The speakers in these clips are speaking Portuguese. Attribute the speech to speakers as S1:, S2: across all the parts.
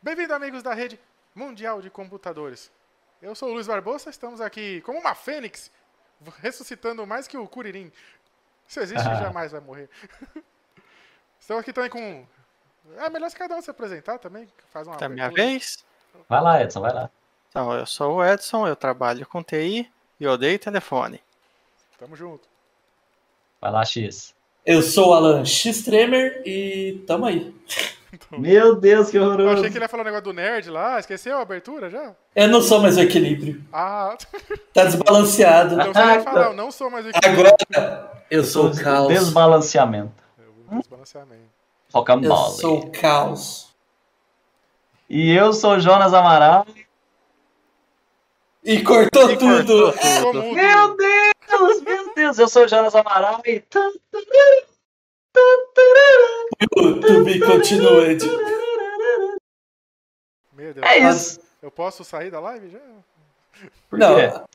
S1: Bem-vindo, amigos da rede mundial de computadores. Eu sou o Luiz Barbosa, estamos aqui como uma fênix, ressuscitando mais que o Curirim. Se existe,
S2: Ah.
S1: jamais vai morrer. estamos aqui também com... É melhor se cada um se apresentar também, faz uma
S3: Tá minha
S1: abertura.
S3: vez?
S2: Vai lá, Edson, vai lá.
S3: Então, eu sou o Edson, eu trabalho com TI e odeio telefone.
S1: Tamo junto.
S2: Vai lá, X.
S4: Eu sou o Alan Xtremer e tamo aí.
S2: Meu Deus, que
S1: Eu
S2: horroroso.
S1: achei que ele ia falar o negócio do nerd lá, esqueceu a abertura já?
S4: Eu não sou mais o equilíbrio.
S1: Ah,
S4: Tá desbalanceado.
S1: então você vai falar, eu não sou mais o
S4: Agora eu sou o caos.
S2: Desbalanceamento.
S1: Desbalanceamento.
S4: Eu
S2: Rocambole.
S4: sou o caos.
S2: E eu sou o Jonas Amaral.
S4: E cortou
S3: E
S4: tudo.
S3: cortou tudo.
S1: Sou mudo.
S2: Meu Deus, meu Deus, eu sou o Jonas Amaral e... tan, tan,
S4: O Tubi continua. Ed.
S1: Meu Deus.
S2: É isso.
S1: Eu posso sair da live já?
S2: Por quê?
S4: Não.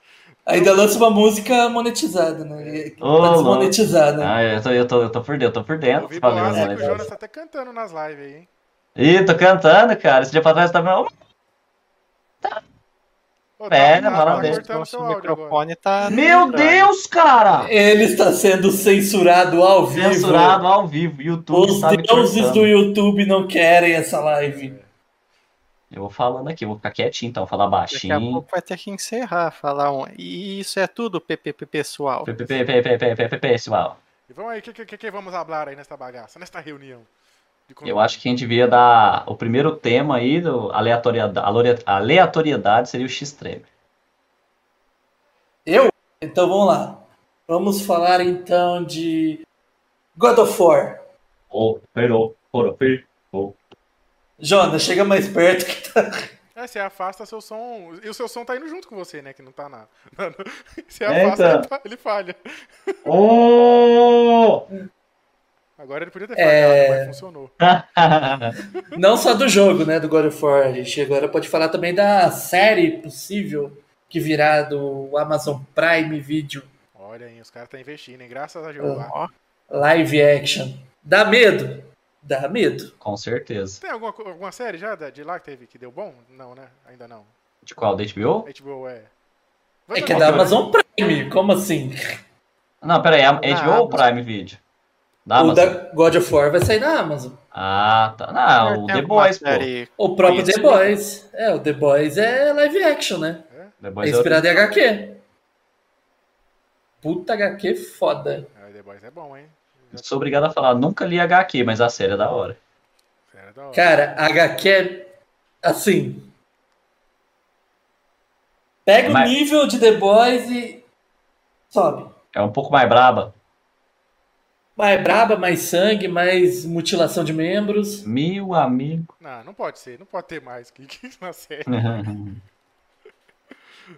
S4: Ainda lança uma música monetizada, né?
S2: Ô, louco.
S4: Tá desmonetizada.
S2: Ah, eu tô, eu, tô, eu tô por dentro, eu tô por dentro.
S1: Ouvi
S2: Valeu,
S1: boato que o
S2: valeu.
S1: Jonas tá até cantando nas lives aí, hein?
S2: Ih, tô cantando, cara. Esse dia pra trás eu tava.
S1: Ô,
S2: É,
S1: tá, tá,
S2: parabéns.
S1: cortando
S3: Nosso
S1: seu áudio agora.
S3: Então, microfone tá.
S2: Meu
S3: vibrando.
S2: Deus, cara!
S4: Ele está sendo censurado ao vivo.
S2: Ah. Censurado ao vivo. YouTube
S4: Os
S2: tá me
S4: deuses
S2: cortando.
S4: do YouTube não querem essa live.
S2: Eu vou falando aqui, vou ficar quietinho então, falar
S3: Daqui a
S2: baixinho.
S3: pouco vai ter que encerrar, falar um. E isso é tudo, PPP pessoal.
S2: Pe- pe- pe- pe- pe- pe- pe- pe- Pessoal,
S1: E vamos aí, o que, que, que- que vamos falar aí nesta bagaça, nesta reunião? de
S2: eu acho que a gente devia dar. O primeiro tema aí do aleatoriedade, aleatoriedade seria o X-Treme.
S4: Eu? Então vamos lá. Vamos falar então de God of War.
S2: Oh, pero, pero, per-
S4: Jonas, chega mais perto que tá.
S1: É, você afasta seu som. E o seu som tá indo junto com você, né? Que não tá na. Você
S2: É,
S1: afasta,
S2: então.
S1: ele fa- ele falha.
S2: Oh!
S1: Agora ele podia ter falhado,
S4: É.
S1: mas funcionou.
S4: Não só do jogo, né, do God of War. A gente agora pode falar também da série possível que virá do Amazon Prime Video
S1: Olha aí, os caras estão investindo, hein? Graças a Jeová.
S4: Ah.
S3: Ó,
S4: live action. Dá medo? Dá medo.
S2: Com certeza.
S1: Tem alguma, co- alguma série já da- de lá que teve que deu bom? Não, né? Ainda não.
S2: De qual? Da HBO?
S1: HBO é.
S4: É
S1: Vai
S4: que é da
S1: dar-
S4: Amazon Prime, como assim?
S2: Não, peraí,
S3: Ah,
S2: é HBO ou
S3: Amazon.
S2: Prime Video? Da
S4: O
S2: Amazon?
S4: da God of War vai sair na Amazon.
S2: Ah, tá. Não, o
S3: tem
S2: The
S3: alguma
S2: Boys, pô.
S3: série-
S4: O próprio
S3: Conheço.
S4: The Boys. É, o The Boys é live action, né?
S2: The
S4: é
S2: Boys é
S4: inspirado em HQ. Puta HQ foda.
S1: Ah, The Boys é bom, hein?
S2: eu Sou obrigado a falar, nunca li HQ, mas a série é da hora.
S1: Era é da hora.
S4: Cara, HQ é assim. Pega
S2: Mas-
S4: o nível de The Boys e sobe.
S2: É um pouco mais braba.
S4: Mais braba, mais sangue, mais mutilação de membros.
S2: Meu amigo.
S1: Não, não pode ser, não pode ter mais que, que na série.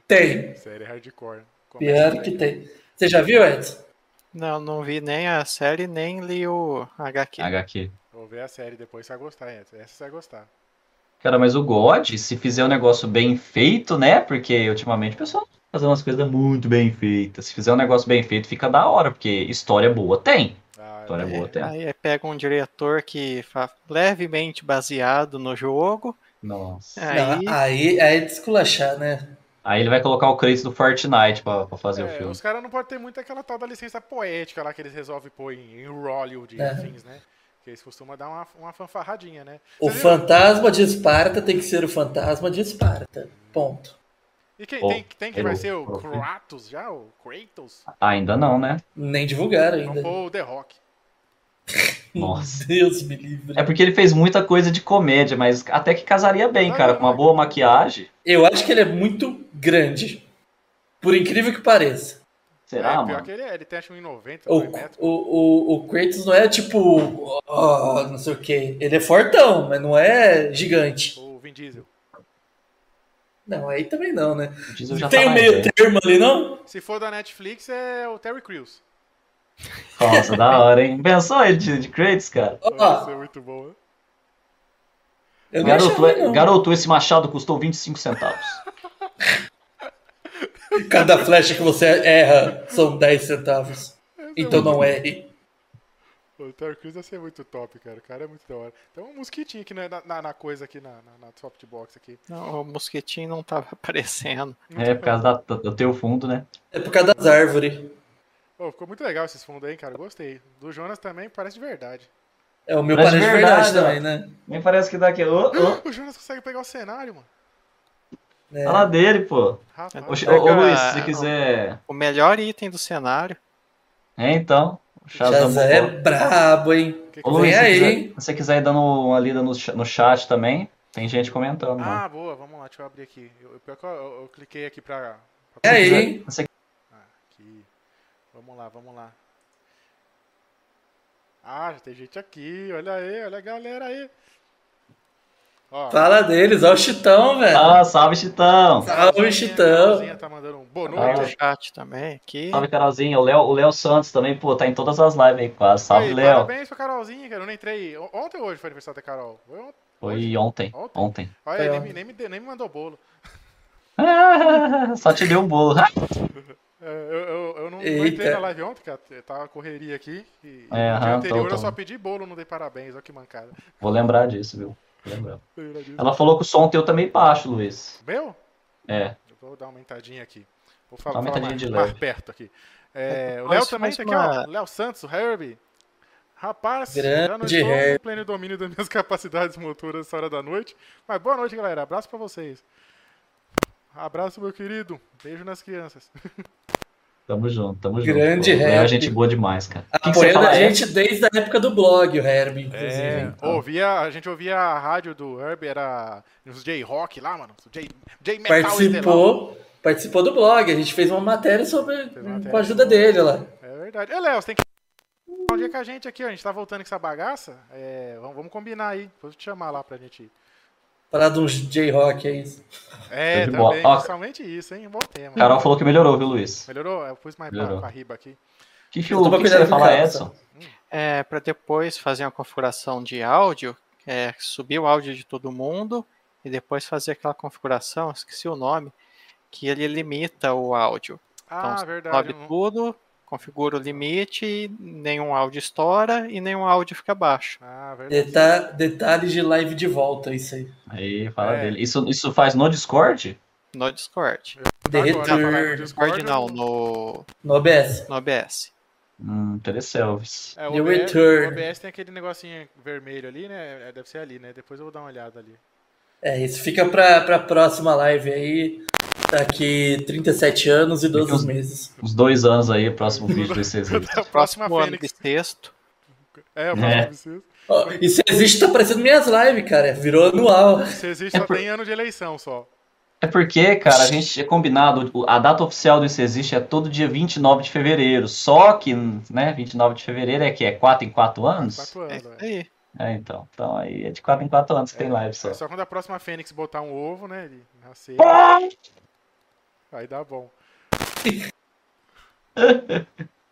S4: Tem.
S1: série hardcore. Começa
S4: É. Pior
S1: daí.
S4: que tem. Você já viu, Edson?
S3: Não, não vi nem a série, nem li o HQ.
S2: HQ.
S1: Vou ver a série depois, você vai gostar, Edson. Essa você vai gostar.
S2: Cara, mas o God, se fizer um negócio bem feito, né? Porque ultimamente o pessoal tá fazendo umas coisas muito bem feitas. Se fizer um negócio bem feito, fica da hora, porque história boa tem.
S1: Ah,
S2: História
S1: eu-
S2: boa tem.
S3: Aí é, pega um diretor que fa- levemente baseado no jogo.
S2: Nossa.
S3: Aí,
S4: Não, aí, aí é desculachar, né?
S2: Aí ele vai colocar o crédito do Fortnite pra, pra fazer o
S1: É,
S2: filme.
S1: os caras não podem ter muito aquela tal da licença poética lá que eles resolvem pôr em, em Rollywood e
S4: É.
S1: afins, né? Que eles costumam dar uma, uma fanfarradinha, né?
S4: O
S1: Você viu?
S4: fantasma de Esparta tem que ser o fantasma de Esparta. Ponto.
S1: E quem
S2: Pô,
S1: tem, tem que vai
S2: Oh, eu-
S1: ser o
S2: eu-
S1: Kratos já? O Kratos?
S2: Ainda não, né?
S4: Nem divulgaram
S1: Vamos
S4: ainda.
S1: pôr o The Rock.
S2: Nossa.
S4: Deus me livre.
S2: É porque ele fez muita coisa de comédia, mas até que casaria bem, cara, com uma
S1: é.
S2: boa maquiagem.
S4: Eu acho que ele é muito grande. Por incrível que pareça.
S2: Será,
S1: é, pior
S2: mano?
S1: que ele é, ele tem acho 1,90,
S4: O,
S1: 2 metros.
S4: o, o, o Kratos não é tipo. ó, não sei o quê. Ele é fortão, mas não é gigante.
S1: O Vin Diesel.
S4: Não, aí também não, né?
S2: O Diesel já
S4: Tem
S2: tá
S4: um
S2: mais
S4: meio
S2: velho.
S4: termo ali, não?
S1: Se for da Netflix, é o Terry Crews.
S2: Nossa, da hora, hein? Pensou ele de, de Kratos, cara?
S1: Isso
S4: Ó,
S1: é muito bom, né?
S4: eu não
S2: Garoto, é,
S4: achava, não.
S2: garoto, esse machado custou 25 centavos.
S4: Cada é. flecha que você erra são 10 centavos. Então não erre.
S1: O Terry Crews deve ser muito top, cara. O cara é muito da hora. Tem um mosquitinho aqui na, na, na coisa aqui, na, na, na softbox aqui.
S3: Não, o mosquitinho não tava aparecendo.
S2: É, por causa da- do teu fundo, né?
S4: É por causa das árvores.
S1: Pô, ficou muito legal esses fundos aí, cara. Gostei. Do Jonas também parece de verdade.
S4: É, o meu
S2: Mas
S4: parece de
S2: verdade,
S4: verdade,
S2: ó.
S4: também, né?
S2: Nem parece que dá aquele. Ô, ô,
S1: O Jonas consegue pegar o cenário, mano.
S4: É.
S2: fala dele, pô.
S1: Rapaz.
S2: Ô, Ô,
S3: Pega-
S2: ô, Luiz, se quiser.
S3: O melhor item do cenário.
S2: É, então. O Shazam.
S4: Shazam é brabo, hein?
S1: Que que
S2: Ô,
S1: você-
S2: Luiz,
S4: Vem
S2: se
S4: aí,
S2: quiser,
S4: hein?
S2: se você quiser ir dando uma lida no, cha- no chat também, tem gente comentando. né? lá.
S1: Ah, boa, vamos lá, deixa eu abrir aqui. Eu, eu- pior que eu, eu- eu cliquei aqui pra. pra
S4: É aí, hein?
S2: Se você
S1: Ah, aqui. Vamos lá, vamos lá. Ah, já tem gente aqui. Olha aí, olha a galera aí. Ó,
S4: Fala deles, ó o Chitão, velho.
S2: Ah, salve, Chitão!
S1: a
S4: Salve, Chitão.
S1: Carolzinha tá mandando um boa
S3: Tá
S2: Ah,
S1: noite.
S3: no
S2: é.
S3: chat também. Aqui.
S2: Salve, Carolzinha. O Léo, o Léo Santos também, pô, tá em todas as lives aí quase. Salve,
S1: Aí,
S2: Léo.
S1: Parabéns pra Carolzinha, cara. Eu não entrei. O- Ontem ou hoje foi aniversário da Carol? Foi ontem.
S2: Foi ontem.
S1: Ontem.
S2: Ontem.
S1: Olha, aí,
S4: Foi
S1: nem,
S4: ontem.
S1: me- nem, me, deu- nem me mandou bolo.
S2: Ah, só te deu um bolo. Ah,
S1: É, Eu, eu, eu não, não
S4: Eita.
S1: entrei na live ontem, cara. Eu Tava correria aqui. E,
S2: É,
S1: no dia
S2: aham,
S1: anterior
S2: tô- tô.
S1: eu só pedi bolo, não dei parabéns. Olha que mancada.
S2: Vou lembrar disso, viu? Vou lembrar.
S1: Meu?
S2: Ela falou que o som teu tá meio baixo, Luiz. É.
S1: Eu vou dar uma aumentadinha aqui. Vou falar,
S2: Dá uma
S1: falar mais,
S2: aumentadinha de
S1: mais
S2: leve.
S1: perto aqui. É, o
S3: Faz-
S1: Léo também
S3: faz
S1: tá aqui,
S3: uma-
S1: ó. Léo Santos, o Herbie. Rapaz, já não
S4: Grande
S1: estou no
S4: Herbie.
S1: pleno domínio das minhas capacidades motoras essa hora da noite. Mas boa noite, galera. Abraço pra vocês. Abraço, meu querido. Beijo nas crianças.
S2: Tamo junto, tamo junto.
S4: Grande
S2: pô. O Léo é
S4: rap. Ah,
S2: gente boa demais, cara. O que, que você
S4: Apoiando
S2: fala?
S4: a
S2: É?
S4: gente desde a época do blog, o Herb, inclusive. hein?
S2: então.
S1: ouvia, a gente ouvia a rádio do Herbie, era uns J-Rock lá, mano. os J, J Metal Estelão.
S4: participou, participou do blog. A gente fez uma matéria sobre
S1: matéria.
S4: com a ajuda dele lá.
S1: É verdade. Ô, Léo, você tem que falar um dia com a gente aqui, ó. A gente tá voltando com essa bagaça. É, vamos, vamos combinar aí. Vou te chamar lá pra gente ir.
S4: Falar de uns J-Rock, é isso.
S1: É,
S2: Show de bola.
S1: também,
S2: Ó,
S1: principalmente isso, hein? Bom tema.
S2: Carol falou que melhorou, viu, Luiz?
S1: Melhorou? Eu pus mais pra,
S2: Melhorou.
S1: pra riba aqui.
S2: O que, que,
S4: Eu tô
S2: o,
S4: pra
S2: que, que você
S4: cuidar do
S2: fala,
S4: cara,
S2: Edson?
S3: É, para depois fazer uma configuração de áudio, é, subir o áudio de todo mundo e depois fazer aquela configuração, esqueci o nome, que ele limita o áudio.
S1: Ah,
S3: Então,
S1: verdade.
S3: Sobe
S1: eu não-
S3: tudo, configura o limite, e nenhum áudio estoura e nenhum áudio fica baixo.
S1: Ah, verdade.
S2: tá
S4: Deta detalhes de live de volta, isso aí.
S2: Aí, fala
S1: É.
S2: dele. Isso, isso faz no Discord?
S3: No Discord.
S1: Agora, falar no
S4: Derreter
S1: Discord,
S3: Discord não, no,
S4: no OBS.
S3: no OBS.
S2: Hum, Teleselves.
S1: É, o
S4: The
S1: OBS,
S4: Return.
S1: o OBS tem aquele negocinho vermelho ali, né? É, Deve ser ali, né? Depois eu vou dar uma olhada ali.
S4: É, isso fica pra, pra próxima live aí. Daqui 37 anos e 12
S2: Então-
S4: meses.
S2: Uns dois anos aí, próximo vídeo do ICZ.
S1: A próxima
S3: Próximo ano
S1: Fênix.
S3: bissexto.
S1: É, o
S2: É.
S1: próximo preciso.
S4: Ó, isso existe, tá parecendo minhas lives, cara. Virou anual.
S1: Se existe,
S2: É
S1: só
S2: por-
S1: tem ano de eleição só.
S2: É porque, cara, a gente é combinado, o- a data oficial do ICExiste é todo dia 29 de fevereiro, só que, né, 29 de fevereiro é que é 4 em 4 anos?
S1: Quatro
S3: É
S1: anos,
S3: isso
S1: é.
S3: aí.
S2: É, então. Então aí é de 4 em 4 anos que tem live só.
S1: É só quando a próxima Fênix botar um ovo, né? Ele nascer. Aí dá bom.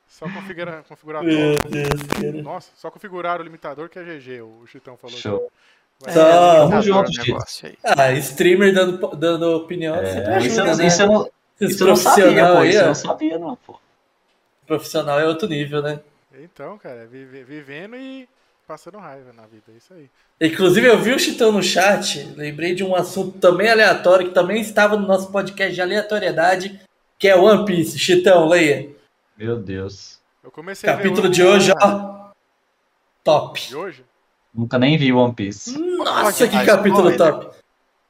S1: Só configura, configurar a
S4: Meu
S1: toca.
S4: Deus, cara.
S1: Nossa, só configurar o limitador que é GG, o Chitão falou.
S2: Show.
S1: Vai.
S4: Só-
S2: Tamo
S3: Adoro
S2: junto,
S3: É, tá o
S2: Chico.
S3: negócio aí.
S4: Ah, streamer dando, dando opinião. sempre
S2: É, isso,
S4: ajuda,
S2: eu-
S4: né?
S2: isso eu não,
S4: Esses
S2: isso eu não sabia,
S4: profissional
S2: pô.
S4: aí,
S2: Isso eu
S4: ó.
S2: não sabia, não, pô.
S4: Profissional é outro nível, né?
S1: Então, cara, vive- vivendo e passando raiva na vida, é isso aí.
S4: Inclusive, eu vi o Chitão no chat, lembrei de um assunto também aleatório, que também estava no nosso podcast de aleatoriedade, que é One Piece. Chitão, leia.
S2: Meu Deus.
S1: Eu comecei a ver
S4: Capítulo de hoje, ó. Top.
S1: De hoje?
S2: Nunca nem vi One Piece.
S4: Hum. Nossa, que
S3: Mas,
S4: capítulo
S3: olha,
S4: top.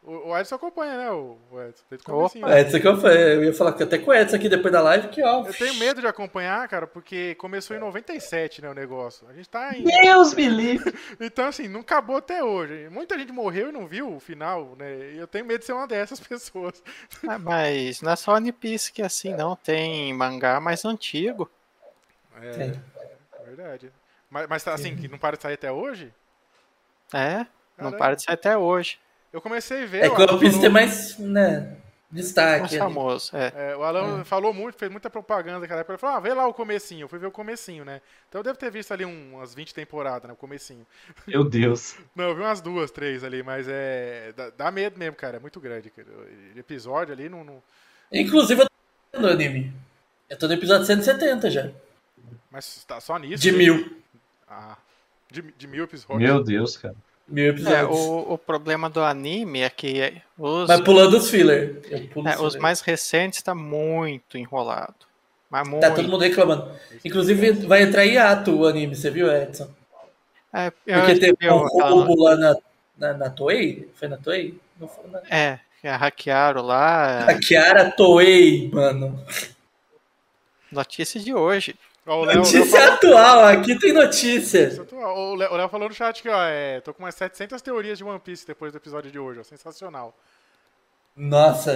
S1: O, o Edson acompanha, né? O, o Edson, desde o
S3: Opa.
S1: comecinho.
S4: É, isso que eu falei. Eu ia falar até com o Edson aqui depois da live, que ó.
S1: Eu tenho medo de acompanhar, cara, porque começou em 97, né, o negócio. A gente tá em...
S2: Deus me livre!
S1: Então, assim, não acabou até hoje. Muita gente morreu e não viu o final, né? E eu tenho medo de ser uma dessas pessoas.
S3: Ah, Mas não é só One Piece que é assim, não. Tem mangá mais antigo.
S1: É, verdade. Mas, mas tá assim, que não para de sair até hoje?
S3: É,
S1: Caramba.
S3: não para de sair até hoje.
S1: Eu comecei a ver...
S4: É
S1: o
S4: que o
S1: Alan
S4: One Piece
S1: falou-
S4: tem mais, né,
S3: Mais
S4: destaque. ali.
S3: famoso, é.
S1: É, o Alan falou muito, fez muita propaganda naquela época. Ele falou, ah, vê lá o comecinho. Eu fui ver o comecinho, né? Então eu devo ter visto ali um- umas 20 temporadas, né? O comecinho.
S2: Meu Deus.
S1: Não, eu vi umas duas, três ali, mas é... Dá, dá medo mesmo, cara. É muito grande. cara. O Episódio ali não... não-
S4: Inclusive, eu tô no anime. Eu tô no episódio 170 já.
S1: Mas tá só nisso.
S4: De
S1: né?
S4: mil.
S1: Ah, de, de mil episódios.
S2: Meu Deus, cara.
S4: Mil
S3: É,
S4: episódios.
S3: o, o problema do anime é que os,
S4: Mas pulando os filler. Eu pulo
S3: é,
S4: os
S3: os
S4: filler.
S3: mais recentes tá muito enrolado. Mas muito.
S4: Tá todo mundo reclamando. Inclusive, vai entrar hiato o anime, você viu, Edson?
S3: É, eu
S4: Porque
S3: acho que
S4: teve
S3: deu
S4: um
S3: aquela-
S4: roubo lá na, na, na Toei? Foi na Toei? Não foi na...
S3: É, que hackearam lá. é,
S4: A Kiara Toei, mano.
S3: Notícia de hoje.
S1: Ó, o Léo- o Léo
S4: Notícia
S1: falou-
S4: atual, aqui tem notícia.
S1: Isso é atual. Ó, O Léo o Léo falou no chat que, ó, é, tô com umas 700 teorias de One Piece depois do episódio de hoje, ó, sensacional.
S4: Nossa,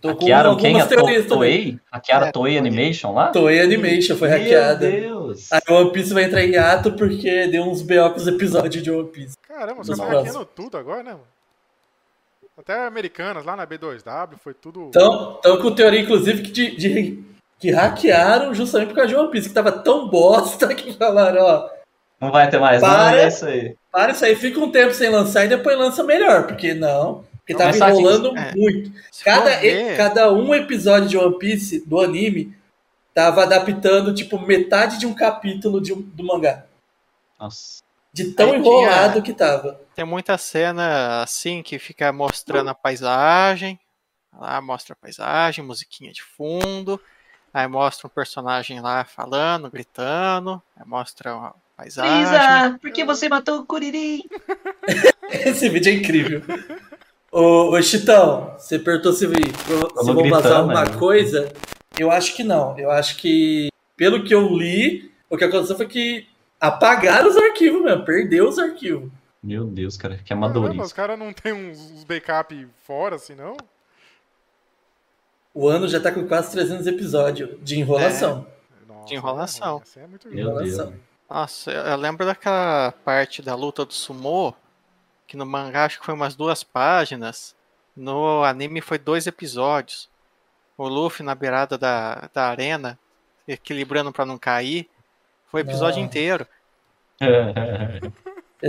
S4: tô com
S2: Hackearam
S4: algumas
S2: quem? A
S4: teorias
S2: To-
S4: também.
S2: Toei? Hackearam
S3: É,
S2: a Toei Animation lá?
S4: Toei Animation foi hackeada.
S2: Meu Deus.
S4: Aí o One Piece vai entrar em hiato porque deu uns BO com os episódios de One Piece.
S1: Caramba, você tá
S4: Nossa.
S1: hackeando tudo agora, né, mano? Até Americanas, lá na B2W, foi tudo.
S4: Então, tão com teoria, inclusive, que, de, de- que hackearam justamente por causa de One Piece, que tava tão bosta que falaram, ó,
S2: Não vai ter mais nada,
S4: Para.
S2: é isso aí.
S4: para isso aí, fica um tempo sem lançar e depois lança melhor, porque não, porque
S2: Não,
S4: tava
S2: mas sabe que-
S4: enrolando
S3: é.
S4: muito.
S3: Se for
S4: Cada, e-
S3: ver,
S4: cada um episódio de One Piece, do anime, tava adaptando, tipo, metade de um capítulo de um- do mangá.
S2: Nossa.
S4: De tão
S3: Aí tinha-
S4: enrolado que tava.
S3: Tem muita cena assim que fica mostrando a paisagem. Lá mostra a paisagem, musiquinha de fundo. Aí mostra um personagem lá falando, gritando. Aí mostra a paisagem.
S2: por que você matou o Kuririn?
S4: Esse vídeo é incrível. ô, ô, Chitão, você perguntou se, pro- se
S2: Falou
S4: vão vazar
S2: gritando,
S4: alguma
S2: né?
S4: coisa? Eu acho que não. Eu acho que, pelo que eu li, o que aconteceu foi que apagaram os arquivos mesmo, perdeu os arquivos.
S2: Meu Deus, cara, que
S1: Caramba, os
S2: amadorismo.
S1: caras não tem uns, uns backup fora, assim, não?
S4: O ano já tá com quase 300 episódios de enrolação.
S1: Nossa,
S3: De enrolação.
S1: Assim é muito
S2: Meu Deus.
S4: Enrolação.
S3: Nossa, eu eu lembro daquela parte da luta do sumô, que no mangá acho que foi umas duas páginas. No anime foi dois episódios. O Luffy na beirada da, da arena, equilibrando pra não cair. Foi o episódio
S4: Não.
S3: inteiro.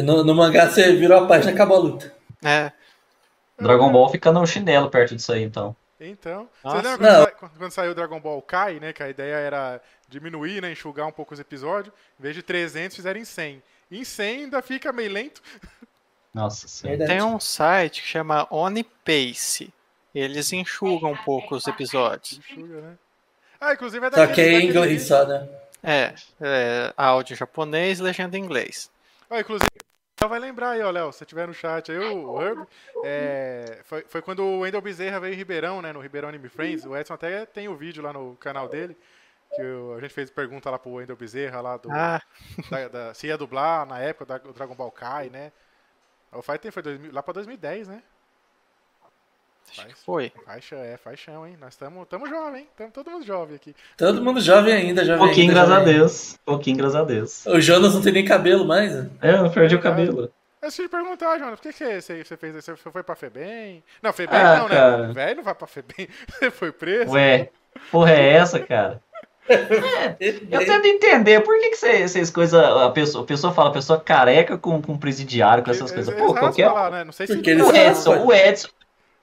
S4: No, no mangá você virou a página e acabou a luta.
S3: É,
S2: Dragon Ball fica no chinelo perto disso aí, então.
S1: Então,
S3: Nossa.
S1: você lembra
S4: Não.
S1: quando, sa- quando- quando saiu o Dragon Ball Kai, né? Que a ideia era diminuir, né? Enxugar um pouco os episódios. Em vez de 300, fizeram em 100. Em 100 ainda fica meio lento.
S2: Nossa senhora.
S4: Verdade.
S3: tem um site que chama OniPace. Eles enxugam um pouco os episódios.
S1: Enxuga, né? Ah, inclusive é
S4: Só
S1: daquele...
S4: que é
S1: daquele-
S4: em inglês só, né?
S3: É, é áudio japonês, legenda em inglês.
S1: Ah, inclusive, Léo vai lembrar aí, ó, Léo, se tiver no chat aí, o Herb, é, foi, foi quando o Wendel Bezerra veio em Ribeirão, né, no Ribeirão Anime Friends, o Edson até tem o vídeo lá no canal dele, que o- a gente fez pergunta lá pro Wendel Bezerra, lá do,
S3: Ah,
S1: da- da- se ia dublar na época da- do Dragon Ball Kai, né, o Fight tem- foi 2000 lá pra 2010, né,
S3: acho que foi.
S1: faixa, é, faixão, hein, nós estamos tamo jovem, hein, estamos todo mundo jovem aqui.
S4: Todo mundo jovem ainda,
S2: Um
S4: jovem
S2: pouquinho,
S4: ainda,
S2: graças a
S4: jovem ainda.
S2: Deus. Um pouquinho, graças a Deus.
S4: O Jonas não tem nem cabelo mais. né?
S2: É, eu perdi o cabelo.
S1: Eu esqueci de perguntar, Jonas, por que, que você, você fez isso? Você foi pra Febem? Não, Febem
S2: Ah,
S1: não,
S2: cara.
S1: né? Velho não vai pra Febem. Você foi
S4: Ah.
S1: preso.
S2: Ué, porra é essa, cara? É, eu tento entender por que, que vocês vocês coisas. A pessoa, a pessoa fala, a pessoa careca com, com presidiário, com
S4: É,
S1: Ex-
S2: essas coisas.
S1: ex-
S2: Pô,
S1: É, exato,
S2: qualquer.
S1: falar, né? Não sei se
S4: Porque eles-
S2: O Edson, o Edson,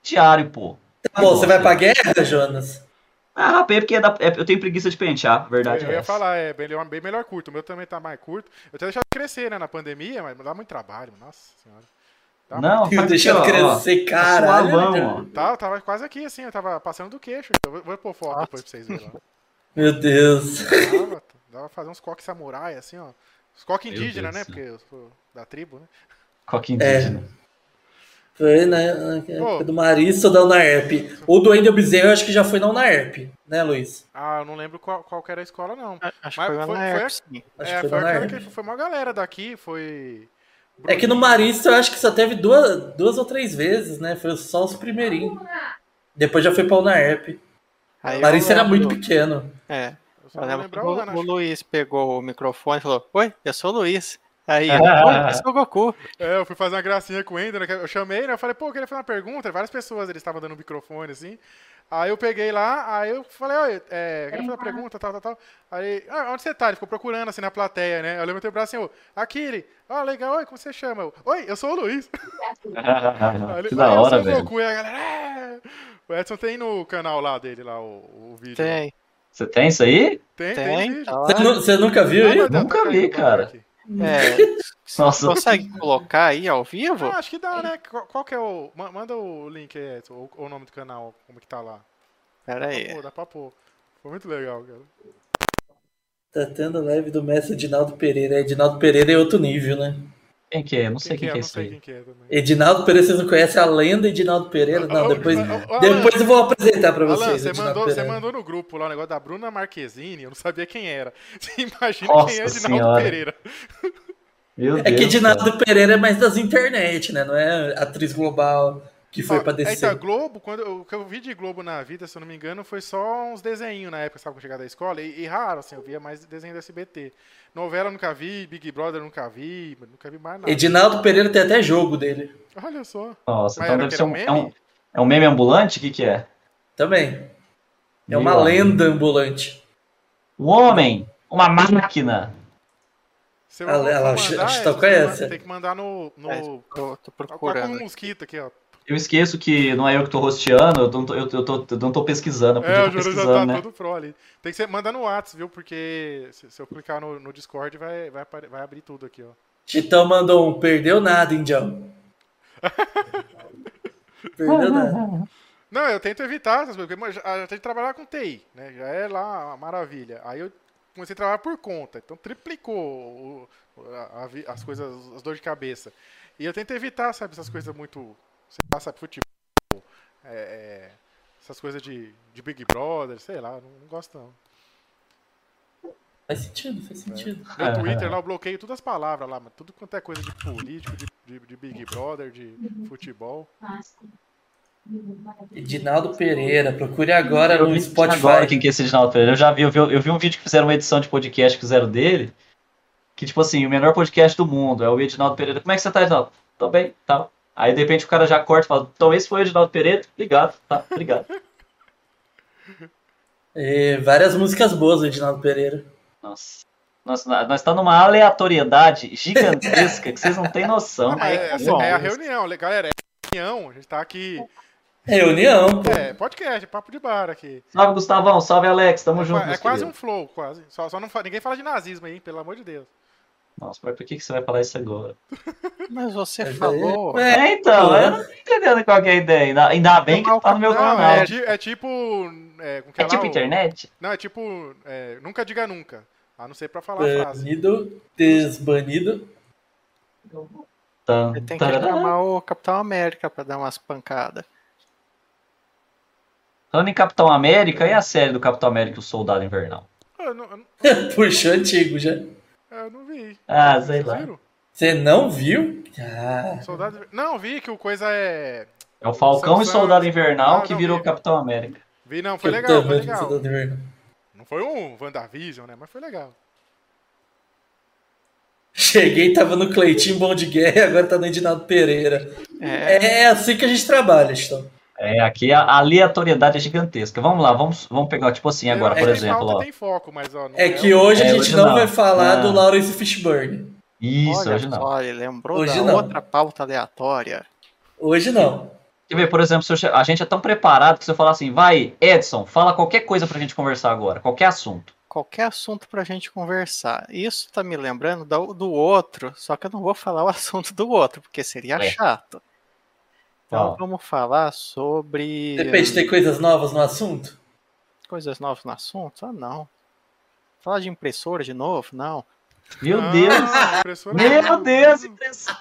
S2: diário, pô.
S4: Tá bom, você vai pra guerra, Jonas?
S2: Ah, rapei, porque é da- é- eu tenho preguiça de pentear, verdade.
S4: né?
S1: eu
S2: é
S1: ia
S2: essa.
S1: falar, é bem, ele é bem melhor curto. O meu também tá mais curto. Eu tinha deixado crescer, né, na pandemia, mas dá muito trabalho, nossa senhora. Tá,
S2: Não, faz
S4: Deixando
S2: aqui, ó, ó.
S4: crescer, caralho.
S2: Suavão,
S4: né,
S2: ó.
S4: cara?
S1: Tá, eu tava quase aqui, assim, eu tava passando do queixo. Eu vou, vou pôr foto
S3: Nossa.
S1: depois pra vocês verem lá.
S4: Meu Deus.
S1: Dava, dava pra fazer uns coques samurai, assim, ó. Os coques
S2: Meu
S1: indígenas,
S2: Deus
S1: né,
S2: do
S1: porque eu sou da tribo, né.
S2: Coque
S4: É.
S2: indígena.
S4: Foi na, na época
S1: Pô.
S4: do Maristo da Unarp. O do Wendel Bezerra eu acho que já foi na Unarp, né, Luiz?
S1: Ah, eu não lembro qual, qual que era a escola, não.
S3: A- Acho
S1: Mas
S3: que foi,
S1: foi-
S3: foi,
S1: foi a-
S3: sim.
S4: Ah, Acho
S1: é,
S4: que
S1: foi,
S4: foi na
S1: aquela
S4: Unarp.
S1: que foi uma galera daqui, foi...
S4: É que no Maristo eu acho que só teve duas, duas ou três vezes, né? Foi só os primeirinhos. Depois já foi pra Unarp.
S3: Aí eu
S4: Maristo era
S3: lembro-
S4: muito pequeno.
S3: É,
S1: Eu só
S3: eu
S1: não
S3: lembro que
S1: lembro
S3: o,
S1: o ano,
S3: o
S1: acho.
S3: Luiz pegou o microfone e falou: Oi, eu sou o Luiz. Aí, ele,
S2: Ah.
S3: Oi, eu sou o Goku.
S1: É, eu fui fazer uma gracinha com o Ender, né, que eu chamei, né? Eu falei, pô, eu queria fazer uma pergunta, várias pessoas, eles estavam dando um microfone, assim. Aí eu peguei lá, aí eu falei, olha, é, eu queria fazer uma pergunta, tal, tal, tal. Aí, ah, onde você tá? Ele ficou procurando, assim, na plateia, né? Eu levantei o braço assim, ó, aqui ele, ó, legal, oi, como você chama? Eu, oi, eu sou o Luiz. Aí ele,
S2: que
S1: "Ah,
S2: da
S1: eu
S2: hora,
S1: sou o
S2: velho.
S1: Goku, e a galera, "É". O Edson tem no canal lá dele, lá, o, o vídeo.
S3: Tem,
S2: Você tem isso aí?
S1: Tem, tem,
S3: tem,
S1: vídeo.
S3: tá lá.
S4: Você, nu- você nunca viu
S1: Ah,
S4: aí?
S1: meu Deus,
S2: Nunca vi,
S1: caindo o bagulho
S2: cara.
S1: aqui.
S3: É,
S2: Nossa,
S3: consegue colocar aí ao vivo?
S1: Ah, acho que dá, né? Qual, qual que é o. ma- Manda o link aí, Edson, ou ou o nome do canal, como que tá lá.
S3: Pera aí.
S1: Pô, dá pra pôr. Foi muito legal, cara.
S4: Tá tendo live do mestre Edinaldo Pereira. Edinaldo Pereira é outro nível, né?
S2: quem que é? Não sei quem
S1: é,
S2: que
S1: não
S2: é isso
S1: sei
S2: aí.
S1: quem que é também.
S4: Edinaldo Pereira, vocês não conhecem a lenda Edinaldo Pereira? Não,
S1: Ô,
S4: depois,
S1: ô, ô, Alan,
S4: depois eu vou apresentar pra vocês. tá
S1: Alan, você
S4: Edinaldo
S1: mandou, você
S4: Pereira.
S1: mandou no grupo lá o negócio da Bruna Marquezine, eu não sabia quem era. Você imagina quem
S2: Nossa
S1: é Edinaldo
S2: Senhora.
S1: Pereira.
S2: Meu
S4: É
S2: Deus,
S4: que
S2: cara.
S4: Edinaldo Pereira é mais das internet, né? Não é atriz global que foi
S1: Ó,
S4: pra
S1: é,
S4: descer.
S1: então, Globo, quando, eu- o que eu vi de Globo na vida, se eu não me engano, foi só uns desenhos na época, sabe, quando eu chegava da escola, e, e raro, assim, eu via mais desenho do SBT. Novela eu nunca vi, Big Brother eu nunca vi, nunca vi mais nada.
S4: Edinaldo Pereira tem até jogo dele.
S1: Olha só.
S2: Nossa,
S1: Mas
S2: então
S1: era
S2: deve
S1: que
S2: ser
S1: era
S2: um,
S1: um
S2: é, um,
S1: meme?
S2: é um meme ambulante? O que, que é?
S4: Também. É
S2: Meu
S4: uma
S2: amigo.
S4: lenda ambulante.
S2: Um homem, uma máquina.
S1: Se
S4: Ah, ela- acho- acho que tá
S1: Edson,
S4: com
S1: tem que
S4: essa.
S1: ma- Tem que mandar no. no...
S3: É, tô, tô
S1: Tá com um
S3: procurando.
S1: mosquito aqui, ó.
S2: Eu esqueço que não é eu que tô rosteando, eu não tô, eu, eu tô, eu não tô pesquisando, eu podia
S1: É, o
S2: estar
S1: Júlio já tá
S2: pesquisando, né?
S1: todo pro ali. Tem que ser, manda no Whats, viu? Porque se, se eu clicar no, no Discord, vai, vai, apare- vai abrir tudo aqui, ó.
S4: Chitão mandou um, perdeu nada, Indião. perdeu nada.
S1: Não, eu tento evitar essas coisas, porque mano, já, já tem que trabalhar com TI, né? Já é lá uma maravilha. Aí eu comecei a trabalhar por conta, então triplicou o- a- a vi- as coisas, as dores de cabeça. E eu tento evitar, sabe, essas coisas muito, sei lá, sabe, futebol, é, é, essas coisas de, de Big Brother, sei lá, não, não gosto não.
S4: Faz sentido, faz sentido.
S1: Meu Twitter lá, eu bloqueio todas as palavras lá, mano. Tudo quanto é coisa de político, de, de- de Big Brother, de futebol.
S4: Edinaldo Pereira, procure agora
S2: Eu
S4: no
S2: vi
S4: Spotify.
S2: agora quem que é esse Edinaldo Pereira. Eu já vi eu, vi, eu vi um vídeo que fizeram uma edição de podcast que fizeram dele, que tipo assim, o melhor podcast do mundo, é o Edinaldo Pereira. Como é que você tá, Edinaldo? Tô bem, tal. Aí de repente o cara já corta e fala, então esse foi o Edinaldo Pereira, obrigado, tá, obrigado.
S4: É, várias músicas boas do Edinaldo Pereira.
S2: Nossa, nossa nós tá numa aleatoriedade gigantesca que vocês não têm noção.
S1: Ah, mas é,
S2: Meu
S1: é a
S2: Deus.
S1: reunião, le- galera, é a reunião, a gente tá aqui...
S4: Reunião, pô.
S1: É, podcast, é papo de bar aqui.
S2: Salve, Gustavão, salve, Alex, tamo
S1: é,
S2: junto.
S1: qua- é
S2: meus
S1: quase um
S2: queridos.
S1: flow, quase. Só, só não fa- ninguém fala de nazismo aí, hein, pelo amor de Deus. um-
S2: Nossa, mas por que, que você vai falar isso agora?
S3: Mas você falou.
S4: É,
S2: É, então, eu não tô entendendo qual que é a ideia. Ainda, ainda bem que tá no meu
S1: Não,
S2: canal.
S1: é,
S2: É,
S1: ti- é tipo. É, com que lá,
S2: tipo
S1: o-
S2: internet?
S1: Não, é tipo. é, nunca diga nunca. A não ser pra falar
S2: É.
S1: a frase.
S4: Banido, desbanido.
S2: Tá,
S3: Ele tem que
S2: tá,
S3: chamar o Capitão América pra dar umas pancadas.
S2: Falando em Capitão América, e a série do Capitão América, o Soldado Invernal?
S1: Eu não, eu não-
S4: Puxou antigo já.
S1: eu não vi.
S2: Ah, sei lá.
S1: viram?
S4: Você não viu? Ah,
S1: Soldado... Não, vi que o coisa é.
S2: É o Falcão e
S1: Samsung.
S2: Soldado Invernal
S1: Ah,
S2: que
S1: não,
S2: virou
S1: vi.
S2: Capitão América.
S1: Vi, não, foi
S4: eu
S1: legal, foi
S4: também
S1: legal.
S2: tá
S4: preciso de ver.
S1: Não foi um Wandavision, né? Mas foi legal.
S4: Cheguei, tava no Cleitinho Bom de Guerra e agora tá no Edinaldo Pereira.
S3: É,
S4: É assim que a gente trabalha, Chitão.
S2: É, aqui a aleatoriedade é gigantesca. Vamos lá, vamos, vamos pegar, tipo assim, agora,
S1: É,
S2: por
S1: tem
S2: exemplo,
S1: pauta,
S2: ó.
S1: Tem foco, mas, ó, não um-
S4: É que hoje
S2: É,
S4: a gente
S2: hoje
S4: não,
S2: não.
S4: vai falar
S2: Ah.
S4: do Lawrence Fishburne.
S2: Isso,
S3: olha
S2: hoje não.
S3: só, ele lembrou
S4: Hoje
S3: da
S4: não.
S3: outra pauta aleatória.
S4: Hoje não.
S2: Quer ver, por exemplo, se eu che- a gente é tão preparado que se eu falar assim, vai, Edson, fala qualquer coisa pra gente conversar agora, qualquer assunto.
S3: Qualquer assunto pra gente conversar. Isso tá me lembrando da- do outro, só que eu não vou falar o assunto do outro, porque seria
S2: Ué.
S3: chato. Então
S2: Ó,
S3: vamos falar sobre
S4: Depende, tem coisas novas no assunto?
S3: coisas novas no assunto? Ah, não. Falar de impressora de novo? Não.
S2: meu
S1: Ah,
S2: Deus,
S1: impressora
S2: meu
S1: não.
S2: Deus, então. impressão.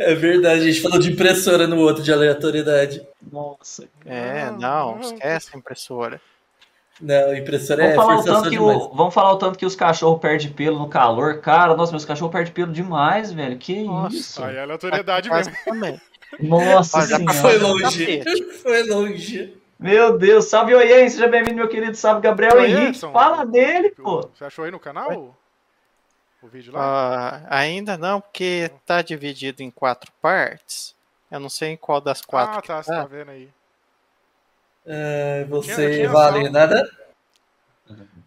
S4: É verdade, a gente falou de impressora no outro, de aleatoriedade.
S2: Nossa.
S3: É,
S1: Não,
S3: não,
S1: não.
S3: esquece a impressora.
S4: Não, impressora
S2: Vamos
S4: é
S2: falar, o
S4: forçação
S2: tanto que
S4: demais.
S2: o, vamos falar o tanto que os cachorros perdem pelo no calor. Cara, nossa, meus cachorros perdem pelo demais, velho. Que
S3: Nossa.
S2: isso?
S1: Aí é aleatoriedade
S3: Faz
S1: mesmo.
S3: também.
S2: Nossa
S3: Olha,
S2: senhora.
S4: Foi
S3: Nossa,
S2: tá
S4: longe.
S3: tapete.
S4: Foi longe.
S2: Meu Deus, salve Oien, seja bem-vindo, meu querido. Salve Gabriel
S1: Oi,
S2: Henrique.
S1: Edson.
S2: Fala dele, pô.
S1: Você achou aí no canal? o- O vídeo lá?
S3: Ah, ainda não, porque tá dividido em quatro partes. Eu não sei em qual das quatro.
S1: ah,
S3: que
S1: tá, você
S3: tá.
S1: tá vendo aí.
S4: É,
S1: Eu tinha-
S4: você
S1: eu tinha
S4: vale
S1: salvo.
S4: nada?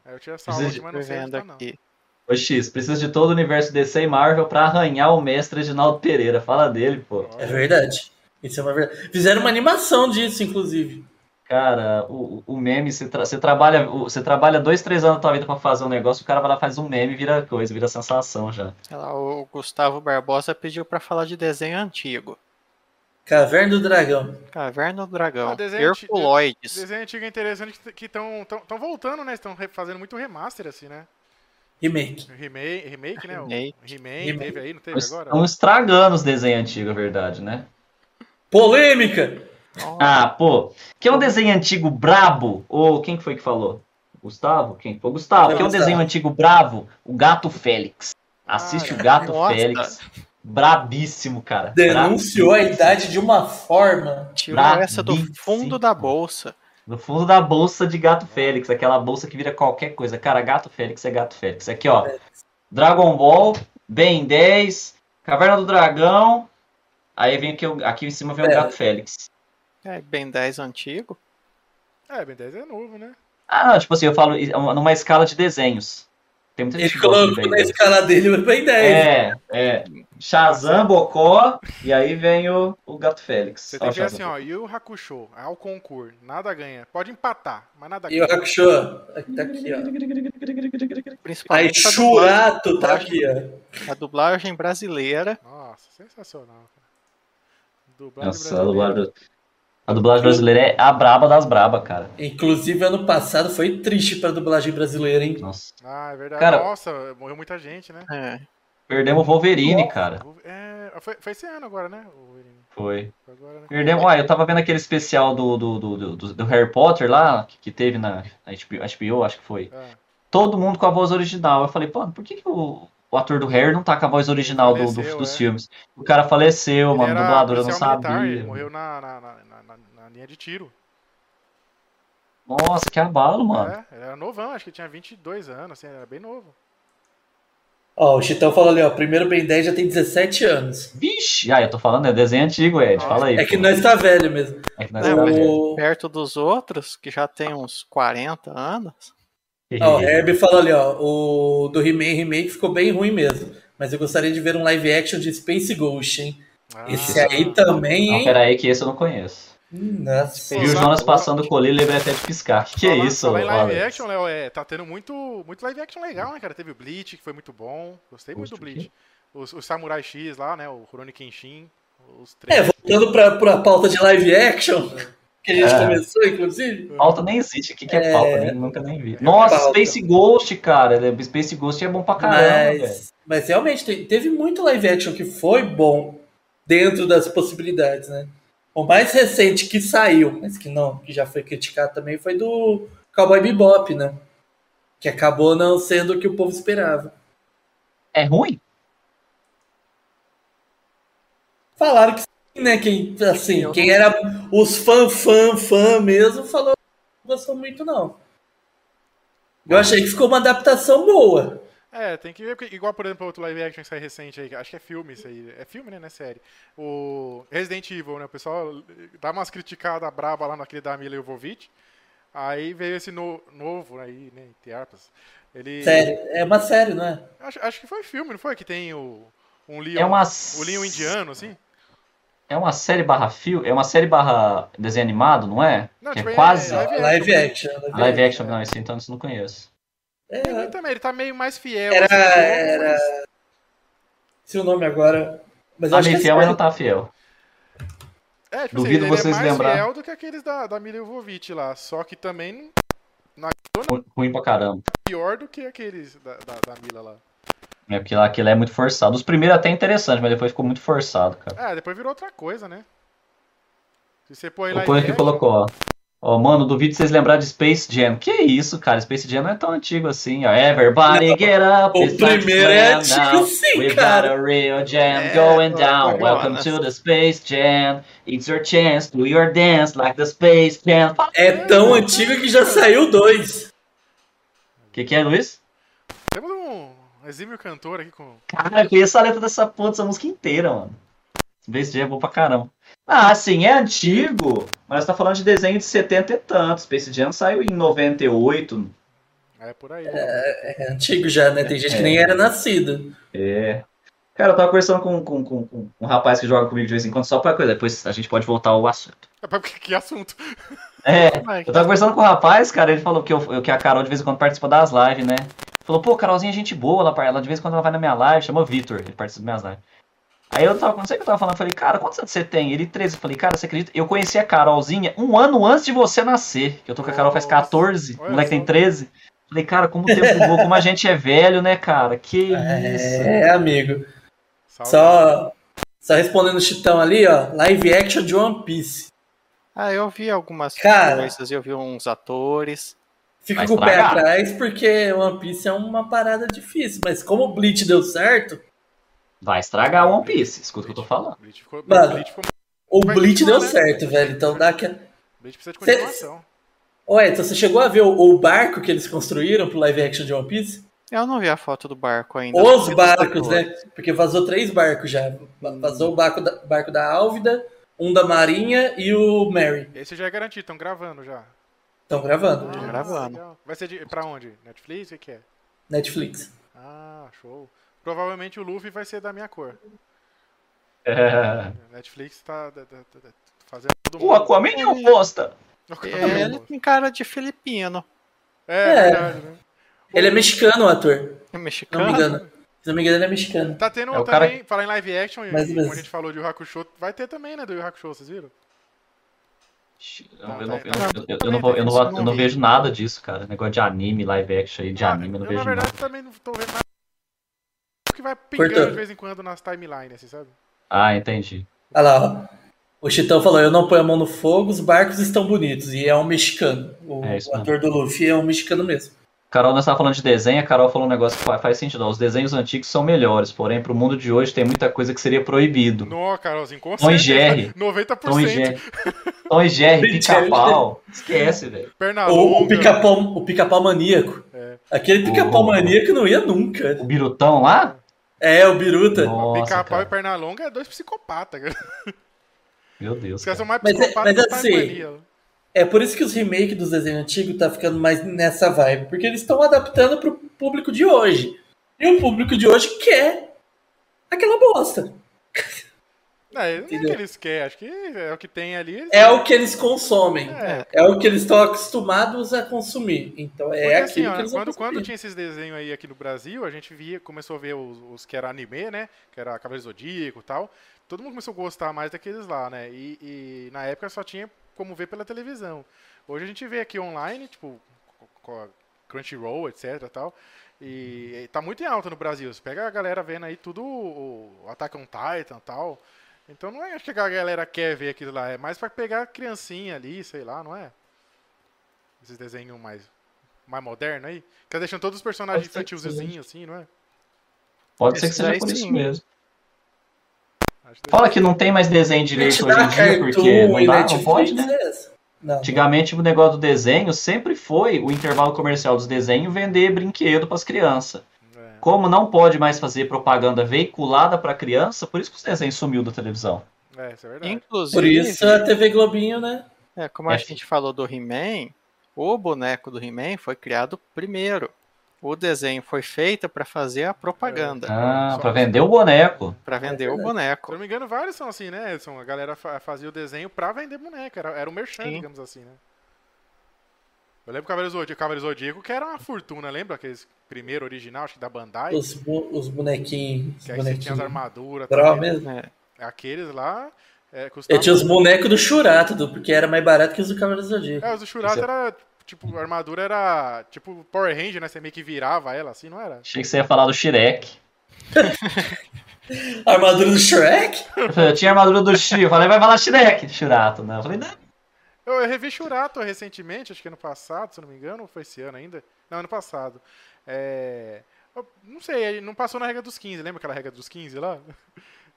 S1: É, Eu tinha salvo
S2: Precisa
S1: aqui,
S2: de-
S1: mas
S3: Tô
S1: não sei onde
S3: vendo
S1: tá, não.
S3: aqui.
S2: Ô X, precisa de todo o universo DC e Marvel pra arranhar o mestre Reginaldo Pereira. Fala dele, pô.
S4: É verdade. Isso é uma verdade. Fizeram uma animação disso, inclusive.
S2: Cara, o, o meme, você, tra- você trabalha, o- você trabalha dois, três anos da tua vida pra fazer um negócio, o cara vai lá, faz um meme, vira coisa, vira sensação já.
S3: Sei lá, o Gustavo Barbosa pediu pra falar de desenho antigo.
S4: Caverna do Dragão.
S3: Caverna do Dragão.
S1: Ah, desenho anti-
S3: Herculoides.
S1: Desenho antigo é interessante que- que estão voltando, né? Estão fazendo muito remaster, assim, né?
S4: Remake.
S1: Remake, remake né? O
S3: Remake.
S1: He-Man
S4: Remake.
S1: teve aí, não teve
S2: Eles
S1: agora?
S2: Estão estragando os desenhos antigos, é verdade, né?
S4: Polêmica!
S3: Nossa,
S2: Ah, pô, que é um desenho antigo brabo, ou quem que foi que falou? Gustavo? Quem foi? Gustavo,
S4: Foi
S2: que é um
S4: Gustavo.
S2: desenho antigo bravo, o Gato Félix. Assiste
S1: Ah,
S2: o Gato
S3: nossa.
S2: Félix. Brabíssimo, cara.
S4: Denunciou a
S2: Brabíssimo.
S4: idade de uma forma.
S3: tirou essa do
S2: Brabíssimo.
S3: fundo da bolsa.
S2: No fundo da bolsa de Gato Félix, aquela bolsa que vira qualquer coisa. Cara, Gato Félix é Gato Félix. Aqui, ó. Dragon Ball, Ben 10, Caverna do Dragão. Aí vem aqui, o- aqui em cima vem o
S4: Pera.
S2: Gato Félix.
S3: É, Ben 10 antigo.
S1: É, Ben 10 é novo, né?
S2: Ah, não, tipo assim, eu falo i- numa escala de desenhos. Tem muita gente
S4: Ele
S2: que gosta de
S4: colocou
S2: Ben
S4: na
S2: 10.
S4: escala dele mas bem 10.
S2: É, é. Shazam, Bocó, e aí vem o, o Gato Félix.
S1: Você tem
S2: Ó,
S1: que ver assim,
S2: Shazam.
S1: ó, e o Hakusho, ao concurso, nada ganha. Pode empatar, mas nada
S4: E o
S1: ganha.
S4: Hakusho, tá aqui, ó. Aí
S3: Principalmente a dublagem,
S4: Churato tá aqui, ó.
S3: a dublagem brasileira.
S1: Nossa, sensacional, cara. Dublagem
S2: Nossa, a
S1: brasileira.
S2: dublagem, a dublagem brasileira é a braba das braba, cara.
S4: Inclusive, ano passado foi triste pra dublagem brasileira, hein?
S2: Nossa.
S1: Ah, é verdade.
S2: Cara-
S1: Nossa, morreu muita gente, né?
S3: É,
S2: Perdemos o Wolverine, cara.
S1: É, foi, foi esse ano agora, né? o Wolverine?
S2: Foi.
S1: Foi agora, né?
S2: Perdemos. Ah, eu tava vendo aquele especial do, do, do, do, do Harry Potter lá, que, que teve na na HBO, HBO, acho que foi.
S1: Ah,
S2: Todo mundo com a voz original. Eu falei, pô, por que, que o, o ator do Harry não tá com a voz original do, do-
S1: Faleceu,
S2: dos
S1: é.
S2: filmes? O cara faleceu,
S1: ele
S2: mano.
S1: era
S2: Dublador, eu não
S1: policial militar,
S2: sabia.
S1: ele morreu na, na, na, na- na- na linha de tiro.
S2: Nossa, que abalo, mano.
S1: É, ele era novão, acho que tinha 22 anos, assim, ele era bem novo.
S4: Ó, o Chitão falou ali, ó. Primeiro Ben 10 já tem 17 anos.
S2: Vixe! Ah, eu tô falando, é desenho antigo, Ed. Fala aí.
S4: É que
S2: pô.
S4: nós tá velho mesmo.
S2: É que nós
S3: Não,
S2: tá
S3: mas-
S2: velho.
S4: O...
S3: perto dos outros, que já tem uns 40 anos.
S2: é.
S4: Ó, é o Herb falou ali, ó. O do He-Man Remake ficou bem ruim mesmo. Mas eu gostaria de ver um live action de Space Ghost, hein?
S1: Ah,
S4: Esse
S2: tá
S4: aí também,
S2: Não,
S4: hein?
S2: pera aí, que esse eu não conheço.
S4: Hum, Nossa.
S2: E o Jonas passando o colírio, lembrei até de piscar. Que que é
S1: falar-
S2: isso,
S1: falar em live
S2: Alex?
S1: action, Léo, é, tá tendo muito, muito live action legal, né, cara? Teve o Bleach, que foi muito bom. Gostei muito do
S2: Puxa,
S1: Bleach. Os, os Samurai X lá, né? O Rurouni Kenshin. Os
S4: É,
S1: três.
S4: voltando pra, pra pauta de live action, que a gente
S2: É.
S4: começou, inclusive.
S2: Pauta nem existe. O que, que é,
S4: É.
S2: pauta? Né? Nunca nem vi. Nossa,
S4: pauta.
S2: Space Ghost, cara. Ele- Space Ghost é bom pra caramba, velho.
S4: Mas, mas realmente, te- teve muito live action que foi bom dentro das possibilidades, né? O mais recente que saiu, mas que não, que já foi criticado também, foi do Cowboy Bebop, né? Que acabou não sendo o que o povo esperava.
S2: É ruim?
S4: Falaram que sim, né? Quem, assim,
S3: Eu-
S4: quem era os fã, fã, fã mesmo, falou que não gostou muito, não. Eu achei que ficou uma adaptação boa.
S1: É, tem que ver, porque igual, por exemplo, outro live action que sai recente aí, que acho que é filme isso aí. É filme, né? Não é série. O Resident Evil, né? O pessoal dá umas criticadas braba lá naquele da Mila Jovovich. Aí veio esse no- novo aí, né? Entre aspas. Ele.
S4: Sério, é uma série, não é?
S1: Acho, acho que foi filme, não foi? Que tem o. Um Leon,
S2: É uma.
S1: o Leon indiano, assim?
S2: É uma série barra fio. É uma série barra desenho animado, não é?
S1: Não,
S2: que
S1: tipo,
S2: é
S1: é
S2: quase.
S1: live action.
S4: Live action. Live action. É,
S2: Live action, não, esse então isso eu não conheço.
S1: Ele também, ele tá meio mais fiel.
S4: Era-
S1: assim, ao jogo,
S4: era-
S1: mas-
S4: Se é o nome agora. Mas eu
S2: Tá
S4: acho que
S2: meio
S4: é
S2: fiel, mas
S4: série.
S2: não tá fiel.
S1: É, tipo
S2: Duvido
S1: assim, ele
S2: vocês
S1: é mais
S2: lembrar.
S1: fiel do que aqueles da, da Mila Jovovich lá. Só que também
S2: Ru- Ruim pra caramba.
S1: pior do que aqueles da, da, da Mila lá.
S2: É porque lá aquilo é muito forçado. Os primeiros até é interessante, mas depois ficou muito forçado, cara.
S1: É, depois virou outra coisa, né? Se você põe
S2: O
S1: lá.
S2: Punk colocou, ó. Ó, mano, duvido vocês lembrar de Space Jam. Que isso, cara? Space Jam não é tão antigo assim, ó. Everybody get up.
S4: O
S2: it's time to
S4: primeiro é
S2: slam down.
S4: antigo sim,
S2: We've
S4: cara.
S2: got a real jam
S3: É,
S2: going
S3: pô,
S2: down.
S3: pô,
S2: Welcome
S3: mano.
S2: to the Space Jam. It's your chance. Do your dance like the Space Jam. Fala-
S4: É tão antiga que já saiu dois.
S2: Que que é, Luiz?
S1: Temos um exímio cantor aqui com.
S2: Cara, Ah, eu conheço a letra dessa porra, dessa música inteira, mano. Space Jam é bom pra caramba. Ah, sim, é antigo, mas tá falando de desenho de 70 e tanto. Space Jam saiu em 98,
S1: É por aí.
S4: É antigo já, né? Tem gente que nem era nascida.
S2: É. Cara, eu tava conversando com, com, com, com um rapaz que joga comigo de vez em quando, só pra coisa, depois a gente pode voltar ao assunto.
S1: É, pra- Que assunto.
S2: É, eu tava conversando com o rapaz, cara, ele falou que, eu, eu- que a Carol de vez em quando participa das lives, né? Falou, pô, Carolzinha é gente boa, ela, par- ela de vez em quando ela vai na minha live, chama Vitor, ele participa das minhas lives. Aí eu tava, não sei o que eu tava falando, eu falei, cara, quantos anos você tem? Ele 13, eu falei, cara, você acredita? Eu conheci a Carolzinha um ano antes de você nascer, que eu tô com a Carol faz
S1: Nossa,
S2: 14, o
S1: olha
S2: moleque
S1: só.
S2: tem 13. Falei, cara, como o tempo voa, como a gente é velho, né, cara? Que isso.
S4: É, amigo.
S1: Salve.
S4: Só, só respondendo o Chitão ali, ó. Live action de One Piece.
S3: Ah, eu vi algumas
S4: Cara.
S3: coisas, eu vi uns atores.
S4: Fica
S2: Vai
S4: com o pé
S2: estragar.
S4: atrás, porque One Piece é uma parada difícil. Mas como o Bleach deu certo,
S2: Vai estragar o One Piece, escuta o que eu tô falando.
S1: Bleach ficou,
S4: Mano.
S1: Bleach, ficou,
S4: o
S1: Vai
S4: Bleach
S1: continuar,
S4: deu
S1: né?
S4: certo, velho. Então dá aquela.
S1: Bleach precisa de
S4: Cê-
S1: continuação.
S4: Ué, então você chegou a ver o, o barco que eles construíram pro live action de One Piece?
S3: Eu não vi a foto do barco ainda. eu só
S4: Os
S3: vi dos
S4: barcos,
S3: atores.
S4: né? Porque vazou três barcos já. Va-
S2: Hum.
S4: Vazou o barco da, barco da Álvida, um da Marinha e o Mary.
S1: Esse já é garantido, estão gravando já.
S4: Estão gravando.
S1: Ah,
S3: Tão gravando.
S1: legal. Vai ser de, pra onde? Netflix? O que, que é?
S4: Netflix.
S1: Ah, show. Provavelmente o Luffy vai ser da minha cor. É. Netflix tá, tá- tá- tá- tá fazendo todo
S2: O Aquaman é um bosta.
S3: É, ele tem cara de filipino.
S1: É,
S4: É.
S1: verdade, né?
S4: Ele é mexicano, o ator.
S3: É
S4: Se não me
S3: mexicano.
S4: engano. Se não me engano, ele é mexicano.
S1: Tá tendo
S2: É o cara
S1: também, falar em live action, e,
S4: Mais ou
S1: e como
S4: menos.
S1: a gente falou de Yu Hakusho, vai ter também, né, do Yu Hakusho, vocês viram?
S2: Eu não- eu não- Tá, eu- eu não vou- eu não vou- eu não vejo nada disso, cara. Negócio de anime, live action aí, de
S1: Ah,
S2: anime, eu não
S1: eu, na
S2: vejo nada.
S1: verdade, também não tô vendo nada. Que vai pingando
S4: Cortou.
S1: de vez em quando nas timelines, assim, sabe?
S2: Ah, entendi.
S4: Olha lá, ó. O Chitão falou: Eu não ponho a mão no fogo, os barcos estão bonitos. E é um mexicano. O,
S2: É isso
S4: o ator do Luffy é um mexicano mesmo.
S2: Carol, nós estávamos falando de desenho, a Carol falou um negócio que fa- faz sentido. ó. Os desenhos antigos são melhores, porém, pro mundo de hoje tem muita coisa que seria proibido.
S1: No, Carolzinho, com
S2: Tom e
S1: certeza.
S2: Jerry.
S1: 90%.
S2: Tom e Jerry. Tom e Jerry,
S4: Gente,
S2: pica-pau. Esquece, velho.
S1: Perna
S4: O, o
S1: longa.
S4: pica-pau o pica-pau maníaco.
S1: É.
S4: Aquele pica-pau
S2: O-
S4: maníaco não ia nunca.
S2: O birutão lá?
S4: É, o Biruta.
S2: Nossa,
S1: Pica-pau e
S2: cara.
S1: perna longa é dois psicopatas, cara.
S2: Meu Deus,
S1: Os caras
S2: cara.
S1: são mais
S4: Mas é-
S1: psicopatas
S4: mas
S1: que
S4: assim,
S1: Tasmania.
S4: É por isso que os remakes dos desenhos antigos tá ficando mais nessa vibe, porque eles estão adaptando pro público de hoje. E o público de hoje quer aquela bosta.
S1: Não, é- não é o que
S4: entendeu?
S1: eles querem, acho que é o que tem ali. eles-
S4: É o que eles consomem.
S1: É.
S4: É o que eles estão acostumados a consumir. Então
S1: Porque
S4: é
S1: assim,
S4: aquilo
S1: ó,
S4: que eles
S1: quando,
S4: vão
S1: quando
S4: consumir.
S1: tinha esses desenhos aí aqui no Brasil, a gente via, começou a ver os, os que era anime, né? Que era Cavaleiro Zodíaco e tal. Todo mundo começou a gostar mais daqueles lá, né? E, e na época só tinha como ver pela televisão. Hoje a gente vê aqui online, tipo, co- co- Crunchyroll, etc e tal. E, e tá muito em alta no Brasil. Você pega a galera vendo aí tudo o o Attack on Titan e tal. Então não é acho que a galera quer ver aquilo lá, é mais pra pegar a criancinha ali, sei lá, não é? Esses desenhos mais, mais modernos aí. Que tá deixando todos os personagens
S2: Pode ser que
S1: infantilzinhos assim, não é?
S2: Pode ser que
S3: Esse
S2: seja
S3: daí
S2: por isso
S3: sim.
S2: mesmo.
S1: Acho que- tá
S2: Fala que não tem mais desenho direito hoje em dia, porque não, dá, não pode, né?
S4: é essa. Não.
S2: Antigamente o negócio do desenho sempre foi o intervalo comercial dos desenhos vender brinquedo para as crianças.
S1: É.
S2: Como não pode mais fazer propaganda veiculada para criança, por isso que os desenhos sumiu da televisão.
S1: É, isso é verdade.
S3: Inclusive,
S4: Por isso a TV Globinho, né?
S3: é, como
S2: É.
S3: a gente falou do He-Man, o boneco do He-Man foi criado primeiro. O desenho foi feito para fazer a propaganda,
S2: Ah,
S1: Só-
S2: para vender o boneco.
S4: É.
S3: para vender o
S1: Se eu
S3: boneco.
S1: não me engano, vários são assim, né, Edson? A galera fa- fazia o desenho pra vender boneca. Era, era um merchan,
S3: Sim.
S1: digamos assim, né? Eu lembro do Cavaleiro Zodíaco, Cavaleiro Zodíaco, que era uma fortuna, lembra? Aqueles primeiro original, acho que da Bandai.
S4: Os, bo- os bonequinhos. Os
S1: Que aí você tinha as
S4: bonequinhos.
S1: armaduras.
S4: Droga
S1: também.
S4: mesmo.
S3: É,
S1: Aqueles lá é,
S4: Eu
S1: custavam.
S4: tinha os bonecos do Shura, tudo, porque era mais barato que os do Cavaleiro do Zodíaco.
S1: É, os do Shurato era. Tipo, a armadura era. Tipo, Power Ranger, né? Você meio que virava ela assim, não era?
S2: Achei que você ia falar do Shrek.
S1: É.
S4: A armadura do Shrek?
S2: Eu falei, eu tinha a armadura do Shiro, eu falei, vai falar Shrek, Shurato, né? Eu falei, não.
S1: Eu, eu revi Shurato recentemente, acho que ano passado, se eu não me engano, ou foi esse ano ainda? Não, ano passado. É. eu Não sei, ele não passou na regra dos 15, lembra aquela regra dos 15 lá?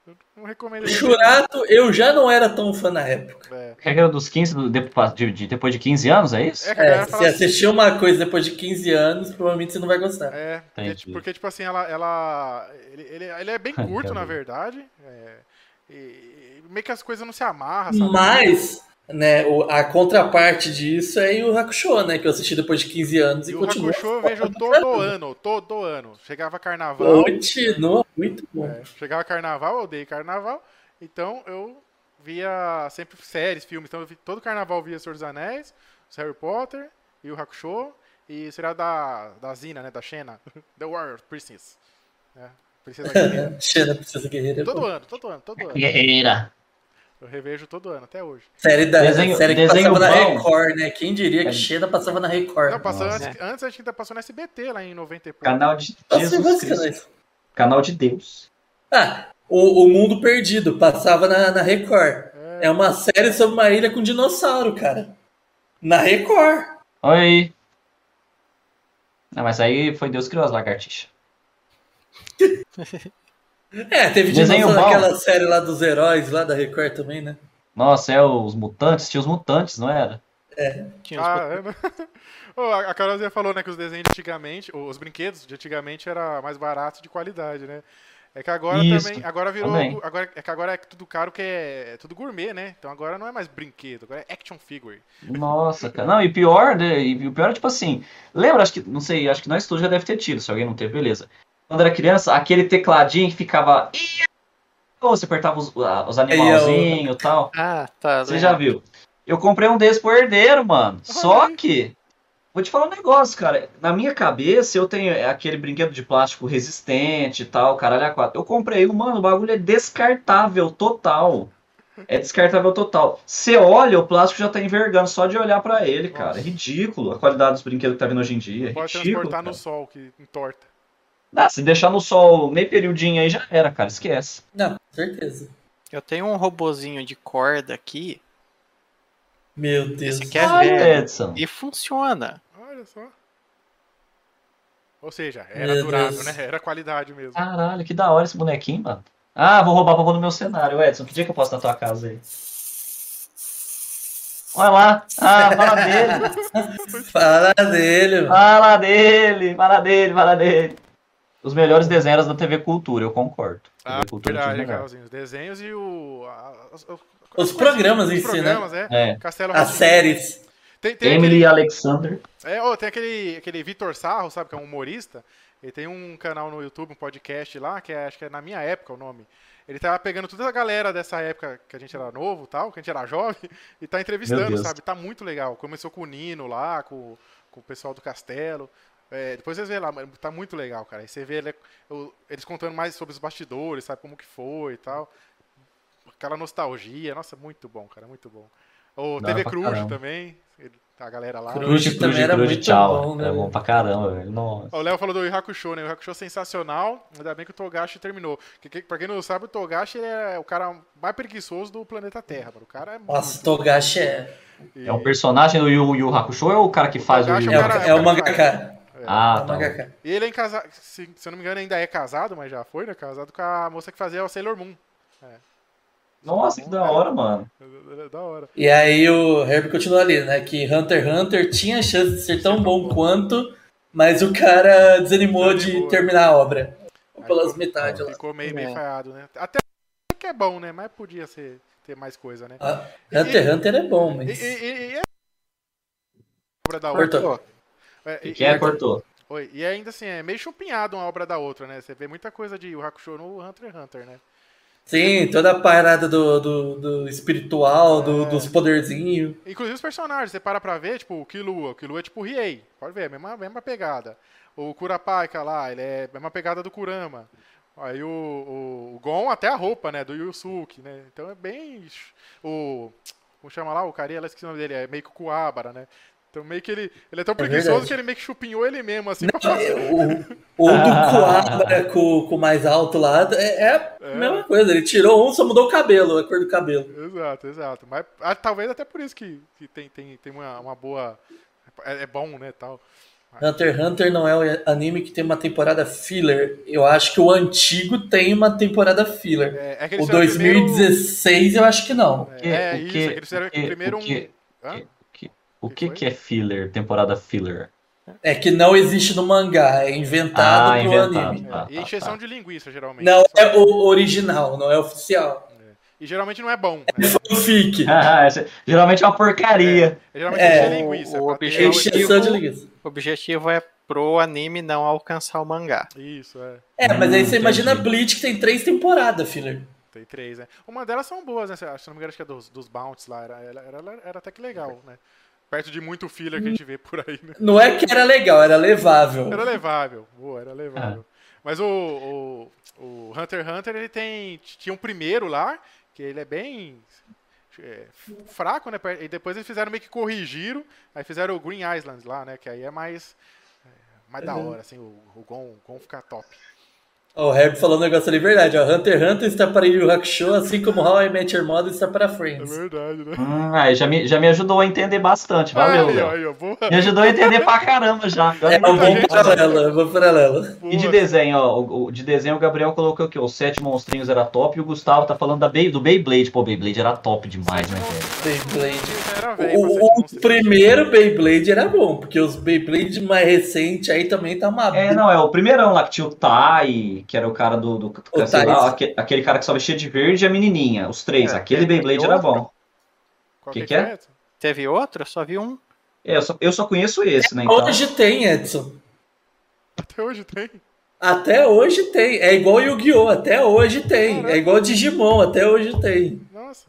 S1: Eu não recomendo. esse
S4: Churato, eu já não era tão fã na época.
S1: filme. É,
S2: Regra dos 15, do- de- de- de- depois de 15 anos, é isso?
S1: é que a
S4: É,
S1: galera
S4: se
S1: fala assim.
S4: assistir uma coisa depois de 15 anos, provavelmente você não vai gostar.
S1: É, porque,
S2: Entendi.
S1: tipo, porque, tipo assim, ela. ela ele, ele, ele é bem curto, na
S2: Caramba.
S1: verdade. É, e, e meio que as coisas não se amarram, sabe?
S4: Mas, né, o- a contraparte disso é o Hakusho, né? Que eu assisti depois de 15 anos e
S1: E o
S4: continua.
S1: Hakusho eu vejo todo ano, todo ano. Chegava carnaval,
S4: Continua muito bom.
S1: é, chegava carnaval, eu odeio carnaval, então eu via sempre séries, filmes. Então, eu vi- todo carnaval via Senhor dos Anéis, os Harry Potter e o Hakusho. E o seriado da, da Zina, né? Da Xena. The Warrior Princess. Né? Princesa Guerreira.
S4: Xena Princesa Guerreira.
S1: É.
S4: é
S1: Todo ano, todo ano, todo
S2: É
S1: ano.
S2: Guerreira. é.
S1: Eu revejo todo ano, até hoje.
S4: Série, da,
S2: Desenho-
S4: série que
S2: desenho
S4: passava na
S2: bom.
S4: Record, né? Quem diria que
S2: É.
S4: Xena passava na Record.
S1: Não, Então, passou
S2: Nossa.
S1: antes, antes a gente ainda passou no SBT lá em 90 e pouco.
S2: Canal de
S4: Nossa,
S2: Jesus
S4: Tá você- né?
S2: Cristo. Canal de Deus.
S4: Ah, o, o Mundo Perdido passava na, na Record. É uma série sobre uma ilha com dinossauro, cara. Na Record.
S2: Olha aí. Não, mas aí foi Deus que criou as lagartixas.
S4: É, teve
S2: Desenho
S4: dinossauro
S2: bom.
S4: naquela série lá dos heróis, lá da Record também, né?
S2: Nossa, é os mutantes? Tinha os mutantes, não era?
S3: Tinha uns
S2: Ah,
S3: botões.
S1: Caramba. Ah, Ô, a a Carolzinha falou, né, que os desenhos de antigamente, os brinquedos de antigamente era mais barato e de qualidade, né? É que agora
S2: Isso,
S1: também, agora virou,
S2: também.
S1: agora é que agora é tudo caro, que é, é tudo gourmet, né? Então agora não é mais brinquedo, agora é action figure.
S2: Nossa, cara. Não, e pior, né? E o pior é tipo assim. Lembra, acho que, não sei, acho que nós todos já deve ter tido, se alguém não teve, beleza. Quando era criança, aquele tecladinho que ficava. Ou você apertava os, a- os animalzinhos e tal.
S3: Ah, tá.
S2: Você
S3: lembro.
S2: já viu. Eu comprei um desse pro herdeiro, mano. Só que. Vou te falar um negócio, cara. Na minha cabeça, eu tenho aquele brinquedo de plástico resistente e tal, caralho, a quatro. Eu comprei um, mano, o bagulho é descartável total. É descartável total. Você olha, o plástico já tá envergando só de olhar pra ele, cara. É ridículo a qualidade dos brinquedos que tá vindo hoje em dia. É
S1: Pode
S2: ridículo.
S1: transportar no
S2: cara.
S1: sol que entorta.
S2: Ah, se deixar no sol meio periodinho aí já era, cara. Esquece.
S4: Não, com certeza.
S3: Eu tenho um robozinho de corda aqui
S4: Meu
S3: Esse
S4: Deus. do
S3: aqui é
S4: céu.
S2: Ai,
S3: velho.
S2: Edson.
S3: e funciona.
S1: Olha só. Ou seja, era
S4: Meu
S1: durável,
S4: Deus. Ah,
S1: né? Era qualidade mesmo.
S2: Caralho, que da hora esse bonequinho, mano. Ah, vou roubar pra pôr no meu cenário, Edson. Que dia que eu posso ir na tua casa aí? Olha lá. Ah, fala dele.
S4: Fala dele,
S1: Ah,
S4: mano.
S2: Fala dele. Fala dele, fala dele. Os melhores desenhos da TV Cultura, eu concordo.
S1: Ah,
S2: TV Cultura é
S1: verdade,
S2: tinha
S1: né,
S2: o melhor.
S1: Carolzinho? Os desenhos e o. a- as- as-
S4: Os programas em
S1: os
S4: si, né?
S1: programas, é.
S2: É.
S1: Castelo
S4: As
S1: Rá-Tim-Bum.
S4: séries.
S1: Tem, tem aquele-
S2: Emily Alexander.
S1: É, ô, tem aquele, aquele Vitor Sarro, sabe, que é um humorista. Ele tem um canal no YouTube, um podcast lá, que é- acho que é na minha época o nome. Ele tá pegando toda a galera dessa época que a gente era novo tal, que a gente era jovem, e tá
S2: Meu
S1: entrevistando,
S2: Deus.
S1: sabe? Tá muito legal. Começou com o Nino lá, com, com o pessoal do Castelo. É, depois vocês vê lá, mano, tá muito legal, cara. Aí você vê ele- o- eles contando mais sobre os bastidores, sabe, como que foi e tal. Aquela nostalgia. Nossa, muito bom, cara, muito bom. O
S2: Da
S1: TV
S2: hora pra
S1: Cruz
S2: caramba.
S1: também, ele- a galera lá.
S4: Cruz
S2: Cruz,
S4: também
S2: cruz,
S4: era
S2: cruz,
S4: muito
S2: tchau.
S4: bom, né,
S2: Era bom
S4: velho?
S2: pra caramba, velho. Nossa.
S1: Ó, O Léo falou do Hakusho, né? O Hakusho é sensacional. Ainda bem que o Togashi terminou. Que, que, pra quem não sabe, o Togashi ele é o cara mais preguiçoso do planeta Terra, mano. O cara é
S4: Nossa, Togashi é.
S1: muito-
S2: É um personagem do Yu Yu Hakusho ou é o cara que faz o
S1: Togashi
S2: Yu
S4: É,
S2: Yu
S1: um cara-
S2: Hakusho?
S4: o- é o
S1: cara que
S4: mangaka. É
S2: Ah,
S4: o
S2: tá.
S4: mangaka.
S1: E ele é em casa... se, se eu não me engano, ainda é casado, mas já foi, né? Casado com a moça que fazia o Sailor Moon.
S2: Nossa, que da hora, mano.
S1: É Da hora.
S4: E aí o Herbie continua ali, né? Que Hunter x Hunter tinha a chance de ser tão bom quanto, mas o cara desanimou de
S1: Desanimou.
S4: terminar a obra. Ou
S1: Aí
S4: pelas
S1: ficou-
S4: metades lá.
S1: Ficou meio, meio
S3: É.
S1: falhado, né? Até que é bom, né? Mas podia ser, ter mais coisa, né?
S4: Ah, Hunter x Hunter é bom,
S1: E,
S4: mas.
S1: e, e- e é... Obra da outra.
S4: Cortou.
S1: É,
S2: E
S1: e-
S2: quem é cortou?
S1: Oi, e ainda assim, é meio chupinhado uma obra da outra, né? Você vê muita coisa de o Hakusho no Hunter x Hunter, né?
S4: Sim, toda a parada do, do, do espiritual, do- dos poderzinhos.
S1: Inclusive os personagens, você para pra ver, tipo, o Killua, o Killua é tipo o Riei, pode ver, é a mesma, mesma pegada. O Kurapaika lá, ele é a mesma pegada do Kurama. Aí o, o, o Gon, até a roupa, né, do Yusuke, né? Então é bem... ch- O... Como chama lá? O cara, ela esqueci o nome dele, é meio que o Kuwabara, né? Então meio que ele... Ele é tão preguiçoso
S4: verdade.
S1: que ele meio que chupinhou ele mesmo, assim, pra fazer.
S4: É, O, Ah. o do Coabra com, com o mais alto lá é, é a mesma coisa. Ele tirou um, só mudou o cabelo, a cor do cabelo.
S1: Exato, exato. Mas ah, talvez até por isso que, que tem, tem, tem uma, uma boa. É, é bom, né? Tal.
S4: Hunter x Hunter não é o anime que tem uma temporada filler. Eu acho que o antigo tem uma temporada filler.
S1: É, é que eles
S4: O
S1: fizeram
S4: 2016 eu acho que não.
S1: primeiro-
S2: Que-
S1: É, é
S2: o
S1: isso,
S2: que-
S1: é que eles fizeram
S2: o que-
S1: primeiro
S2: o que-
S1: um. Hã?
S2: O
S1: Que
S2: que
S1: foi?
S2: que é filler, temporada filler?
S4: É que não existe no mangá, é inventado
S2: Ah,
S4: pro
S2: inventado.
S4: anime.
S1: É,
S2: Tá,
S1: e
S2: tá,
S1: encheção
S2: tá.
S1: de linguiça, geralmente.
S4: Não
S1: Só-
S4: é o original, não é oficial.
S1: E geralmente não é bom. né?
S4: É fanfic.
S2: Ah, essa- geralmente é uma porcaria.
S1: É, geralmente
S4: É.
S1: encher linguiça.
S3: O
S1: pra ter
S3: objetivo-
S1: algo-
S4: Encheção de linguiça.
S3: O objetivo é pro anime não alcançar o mangá.
S1: Isso, é.
S4: É, mas aí você
S2: Hum,
S4: imagina
S2: entendi.
S4: Bleach que tem três temporadas, filler.
S1: Tem três, né? Uma delas são boas, né? Se eu não me engano, acho que é dos, dos Bounties lá. Era, era, era, era até que legal, né? Perto de muito filler que a gente vê por aí, né?
S4: Não é que era legal, era levável.
S1: Era levável. Boa, era levável. Mas o, o, o Hunter x Hunter, ele tem. Tinha um primeiro lá, que ele é bem. é, fraco, né? E depois eles fizeram meio que corrigiram. Aí fizeram o Green Island lá, né? Que aí é mais. é, mais da hora, assim. O, o Gon, o Gon fica top.
S4: Ó, o Herb falou um negócio ali, verdade. Ó, Hunter x Hunter está para Yu Yu Hakusho, assim como How I Met Your Mother está para
S1: É É,
S4: Friends.
S1: verdade, né?
S2: Hum, aí já me, já me ajudou a entender bastante. Valeu,
S1: aí,
S2: Léo.
S1: ó, aí, ó, boa.
S2: Me ajudou a entender pra caramba já. Agora
S4: É um
S2: muita
S4: bom
S2: gente-
S4: paralelo, é um bom paralelo.
S1: boa.
S2: E de desenho, ó, o, o- de desenho o Gabriel colocou aqui, ó, os sete monstrinhos era top e o Gustavo tá falando da Bey, do Beyblade. Pô, Beyblade era top demais, né, velho?
S4: Beyblade.
S1: Era velho, pra
S4: O, o
S1: ser de
S4: primeiro Beyblade era bom, porque os Beyblade mais recentes aí também tá uma
S2: É, não, é o primeirão lá que tinha o Tai, que era o cara do, do
S4: O
S2: sei
S4: Tai.
S2: lá, aque- aquele cara que só vestia de verde e a menininha, os três,
S1: É,
S2: aquele Beyblade
S3: tem
S2: era
S3: outro?
S2: bom.
S1: Qual
S2: Que
S1: que
S2: que
S1: é?
S2: é?
S1: Edson?
S3: Teve outro? Eu só vi
S1: Uhum.
S3: um.
S2: É, eu só, eu só conheço esse, né, então.
S4: Hoje tem, Edson.
S1: Até hoje tem.
S4: Até hoje tem. É igual Yu-Gi-Oh! Até hoje tem. É igual Digimon, até hoje tem.
S1: Nossa.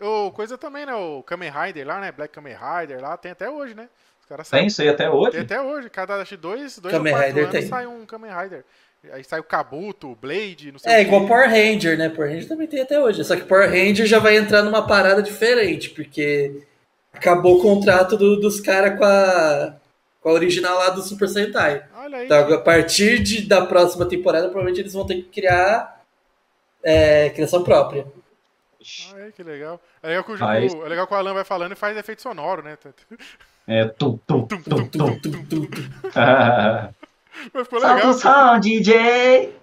S1: O coisa também, né? O Kamen Rider lá, né? Black Kamen Rider lá, tem até hoje, né? Os caras
S2: Tem
S1: saem.
S2: isso aí até
S1: Tem
S2: hoje?
S1: até hoje. Cada acho, que dois, dois
S4: Kamen
S1: ou quatro
S4: Rider
S1: anos
S4: tem.
S1: sai um Kamen Rider. Aí sai o Kabuto, o Blade, não sei
S4: É
S1: o quê.
S4: igual Power Ranger, né? Power Ranger também tem até hoje. Só que Power Ranger já vai entrar numa parada diferente, porque acabou o contrato do- dos caras com a, com a original lá do Super Sentai.
S1: Olha aí.
S4: Então, a partir de- da próxima temporada, provavelmente eles vão ter que criar é, criação própria.
S1: Olha aí, que legal. É legal que, o,
S2: Aí-
S1: o- é legal que o Alan vai falando e faz efeito sonoro, né? Tum,
S2: É, tu, tu,
S1: tum,
S2: tu,
S1: tum,
S2: tu.
S1: tum, tum. Mas ficou
S2: Solta
S1: legal.
S2: o som, DJ!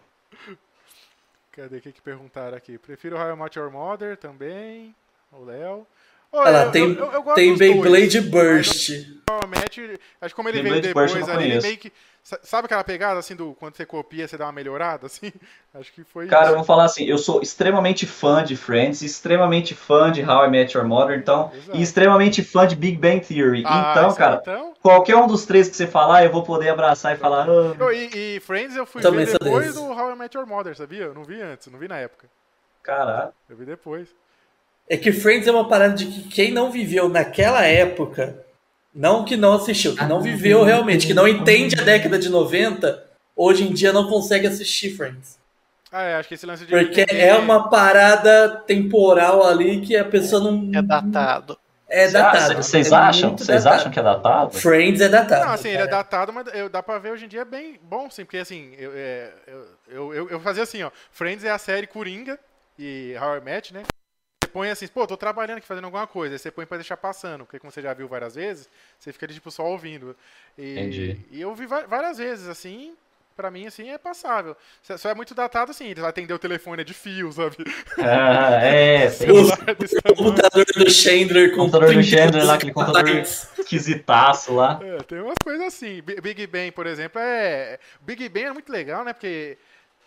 S1: Cadê? O que, que perguntaram aqui? Prefiro How I Met Your Mother também. O Léo.
S4: Olha lá,
S1: Olha,
S4: tem,
S1: eu- eu- eu gosto
S4: tem
S1: dos dois.
S4: Beyblade Burst.
S1: Provavelmente, acho que como ele
S2: Lembrei
S1: veio
S2: de Burst,
S1: depois
S2: eu não
S1: ali, ele
S2: conheço.
S1: meio que. sa- Sabe aquela pegada assim do quando você copia, você dá uma melhorada, assim? Acho que foi
S2: Cara, eu
S1: isso.
S2: vou falar assim, eu sou extremamente fã de Friends, extremamente fã de How I Met Your Mother, então,
S1: Exato.
S2: e extremamente fã de Big Bang Theory.
S1: Ah,
S2: então,
S1: isso aí,
S2: cara,
S1: Então...
S2: qualquer um dos três que você falar, eu vou poder abraçar e falar. "Ah,
S1: Eu- E, e Friends eu fui
S4: Também
S1: ver
S4: sou
S1: depois
S4: desses.
S1: do How I Met Your Mother, sabia? Eu não vi antes, não vi na época.
S2: Caralho.
S1: Eu vi depois.
S4: É que Friends é uma parada de que quem não viveu naquela época, não que não assistiu,
S2: Ah,
S4: que não viveu realmente, que não entende a década de 90, hoje em dia não consegue assistir Friends.
S1: Ah, é, acho que esse lance de.
S4: Porque
S1: de-
S4: é uma parada temporal ali que a pessoa não.
S3: É datado.
S4: É datado.
S2: Vocês
S4: É
S2: acham?
S4: muito
S2: Vocês
S4: datado.
S2: acham que é datado?
S4: Friends é datado.
S1: Não, assim, ele é
S4: cara.
S1: datado, mas eu, dá pra ver hoje em dia bem bom, sim, porque assim, eu, é, eu, eu, eu- eu fazia assim, ó, Friends é a série Coringa e How I Met, né? Você põe assim, pô, tô trabalhando aqui, fazendo alguma coisa, aí você põe pra deixar passando, porque como você já viu várias vezes, você fica ali, tipo, só ouvindo. E,
S2: Entendi.
S1: E eu vi va- várias vezes, assim, pra mim, assim, é passável. Só- Só é muito datado, assim, eles atender o telefone é de fio, sabe?
S2: Ah, é, tem
S4: Os-
S2: um
S1: desse
S4: O
S1: tamanho.
S4: computador do Chandler com
S2: computador do
S4: 30
S2: Chandler lá, aquele computador
S4: bytes.
S2: esquisitaço lá.
S1: É, tem umas coisas assim. Bi- Big Bang, por exemplo, é. Big Bang é muito legal, né? Porque.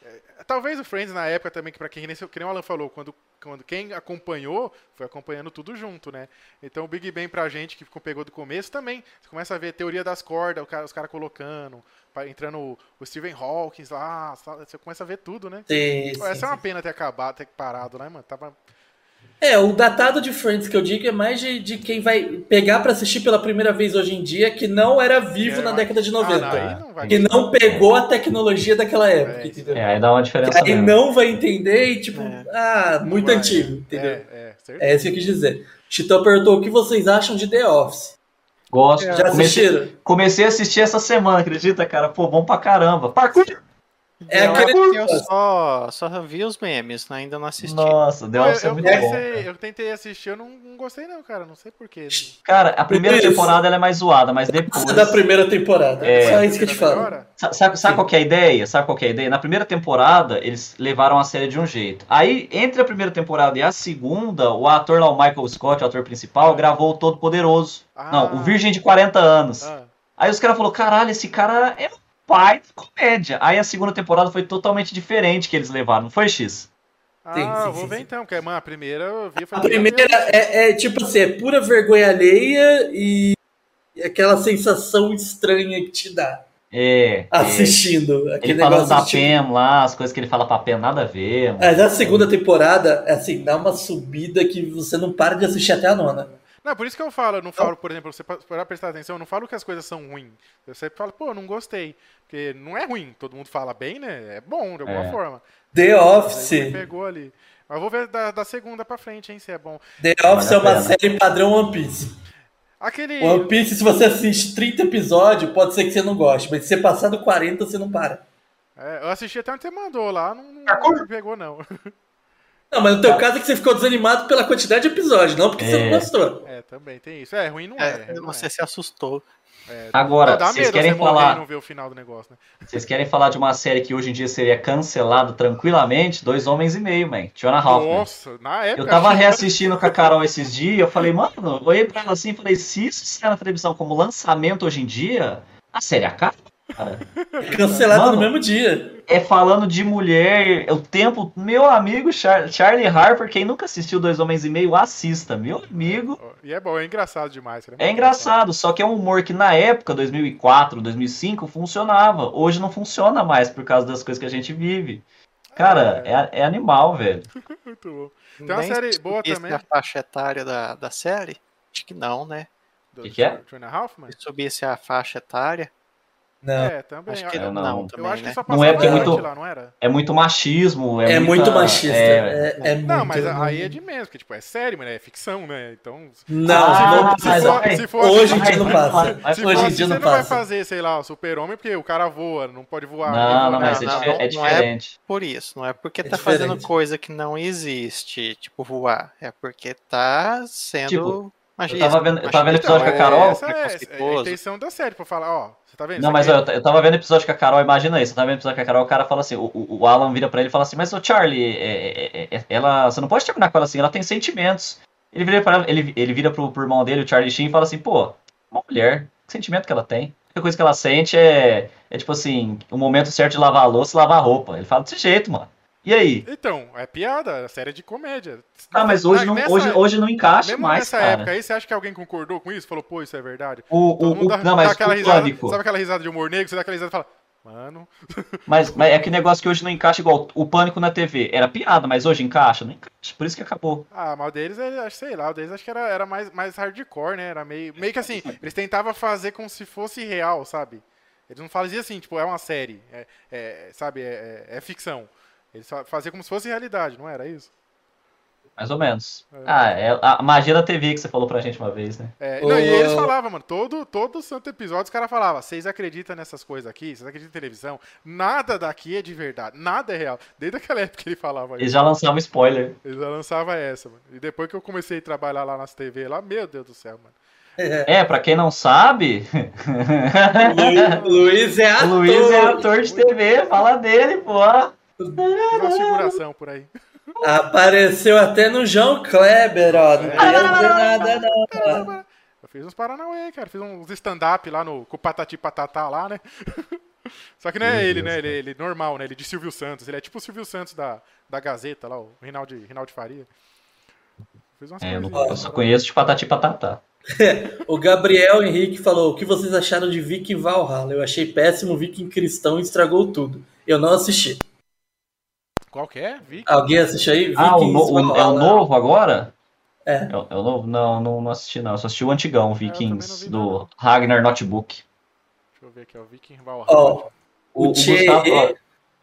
S1: é, Talvez o Friends na época também, que pra quem nem, que nem o Alan falou, quando, quando quem acompanhou, foi acompanhando tudo junto, né? Então o Big Bang pra gente que ficou- pegou do começo também. Você começa a ver teoria das cordas, o cara- os caras colocando, pa- entrando o, o Stephen Hawking lá, sabe? você começa a ver tudo, né?
S4: Sim,
S1: Pô, Essa
S4: sim,
S1: é uma pena ter acabado, ter parado, né, mano? Tava.
S4: É, o datado de Friends que eu digo é mais de, de quem vai pegar pra assistir pela primeira vez hoje em dia, que não era vivo
S1: É,
S4: na
S1: mas-
S4: década de
S1: Ah, não,
S4: 90.
S1: aí não vai
S4: que não pegou a tecnologia daquela época,
S1: É,
S4: entendeu?
S2: É, aí dá uma diferença
S4: Aí
S2: mesmo.
S4: não vai entender e, tipo,
S3: É.
S4: ah, muito
S1: Vai, é,
S4: antigo, entendeu?
S1: É, certeza.
S4: É isso que eu quis dizer. Chitão perguntou o que vocês acham de The Office.
S2: Gosto.
S4: Já
S2: É, comecei,
S4: assistiram?
S2: comecei a assistir essa semana, acredita, cara? Pô, bom pra caramba. Parkour!
S4: É
S3: eu,
S4: aquele-
S3: eu só, só vi os memes, né? ainda não assisti.
S2: Nossa, The
S1: Pô,
S2: Office é
S1: eu, eu,
S2: muito bom.
S1: comecei-
S2: cara.
S1: eu tentei assistir, eu não, não gostei não, cara. Não sei porquê.
S2: Cara, a primeira
S4: Isso.
S2: temporada ela é mais zoada, mas depois.
S4: Da primeira temporada.
S2: É.
S4: Só isso que eu te falo.
S1: Melhora?
S2: Sa- Sabe, sabe qual que é a ideia? Sabe qual que é a ideia? Na primeira temporada, eles levaram a série de um jeito. Aí, entre a primeira temporada e a segunda, o ator lá, o Michael Scott, o ator principal, gravou o Todo Poderoso.
S1: Ah.
S2: Não, o Virgem de 40 anos.
S1: Ah,
S2: Aí os caras falaram, caralho, esse cara é um pai de comédia. Aí a segunda temporada foi totalmente diferente que eles levaram, não foi, X?
S1: ah
S4: Sim, sim,
S1: eu vou
S4: sim,
S1: ver
S4: sim.
S1: então, porque mano, a primeira eu vi foi
S4: A primeira é, é, tipo assim, é pura vergonha alheia e aquela sensação estranha que te dá.
S2: É.
S4: assistindo
S2: Ele
S4: aquele
S2: falando
S4: negócio.
S2: da
S4: de, tipo,
S2: Pam lá, as coisas que ele fala pra Pam, nada a ver. mano.
S4: Mas a segunda temporada, assim, dá uma subida que você não para de assistir até a nona.
S1: Não, por isso que eu falo, eu não falo, por exemplo, você pa- parar pra prestar atenção, eu não falo que as coisas são ruins. Eu sempre falo, pô, eu não gostei. Porque não é ruim, todo mundo fala bem, né? É bom, de alguma
S2: É.
S1: forma.
S4: The
S1: Mas aí me
S4: Office.
S1: pegou ali. Mas eu vou ver da, da segunda pra frente, hein, se é bom.
S4: The
S2: Vale
S4: Office é
S2: a
S4: uma
S2: pena.
S4: série padrão One Piece.
S1: Aquele.
S4: One Piece, se você assiste 30 episódios, pode ser que você não goste, mas se você passar do 40, você não para.
S1: é, eu assisti até onde você mandou lá, não, não-
S5: Kakuri?
S1: não pegou, não.
S4: Não, mas no teu caso é que você ficou desanimado pela quantidade de episódios, não porque você
S2: Tá. É.
S4: não gostou.
S1: É, também tem isso. É, ruim não é.
S3: É,
S1: não
S3: você
S1: é.
S3: se assustou.
S2: Agora,
S1: Não, É, dá
S2: vocês
S1: medo
S2: querem
S1: você morrer
S2: falar.
S1: e não ver o final do negócio, né?
S2: Vocês querem falar de uma série que hoje em dia seria cancelada tranquilamente? Dois Homens e Meio, man. Tiona Hoffman.
S1: Nossa, na época.
S2: Eu tava
S1: achei-
S2: reassistindo com a Carol esses dias, eu falei, mano, eu olhei pra ela assim e falei, se isso sai na televisão como lançamento hoje em dia, a série acaba, cara.
S4: Cancelado
S2: Mano.
S4: no mesmo dia.
S2: É falando de mulher, o tempo, meu amigo Char- Charlie Harper, quem nunca assistiu Dois Homens e Meio, assista, meu amigo.
S1: E é bom, é engraçado demais. cara.
S2: É engraçado, só que é um humor que na época, 2004, 2005, funcionava. Hoje não funciona mais por causa das coisas que a gente vive. Cara,
S4: Ah.
S2: é, é animal, velho.
S1: Muito bom. Tem uma
S3: Nem
S1: série
S3: se
S1: boa
S3: diz
S1: também.
S3: Na faixa etária da, da série? Acho que não, né?
S1: Do
S2: Que que é?
S1: Two and a Half Man?
S3: Se subisse a faixa etária,
S4: Não.
S1: É, também.
S3: acho que
S1: eu,
S3: não,
S2: não,
S3: não
S2: não.
S1: eu
S3: também,
S1: acho
S3: né?
S1: que só
S2: Não
S1: passava
S2: é, porque é
S1: na
S2: muito-
S1: noite lá, não era?
S2: É muito machismo, é,
S4: É,
S2: muita-
S4: muito machista.
S2: é-
S4: É, é
S1: Não,
S4: muito,
S1: mas
S4: não.
S1: aí é de menos, porque tipo, é série, mas é ficção, né? Então.
S4: Não,
S2: Ah,
S4: não
S2: mas
S4: precisa.
S2: aí-
S4: Hoje em
S1: assim,
S4: dia não passa.
S2: Vai,
S1: se
S2: vai,
S1: for
S4: hoje em
S1: assim,
S4: dia
S1: você
S4: não
S1: não vai
S4: passa.
S1: fazer, sei lá, o super-homem, porque o cara voa, não pode voar.
S2: Não, não, mas
S1: ele
S2: é,
S1: voa,
S3: não,
S2: di-
S3: não,
S2: é
S3: não é-
S2: diferente.
S3: Por isso, não é porque
S4: É
S3: tá fazendo
S4: diferente.
S3: coisa que não existe, tipo voar, é porque tá sendo
S2: Tipo, Eu
S3: machista.
S2: tava vendo, eu tava vendo
S1: Então,
S2: episódio com a Carol.
S1: essa é, essa é a
S3: preconceituoso.
S1: intenção da série, pra falar, ó, você tá vendo?
S2: Não,
S1: Isso
S2: mas
S1: aqui
S2: ó, eu, t- eu tava vendo episódio com a Carol, imagina isso. Eu tava vendo episódio com a Carol, o cara fala assim, o, o- o Alan vira pra ele e fala assim, mas o Charlie, é- é- é- é- ela. Você não pode terminar com ela assim, ela tem sentimentos. Ele vira, pra, ela- ele, ele vira pro, pro irmão dele, o Charlie Sheen, e fala assim, pô, uma mulher, que sentimento que ela tem? A única coisa que ela sente é, é tipo assim, o momento certo de lavar a louça e lavar a roupa. Ele fala desse jeito, mano. E aí?
S1: Então, é piada, a série é de comédia.
S2: Ah, mas hoje,
S1: Ah,
S2: não,
S1: nessa-
S2: hoje, hoje não encaixa
S1: Mesmo
S2: mais,
S1: nessa
S2: cara.
S1: época aí, você acha que alguém concordou com isso? Falou, pô, isso é verdade?
S2: O, o,
S1: Todo mundo
S2: o-
S1: dá-
S2: não,
S1: dá
S2: mas
S1: aquela
S2: o
S1: risada,
S2: pânico.
S1: sabe aquela risada de humor negro? Você dá aquela risada e fala, mano,
S2: Mas, mas é que negócio que hoje não encaixa igual o pânico na TV. Era piada, mas hoje encaixa? Não encaixa. Por isso que acabou.
S1: ah, mas o deles, ele- acho- sei lá, o deles acho que era, era mais, mais hardcore, né? Era meio, meio que assim, eles tentavam fazer como se fosse real, sabe? Eles não faziam assim, tipo, é uma série, é- é, sabe, é, é- é ficção. Eles fa- faziam como se fosse realidade, não era isso?
S2: Mais ou menos. Ah, é a magia da TV que você falou pra gente uma vez, né?
S1: É, não, e eles
S4: Ô.
S1: falavam, mano, todo, todo santo episódio os caras falavam, vocês acreditam nessas coisas aqui? Vocês acreditam em televisão? Nada daqui é de verdade, nada é real. Desde aquela época que ele falava isso.
S2: Eles já lançaram um spoiler.
S1: Ele já lançava essa, mano. E depois que eu comecei a trabalhar lá nas TV lá, meu Deus do céu, mano.
S2: É, pra quem não sabe,
S4: Lu- Luiz é
S2: o
S4: ator.
S2: Luiz é ator de TV. Fala dele, pô.
S1: Fiz uma figuração por aí.
S4: Apareceu até no João Kleber, ó. Não queria dizer nada, não.
S1: Eu fiz uns Paranauê, cara. Fiz uns stand-up lá no, com o Patati Patatá lá, né? Só que não é
S2: Meu
S1: ele,
S2: Deus,
S1: né? Ele,
S2: cara.
S1: ele normal, né? Ele de Silvio Santos. Ele é tipo o Silvio Santos da, da Gazeta lá, o Rinaldi, Rinaldi Faria. Fiz umas
S2: É, eu, não- eu
S1: coisinhas.
S2: só conheço de patati e patatá.
S4: O Gabriel Henrique falou: o que vocês acharam de Viking Valhalla? Eu achei péssimo, Viking Cristão estragou tudo. Eu não assisti.
S1: Qual que é? Vic?
S4: Alguém assistiu aí?
S2: Ah, o, no-
S4: Vikings
S2: o- é o
S4: Valhalla.
S2: novo agora?
S4: né? É.
S2: Eu, eu não, não, não, não assisti, não. Eu só assisti o antigão,
S1: também não vi
S2: Vikings,
S1: nada, não.
S2: do Ragnar Notebook.
S1: Deixa eu ver aqui, ó. Viking Valhalla.
S4: Ó,
S2: O,
S4: O
S2: o
S4: Thierry-
S2: Gustavo. ó-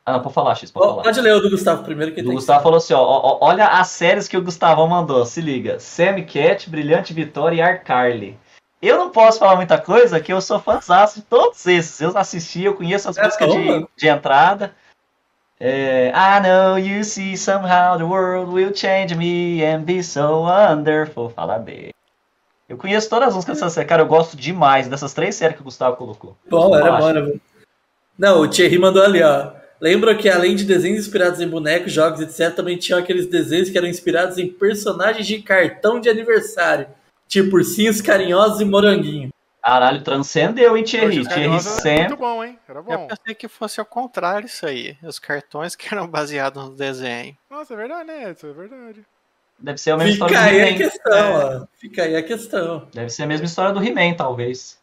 S2: Ah, não, pode falar, X, pode
S4: ó,
S2: falar.
S4: pode ler o do Gustavo primeiro que
S2: O
S4: tem.
S2: Gustavo falou assim, ó, ó, ó, olha as séries que o Gustavão mandou, se liga. Sam Cat, Brilhante Vitória e Arcarly. Eu não posso falar muita coisa, que eu sou fãzaço de todos esses. Eu assisti, eu conheço as
S4: É,
S2: músicas de,
S4: toma.
S2: de entrada. É, I know you see somehow the world will change me and be so wonderful. Fala dele. Eu conheço todas as músicas dessa série. Cara, eu gosto demais dessas três séries que o Gustavo colocou.
S4: Bom, era
S2: Fala,
S4: bom, era bom. Não, o Thierry mandou ali, ó. Lembra que além de desenhos inspirados em bonecos, jogos, etc., também tinham aqueles desenhos que eram inspirados em personagens de cartão de aniversário. Tipo ursinhos carinhosos e moranguinho.
S2: Caralho, transcendeu, hein, Thierry?
S1: Hoje os
S2: Thierry
S1: carinhosos
S2: sempre...
S1: era Muito bom, hein? Era
S3: É Eu
S1: bom.
S3: pensei que fosse ao contrário isso aí. Os cartões que eram baseados no desenho.
S1: Nossa, é verdade, né? Edson? É verdade.
S2: Deve ser a mesma
S4: Fica
S2: história do
S4: aí a
S2: He-Man.
S4: questão,
S2: né?
S4: ó. Fica aí a questão.
S2: Deve ser a mesma história do He-Man, talvez.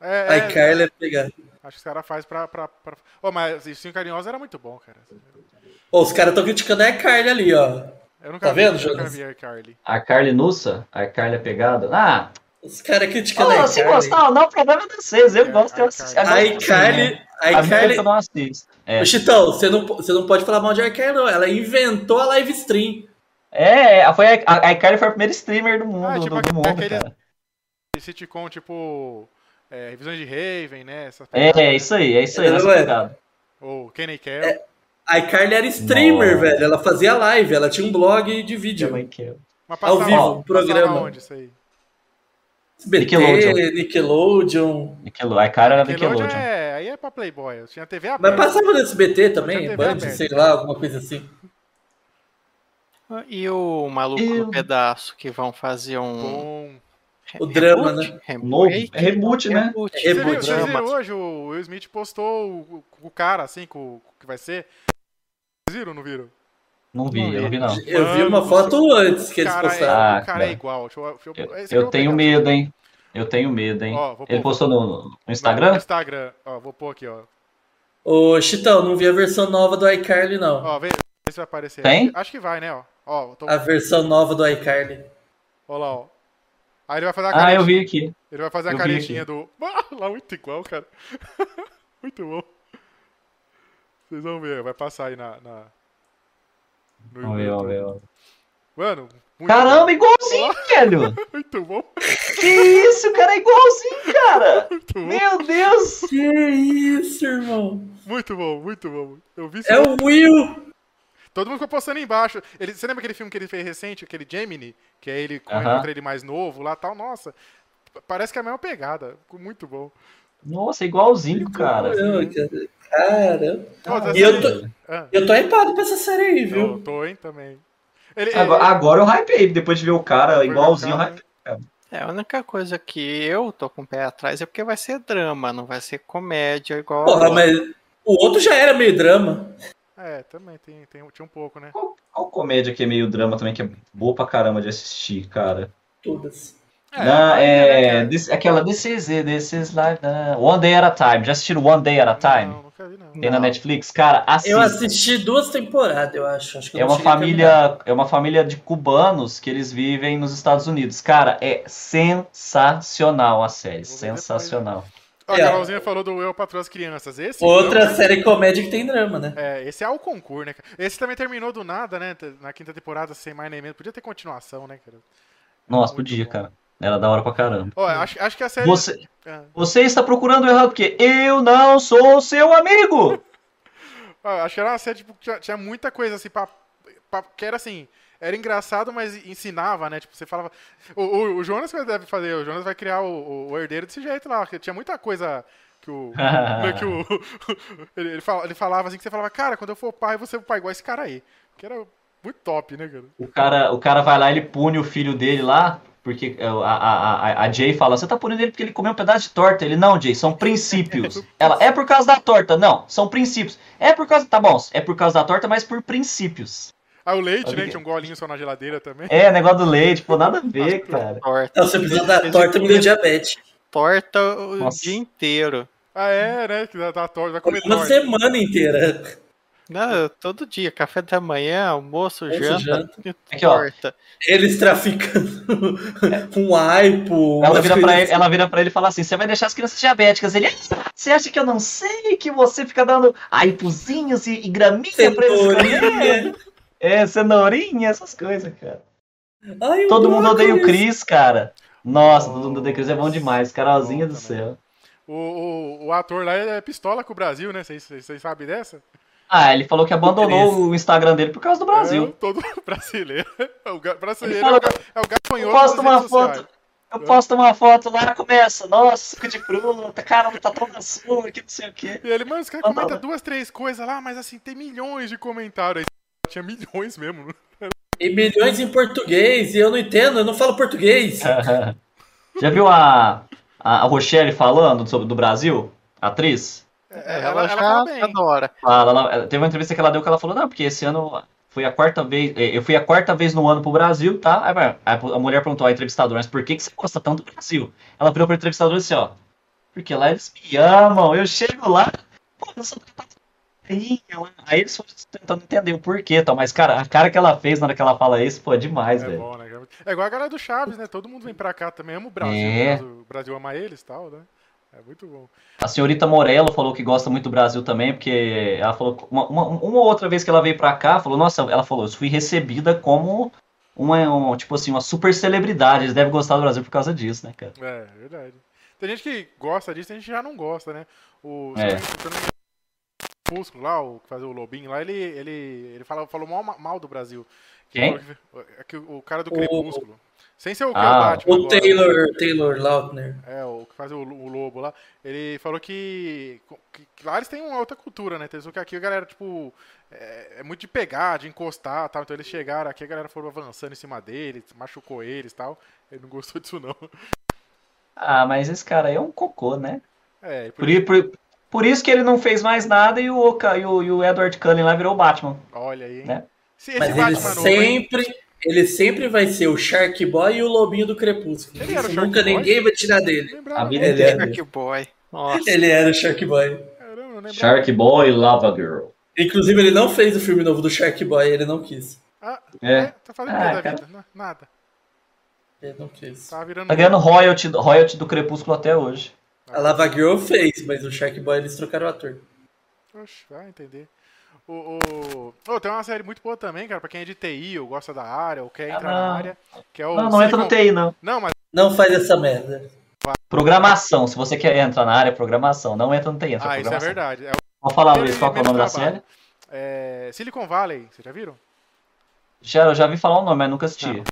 S1: É,
S4: Aí
S1: é,
S4: Carla é pegar.
S1: Acho que os caras fazem pra. pra, pra... Ô, mas Ursinho Carinhoso era muito bom, cara.
S4: Ô, os caras estão criticando é a iCarly ali, ó.
S1: Eu nunca
S4: Tá
S1: vi,
S4: vendo,
S1: eu nunca
S4: Jonas?
S1: vi a Carly.
S2: A Carly Nussa, a Carly Apegada. Ah,
S4: Os caras criticando a
S2: ah, se
S4: iCarly.
S2: gostar ou não, o problema é de vocês. Eu
S1: É,
S2: gosto, eu
S1: a
S2: assisto.
S1: Carly.
S4: A
S2: eu gosto, assim, né?
S4: iCarly. A
S2: A minha
S4: iCarly.
S2: eu não assisto. É.
S4: Ô, Chitão, você não, po- você não pode falar mal de iCarly, não. Ela inventou a live stream.
S2: É, é, foi a, a- a iCarly foi a primeira streamer do mundo,
S1: Ah, tipo
S2: do, do
S1: aquele-
S2: mundo,
S1: aquele-
S2: cara.
S1: E sitcom, tipo. É, Revisões de Raven, né? Essa
S2: É, é isso aí, é isso aí.
S4: Não,
S2: nessa
S4: não é?
S2: pegada.
S1: Ou Kenny Kell.
S4: A iCarly era streamer,
S2: Nossa.
S4: velho. Ela fazia live, ela tinha um blog de
S2: Minha
S4: vídeo.
S2: mãe que eu-
S1: Mas
S4: Ao
S1: passava-
S4: vivo,
S1: passava
S4: programa.
S1: Onde, isso aí?
S4: SBT,
S2: Nickelodeon.
S4: Nickelodeon.
S2: Nickelode- A cara era
S1: Nickelodeon
S2: Nickelodeon.
S1: é, aí é pra Playboy. Eu tinha TV aberta.
S4: Mas passava no SBT também,
S1: Tinha TV
S4: Band,
S1: aberta.
S4: sei lá, alguma coisa assim.
S3: E o maluco
S2: Eu-
S3: no pedaço que vão fazer um.
S1: Bom.
S4: O drama, né?
S2: Novo.
S3: Remake?
S2: É reboot, né?
S3: Reboot.
S4: É
S1: Você viu,
S4: reboot,
S1: vocês
S4: né?
S1: viram hoje o Will Smith postou o, o cara, assim, com o que vai ser? Vocês viram ou não viram?
S2: Não vi,
S3: Não
S2: eu não
S1: é.
S2: vi não.
S4: Eu vi uma
S1: Mano,
S4: foto antes que
S1: O
S4: eles
S1: cara,
S4: postaram.
S1: é,
S2: postaram.
S1: o cara é
S2: Ah,
S1: igual. Deixa eu- deixa eu-
S2: Eu,
S1: esse aqui
S2: eu tenho
S1: pegar.
S2: medo, hein? Eu tenho medo, hein?
S1: é Ó, vou
S2: Ele
S1: pôr-
S2: postou no, no
S1: No
S2: Instagram?
S1: Instagram. Ó, vou pôr aqui, ó.
S4: Ô, Chitão, não vi a versão nova do iCarly, não.
S1: Ó, vê, vê se vai aparecer.
S2: Tem?
S1: Acho, que- acho que vai, né, ó. Ó, tô,
S4: A versão nova do iCarly.
S1: ó lá, ó. Aí ele vai fazer a
S2: Ah,
S1: caretinha.
S2: eu vi aqui.
S1: Ele vai fazer a
S2: eu vi
S1: caretinha do... Ah, lá, muito igual, cara. muito bom. Vocês vão ver, vai passar aí na... na... no
S2: Vamos ver, vamos
S1: YouTube.
S2: ver. vamos ver.
S1: Mano, muito
S2: Caramba, igualzinho, velho!
S1: bom. Muito bom,
S2: Que isso, o cara é igualzinho, cara!
S1: muito bom.
S2: Meu Deus!
S4: Que isso, irmão?
S1: Muito bom, muito bom. Eu vi isso.
S4: É o Will!
S1: Todo mundo ficou postando embaixo. Ele, você lembra aquele filme que ele fez recente, aquele Gemini? Que é ele com
S2: Aham.
S1: encontra ele mais novo lá tal. Nossa, p- parece que é a mesma pegada. Ficou Muito bom.
S2: Nossa, é igualzinho, cara.
S4: Caramba.
S1: Todas
S4: E eu
S1: essas-
S4: tô,
S1: Ah,
S4: eu tô hypado pra essa série aí,
S1: eu
S4: viu?
S1: tô, hein, também. Ele, ele-
S2: Agora, agora eu hypei, depois de ver o cara
S4: ah,
S1: ele-
S2: igualzinho, eu
S1: cara,
S2: hypei.
S3: É, a única coisa que eu tô com o pé atrás é porque vai ser drama, não vai ser comédia igual.
S4: Porra, mas o outro já era meio drama.
S1: É, também tem, tem, tinha um pouco, né?
S2: Qual, qual comédia que é meio drama também, que é boa pra caramba de assistir, cara?
S4: Todas.
S2: Não,
S1: né,
S2: é.
S1: cara?
S2: this- aquela This Is It, This Is Life. né? One Day at a Time. Já assistiram One Day at a Time?
S1: Não, nunca vi, não.
S2: Tem na
S3: Não.
S2: Netflix? Cara, assista.
S4: Eu assisti duas temporadas, eu acho. acho que eu
S2: É
S4: não
S2: uma
S4: cheguei a terminar.
S2: família, é uma família de cubanos que eles vivem nos Estados Unidos. Cara, é sensacional a série,
S1: Vou ver depois, né?
S2: sensacional.
S1: Ó, a
S4: É.
S1: Carolzinha falou do Eu Patrão as Crianças. Esse?
S4: Outra
S1: não,
S4: série comédia que tem drama, né?
S1: É, esse é o concurso, né? cara? Esse também terminou do nada, né? Na quinta temporada, sem mais nem menos. Podia ter continuação, né, cara?
S2: Nossa,
S1: Muito
S2: podia,
S1: bom.
S2: cara. Era da hora pra caramba.
S1: Ó, acho, acho que a série.
S2: Você,
S1: Ah.
S2: você está procurando errado porque eu não sou seu amigo.
S1: Ah, acho que era uma série tipo, que tinha, tinha muita coisa assim pra, pra- que era assim. Era engraçado, mas ensinava, né? Tipo, você falava. O, o, o Jonas que deve fazer, o Jonas vai criar o, o- o herdeiro desse jeito lá. Que tinha muita coisa que o. né, que o ele, ele fala- ele falava assim que você falava, cara, quando eu for pai, você vai pai igual esse cara aí. Que era muito top, né, cara?
S2: O cara, o cara vai lá, ele pune o filho dele lá, porque é, a, a, a, a Jay fala, você tá punindo ele porque ele comeu um pedaço de torta. Ele, não, Jay, são princípios. Ela, é por causa da torta. Não, são princípios. É por causa, tá bom, é por causa da torta, mas por princípios.
S1: Ah, o leite, né?
S2: Obrigado.
S1: Tinha um golinho só na geladeira também.
S2: É, negócio do leite, pô, nada a ver, cara.
S3: Torta,
S4: Nossa, o episódio da torta me deu diabetes.
S3: torta tá o
S2: Nossa.
S3: dia inteiro.
S1: Ah, é, né? Que dá, dá torta, vai comer
S4: Uma
S1: torta.
S4: semana inteira.
S3: Não, todo dia, café da manhã, almoço,
S4: Almoço,
S3: janta,
S4: janta.
S3: e
S2: Aqui, ó.
S3: torta.
S4: Eles traficando um aipo.
S2: Ela
S4: umas
S2: vira, pra
S4: coisas
S2: ele, ela vira pra ele e fala assim: você vai deixar as crianças diabéticas. Ele, "Ah, você acha que eu não sei que você fica dando aipuzinhos e, e graminha pra eles? comerem?"
S4: Cenourinha.
S2: É, cenourinha, essas coisas, cara.
S4: Ai, eu
S2: Todo mundo
S4: amo
S2: odeia o
S4: isso.
S2: Chris, cara. Nossa, todo mundo odeia o Chris é bom
S1: Nossa,
S2: demais, Carolzinha
S1: bom
S2: do
S1: também.
S2: céu.
S1: O, o, o ator lá é pistola com o Brasil, né? Vocês- Vocês vocês sabem dessa?
S2: Ah, ele falou que
S4: Chris.
S2: abandonou o Instagram dele por causa do
S1: É,
S2: Brasil.
S1: todo brasileiro. É O ga- brasileiro
S2: Ele fala,
S1: é, o ga- é o
S2: Eu
S1: gafanhoto
S2: posto
S1: das
S2: uma
S1: redes sociais.
S2: foto. Eu posto uma foto lá, começa, nossa, suco de fruta, caramba, tá tão na sua, que não sei o quê.
S1: E ele, mano, os caras
S2: Mandava.
S1: comentam duas, três coisas lá, mas assim, tem milhões de comentários. Aí tinha milhões mesmo. né?
S4: E milhões em português, e eu não entendo, eu não falo português.
S2: É, Já viu a, a a Rochelle falando sobre do Brasil? A atriz?
S1: É, fala
S3: Ela, já tá adora.
S2: Ela, ela- ela- teve uma entrevista que ela deu que ela falou, não, porque esse ano foi a quarta vez, eh, eu fui a quarta vez no ano pro Brasil, tá? Aí, vai, a, a mulher perguntou à entrevistadora, mas por que, que você gosta tanto do Brasil? Ela virou pra entrevistadora e disse, ó, Porque lá eles me amam. Eu chego lá, pô, eu sou tratado de lá. Aí eles foram tentando entender o porquê e tal. Mas, cara, a cara que ela fez na hora que ela fala isso, pô, é demais,
S1: É
S2: velho.
S1: bom, né? cara? É igual a galera do Chaves, né? Todo mundo vem pra cá também, ama o Brasil.
S2: É.
S1: né? O Brasil ama eles e tal, né? É muito bom.
S2: A senhorita Morello falou que gosta muito do Brasil também, porque ela falou que uma, uma, uma outra vez que ela veio pra cá, falou, nossa, ela falou, eu fui recebida como uma, um, tipo assim, uma super celebridade. Eles devem gostar do Brasil por causa disso, né, cara?
S1: É, verdade. Tem gente que gosta disso, tem gente que já não gosta, né? O
S2: É.
S1: se eu não- se eu não me engano, o Fusco lá, o que fazia o Lobinho lá, ele, ele, ele fala, falou mal, mal do Brasil. Que
S2: Quem?
S1: falou que- que o cara do
S4: O-
S1: Crepúsculo. Sem ser o que é o
S2: Ah.
S1: Batman
S4: O
S1: agora. né?
S4: Taylor, Taylor Lautner.
S1: É, o que faz o, lo- o lobo lá. Ele falou que, que- que Lá eles têm uma outra cultura, né? Então, Só que aqui a galera, tipo, é, é muito de pegar, de encostar tal. Então eles chegaram aqui, a galera foram avançando em cima dele, machucou eles tal. Ele não gostou disso, não.
S2: Ah, mas esse cara aí é um cocô, né?
S1: É, e por
S2: Por, i- por- por isso que ele não fez mais nada e o, Oca- e o, e o Edward Cullen lá virou o Batman.
S1: Olha aí, hein?
S2: Né?
S1: Se esse
S4: Mas ele
S1: Batman novo, hein?
S4: sempre, ele sempre vai ser o Shark Boy e o Lobinho do Crepúsculo.
S1: Ele era o
S4: Isso
S1: Shark
S4: nunca
S1: Boy?
S4: ninguém vai tirar dele.
S1: Lembrava,
S2: A vida é
S1: não.
S4: Ele é-
S3: Que boy. Nossa.
S4: Ele era o Shark Boy.
S1: Caramba, não lembrava.
S2: Boy Lava Girl.
S4: Inclusive, ele não fez o filme novo do Shark Boy, ele não quis.
S1: Ah,
S2: É.
S1: é, tá fazendo
S2: Ah,
S1: o que da
S2: cara.
S1: vida? Na- Nada.
S4: Ele não quis.
S1: Tá virando.
S2: Tá ganhando royalty, royalty do Crepúsculo até hoje.
S4: A Lava Girl fez, mas o Shark Boy eles trocaram o ator.
S1: Oxe, vai entender. O, o- Ô, tem uma série muito boa também, cara, pra quem é de TI ou gosta da área ou quer
S2: Ah,
S1: entrar
S2: não.
S1: na área. Que é o
S2: Não, não entra no
S1: Silicon-
S2: TI, não.
S1: Não, mas
S4: Não faz essa merda.
S2: Programação. Se você quer entrar na área, programação. Não entra no TI, entra
S1: Ah, isso é
S2: programação.
S1: verdade. É o
S2: Vou falar,
S1: primeiro
S2: Luiz, qual que é o nome da
S1: elemento
S2: série?
S1: trabalho. É, Silicon Valley, vocês já viram?
S2: Já, eu já vi falar o nome, mas nunca assisti.
S1: Tá.
S3: Não.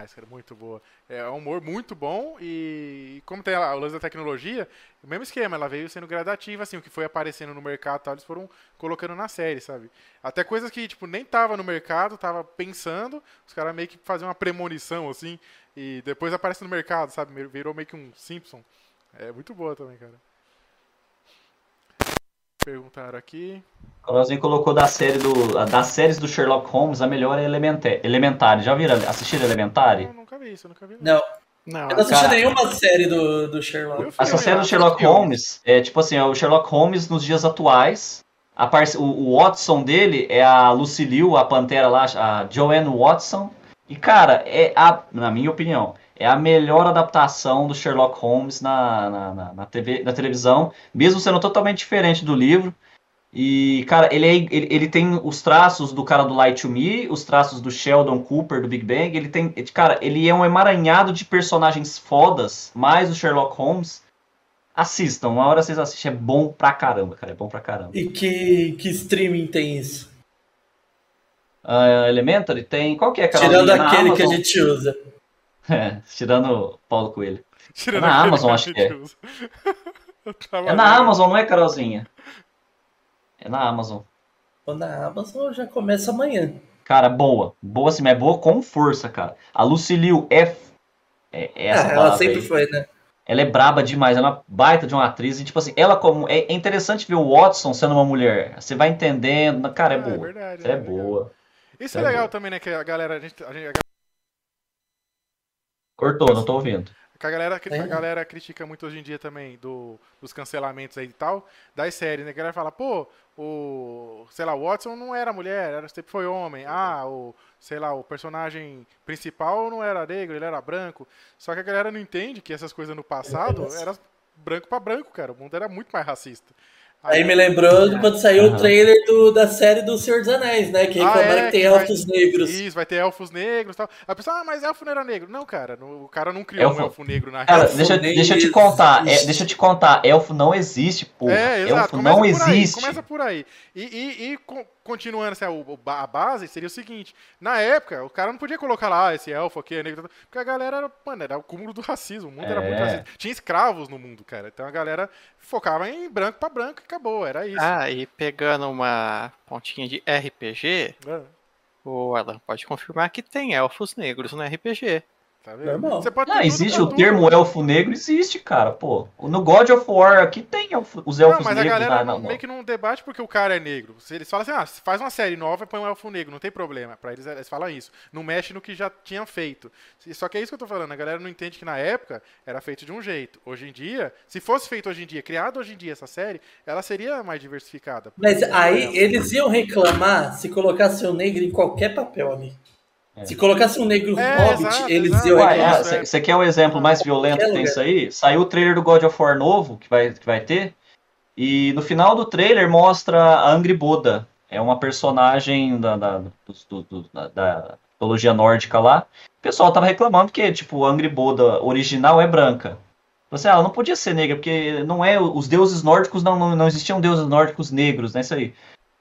S1: Ah, isso era muito boa. É um humor muito bom e como tem a- o lance da tecnologia, o mesmo esquema, ela veio sendo gradativa, assim, o que foi aparecendo no mercado e tal, eles foram colocando na série, sabe? Até coisas que, tipo, nem tava no mercado, tava pensando, os caras meio que faziam uma premonição, assim, e depois aparece no mercado, sabe? Meio- Virou meio que um Simpson. É muito boa também, cara. Perguntaram aqui.
S2: O Carolzinho colocou da série do, das séries do Sherlock Holmes, a melhor é Elemente- Elementary. Já viram? Assistiram Elementary?
S1: Eu nunca vi isso, eu nunca vi.
S4: Não,
S3: Não,
S4: eu não assisti
S2: Cara.
S4: nenhuma série do, do
S1: Eu
S4: Sherlock.
S1: fiz.
S2: Essa
S1: Filme,
S2: série
S1: né?
S2: do Sherlock
S1: Filme.
S2: Holmes é tipo assim, é o Sherlock Holmes nos dias atuais. A parce- o, o Watson dele é a Lucy Liu, a Pantera lá, a Joanne Watson. E, cara, é a, na minha opinião, é a melhor adaptação do Sherlock Holmes na, na, na, na TV, na televisão, mesmo sendo totalmente diferente do livro. E, cara, ele, é- ele, ele tem os traços do cara do Light to Me, os traços do Sheldon Cooper, do Big Bang. Ele tem. Cara, ele é um emaranhado de personagens fodas, mais o Sherlock Holmes. Assistam, uma hora vocês assistem. É bom pra caramba, cara. É bom pra caramba.
S4: E que, que streaming tem isso?
S2: Ah, Elementary tem. Qual que é, cara?
S4: Tirando
S2: Na
S4: aquele que a
S2: Amazon?
S4: gente usa.
S2: É, tirando o Paulo Coelho.
S1: Tirando
S2: na
S1: aquele
S2: Amazon,
S1: a
S2: acho que
S1: gente
S2: é.
S1: usa. Eu tava
S2: É
S4: né?
S2: na
S1: vendo.
S2: Amazon, não é, Carolzinha? É na Amazon.
S4: Ou na Amazon já começa amanhã.
S2: Cara, boa. Boa sim, mas é boa com força, cara. A Lucilio é. f- É, é essa
S4: Ah, ela
S2: palavra
S4: sempre
S2: aí.
S4: foi, né?
S2: Ela é braba demais, ela é uma baita de uma atriz. E, tipo assim, ela como. É é interessante ver o Watson sendo uma mulher. Você vai entendendo. Cara, é
S1: Ah,
S2: boa.
S1: verdade,
S2: É
S1: legal.
S2: boa.
S1: Isso é,
S2: É
S1: legal
S2: boa.
S1: também, né? Que a galera, a gente, a gente-
S2: Cortou, não tô ouvindo.
S1: que a galera, que
S4: É.
S1: a galera critica muito hoje em dia também do, dos cancelamentos aí e tal, das séries, né? A galera fala, pô, o, sei lá, o Watson não era mulher, era, sempre foi homem. Ah, o, sei lá, o personagem principal não era negro, ele era branco. Só que a galera não entende que essas coisas no passado
S2: É.
S4: Nossa.
S1: eram branco pra branco, cara. O mundo era muito mais racista.
S4: Aí me lembrou de quando saiu
S2: Aham.
S4: o trailer do- da série do Senhor dos Anéis, né? Que
S1: Ah,
S4: reclamaram
S1: é,
S4: que tem
S1: que vai-
S4: elfos negros.
S1: Isso, vai ter elfos negros e tal. A pessoa, ah, mas elfo não era negro. Não, cara, no- o cara não criou
S2: Elfo-
S1: um elfo negro na
S2: Cara,
S4: Elfo
S2: deixa,
S4: nem
S2: deixa eu te contar. é,
S4: existe.
S2: deixa eu te contar. Elfo não existe, porra.
S1: É, exato.
S2: Elfo
S1: Começa
S2: não
S1: por
S2: existe.
S1: Aí, começa por aí. E, e- e co- continuando, assim, a, o- ba- a base seria o seguinte: na época, o cara não podia colocar lá, ah, esse elfo aqui é negro, porque a galera era, mano, era o cúmulo do racismo. O mundo era
S2: É.
S1: muito racista. Tinha escravos no mundo, cara. Então a galera focava em branco pra branco e acabou. Era isso.
S3: Ah, e pegando uma pontinha de RPG,
S1: Né?
S3: o Alan pode confirmar que tem elfos negros no RPG.
S1: tá vendo?
S4: Normal.
S1: Você pode ter
S2: Ah,
S1: tudo
S2: existe
S1: pra
S2: o
S1: tudo.
S2: termo elfo negro? Existe, cara, pô. No God of War aqui tem elfo- os elfos
S1: Não, mas a
S2: negros ah,
S1: galera
S2: na, na,
S1: não- meio que não debate porque o cara é negro. Se eles falam assim, ah, se faz uma série nova e põe um elfo negro, não tem problema. Pra eles, eles falam isso. Não mexe no que já tinham feito. Se- Só que é isso que eu tô falando. A galera não entende que na época era feito de um jeito. Hoje em dia, se fosse feito hoje em dia, criado hoje em dia essa série, ela seria mais diversificada.
S4: Mas aí eles iam reclamar se colocasse um negro em qualquer papel ali.
S2: É.
S4: Se colocasse um negro
S1: É,
S4: hobbit,
S1: exato,
S4: eles
S1: exato.
S4: iam
S1: Ué, é
S2: Uai,
S4: reclamar.
S1: isso, é.
S2: é, Você quer o exemplo mais violento que tem isso aí? Saiu o trailer do God of War novo, que vai, que vai ter, e no final do trailer mostra a Angry Buda. É uma personagem da, da, dos- do- do- da, da mitologia nórdica lá. O pessoal tava reclamando que, tipo, a Angry Buda original é branca. Você, ah, ela não podia ser negra, porque não é. Os deuses nórdicos não, não, não existiam deuses nórdicos negros, né? Isso aí.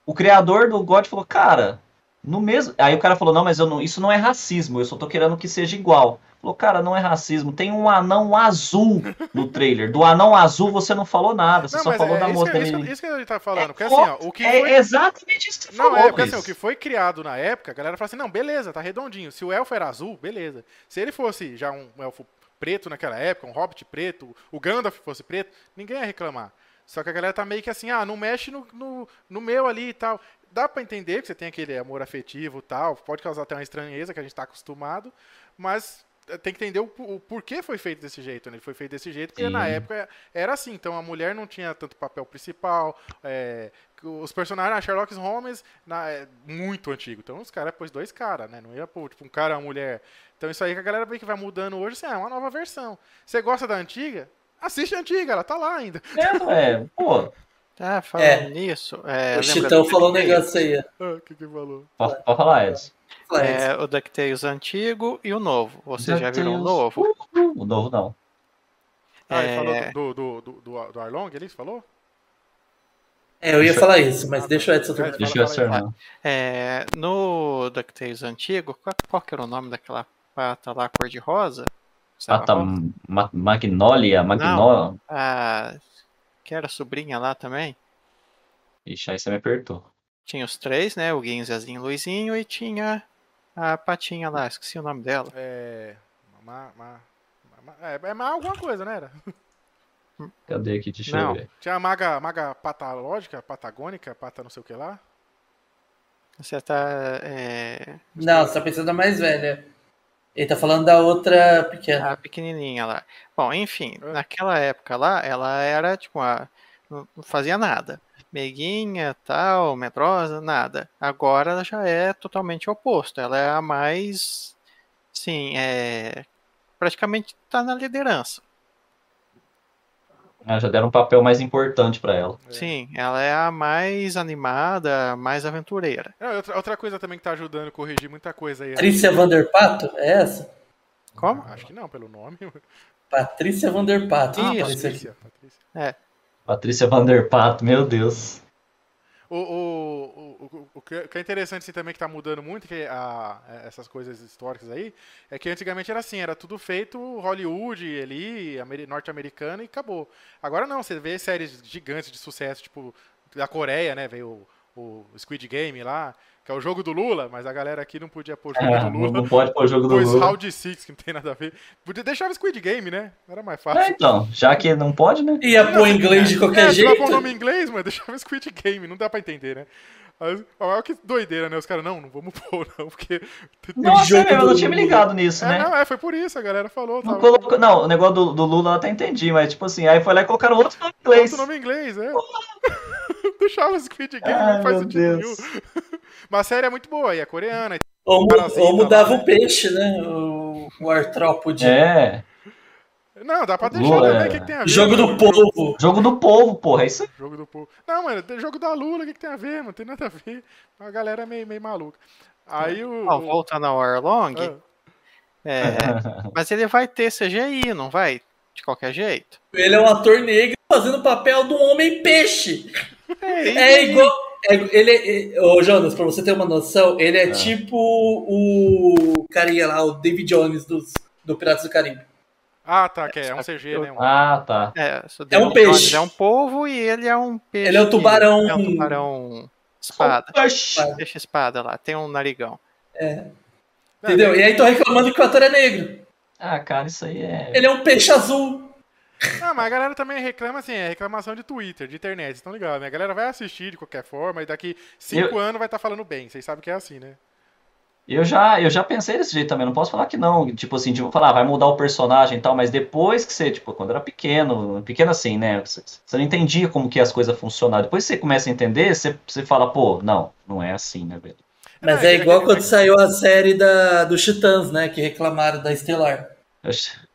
S2: O criador do God falou, cara, no mesmo. Aí o cara falou, não, mas eu não- isso não é racismo, eu só tô querendo que seja igual. Falou, cara, não é racismo. Tem um anão azul no trailer. Do anão azul você não falou nada, você
S1: Não,
S2: só
S1: mas
S2: falou
S1: é,
S2: da
S1: isso,
S2: moça
S1: que,
S2: ali.
S1: isso, que- isso que ele tá falando.
S2: É
S1: Porque assim, ó, o que
S2: É
S1: foi
S2: exatamente isso que você
S1: Não,
S2: falou.
S1: é, porque assim,
S2: Cris.
S1: o que foi criado na época, a galera fala assim, não, beleza, tá redondinho. Se o elfo era azul, beleza. Se ele fosse já um elfo preto naquela época, um hobbit preto, o Gandalf fosse preto, ninguém ia reclamar. Só que a galera tá meio que assim, ah, não mexe no, no, no meu ali e tal. Dá pra entender que você tem aquele amor afetivo e tal, pode causar até uma estranheza que a gente tá acostumado, mas eh, tem que entender o, o porquê foi feito desse jeito, né? Ele foi feito desse jeito porque
S2: Sim.
S1: na época era assim, então a mulher não tinha tanto papel principal, eh, que os personagens, a Sherlock Holmes na- é muito antigo. Então os caras pôs dois caras, né? Não ia pôr, tipo, um cara e uma mulher. Então isso aí que a galera vê que vai mudando hoje, assim, ah, é uma nova versão. Você gosta da antiga? Assiste a antiga, ela tá lá ainda.
S2: É, é, pô,
S3: Tá,
S4: É.
S3: falando nisso. É,
S4: o
S3: lembra
S4: Chitão
S3: do
S4: falou um
S3: DuckTales?
S4: negócio aí.
S1: Ah, que que falou?
S2: pode pode falar essa.
S4: ó.
S3: É, o DuckTales antigo e o novo. Vocês já viram o
S2: DuckTales.
S3: novo?
S2: Uh, O novo não.
S1: Ah, ele
S3: É.
S1: falou do, do, do, do, do Arlong, ele falou?
S4: É, eu ia
S2: Deixa-
S4: falar isso, mas deixa o Edson
S1: Vai,
S4: terminar.
S2: Deixa
S1: fala
S2: eu
S1: aí.
S2: acertar.
S3: É, no DuckTales antigo, qual, qual que era o nome daquela pata lá cor-de-rosa? Sabe a
S2: Mata
S3: rosa?
S2: Ah, tá. Ma- Magnolia, Magnolia.
S3: Ah, que era sobrinha lá também.
S2: Ixi, aí você me apertou.
S3: Tinha os três, né? O Guinho, Zezinho e Luizinho. E tinha a patinha lá, esqueci o nome dela.
S1: É. Ma, ma, ma- ma- é, é ma alguma coisa, né? Era?
S2: Cadê aqui? Deixa
S3: Não.
S2: eu ver.
S1: Tinha a maga, maga patalógica, patagônica, pata não sei o que lá.
S3: Você tá. É,
S4: Não, você tá pensando na mais velha. Ele tá falando da outra pequena.
S3: a pequenininha lá. Bom, enfim,
S1: Ah.
S3: naquela época lá, ela era tipo uma. Não não fazia nada. Meiguinha, tal, medrosa, nada. Agora ela já é totalmente o oposto. Ela é a mais. Sim, é. Praticamente tá na liderança.
S2: Ah, já deram um papel mais importante pra ela.
S1: É.
S3: Sim, ela é a mais animada, a mais aventureira.
S1: Não, e É, outra, outra coisa também que tá ajudando a corrigir muita coisa aí. né?
S4: Patrícia Vanderpato? É essa?
S3: Como?
S1: Acho que não, pelo nome. Ah,
S4: Patrícia Vanderpato. Ah,
S3: Isso.
S4: Patrícia aqui.
S1: Patrícia, Patrícia.
S2: Patrícia Vanderpato, meu Deus.
S1: O, o, o, o, o que o que é interessante assim, também que tá mudando muito, que a, é, essas coisas históricas aí, é que antigamente era assim, era tudo feito Hollywood ali, ameri- norte-americano e acabou. Agora não, você vê séries gigantes de sucesso, tipo, da Coreia, né? Veio o, o Squid Game lá, que é o jogo do Lula, mas a galera aqui não podia pôr o jogo
S2: É,
S1: do
S2: não
S1: Lula.
S2: não pode pôr o jogo do
S1: Pois
S2: Lula.
S1: Round Six, que não tem nada a ver. Podia deixar o Squid Game, né? Era mais fácil.
S2: É, então, já que não pode, né?
S4: Ia pôr inglês de qualquer
S1: É, se vai
S4: jeito.
S1: pôr o nome em inglês, mano, deixava Squid Game, não dá pra entender, né? Mas, olha que doideira, né? Os caras, não, não vamos pôr, não, porque.
S2: Nossa,
S4: jogo
S2: é mesmo, eu não
S4: do
S2: tinha me
S4: Lula.
S2: ligado nisso,
S1: É,
S2: né?
S1: não, é, foi por isso, a galera falou.
S2: Não,
S1: Tava...
S2: colocou- não, o negócio do, do Lula eu até entendi, mas tipo assim, aí foi lá e colocaram outro nome em inglês.
S1: Outro nome em inglês, é. deixava Squid Game,
S2: Ai,
S1: não faz
S2: meu
S1: sentido nenhum.
S2: Deus.
S1: Mas a série é muito boa, e é coreana. e-
S4: Ou, mu-
S1: Parasita
S4: ou mudava
S1: lá,
S4: o peixe, né? O, o artrópode.
S2: É,
S1: Não, dá pra deixar
S2: Lula,
S1: também, o
S2: é.
S1: que, que tem a ver?
S4: Jogo do povo.
S2: jogo do povo, porra, é isso aí.
S1: Jogo do povo. Não, mano, tem jogo da Lula, o que, que tem a ver, mano? Tem nada a ver. A galera é meio, meio maluca. Aí Ah, o.
S4: Uhum.
S3: Ó, voltando ao Arlong,
S1: Ah,
S3: é, mas ele vai ter CGI, não vai? De qualquer jeito.
S4: Ele é um ator negro fazendo o papel de um homem peixe. É igual. é- ele é, ô, Jonas, pra você ter uma noção, ele é tipo o carinha lá, o David Jones dos, do Piratas do Caribe.
S1: ah, tá, que é, um CG, né? Um...
S2: Ah, tá.
S3: É,
S4: É um peixe.
S3: Ele é um polvo e ele é um peixe.
S4: Ele é um tubarão.
S3: É um tubarão espada.
S2: Oxi.
S3: Peixe espada lá, tem um narigão.
S1: Não,
S4: Entendeu? E aí tô reclamando que o ator é negro.
S2: Ah, cara, isso aí é.
S4: Ele é um peixe azul.
S1: Ah, mas a galera também reclama assim, é reclamação de Twitter, de internet, vocês estão ligados, né? A galera vai assistir de qualquer forma e daqui cinco
S2: Eu-
S1: anos vai estar falando bem. Vocês sabem que é assim, né?
S2: Eu já, eu já pensei desse jeito também, não posso falar que não. Tipo assim, tipo, falar, ah, vai mudar o personagem e tal, mas depois que você, tipo, quando era pequeno, pequeno assim, né? Você, você não entendia como que as coisas funcionavam. Depois que você começa a entender, você, você fala, pô, não, não é assim, né, velho?
S4: Mas
S1: Não,
S4: é
S1: ele-
S4: igual
S1: ele-
S4: quando saiu a série da, do Titãs, né? Que reclamaram da Estelar.
S2: Eu acho-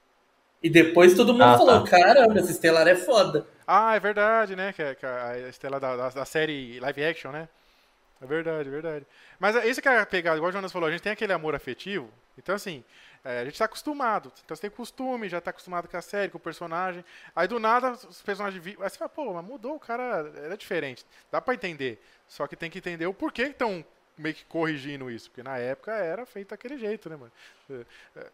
S4: E depois todo mundo
S2: Ah,
S4: falou: caramba, essa Estelar é foda.
S1: Ah, é verdade, né? Que, que a Estela da, da, da série live action, né? É verdade, é verdade. Mas é isso que é a pegada, igual o Jonas falou, a gente tem aquele amor afetivo. Então, assim, é, a gente tá acostumado. Então você tem costume, já tá acostumado com a série, com o personagem. Aí do nada os personagens vi- Aí você fala, pô, mas mudou, o cara era diferente. Dá pra entender. Só que tem que entender o porquê que estão meio que corrigindo isso. Porque na época era feito daquele jeito, né, mano? É, é,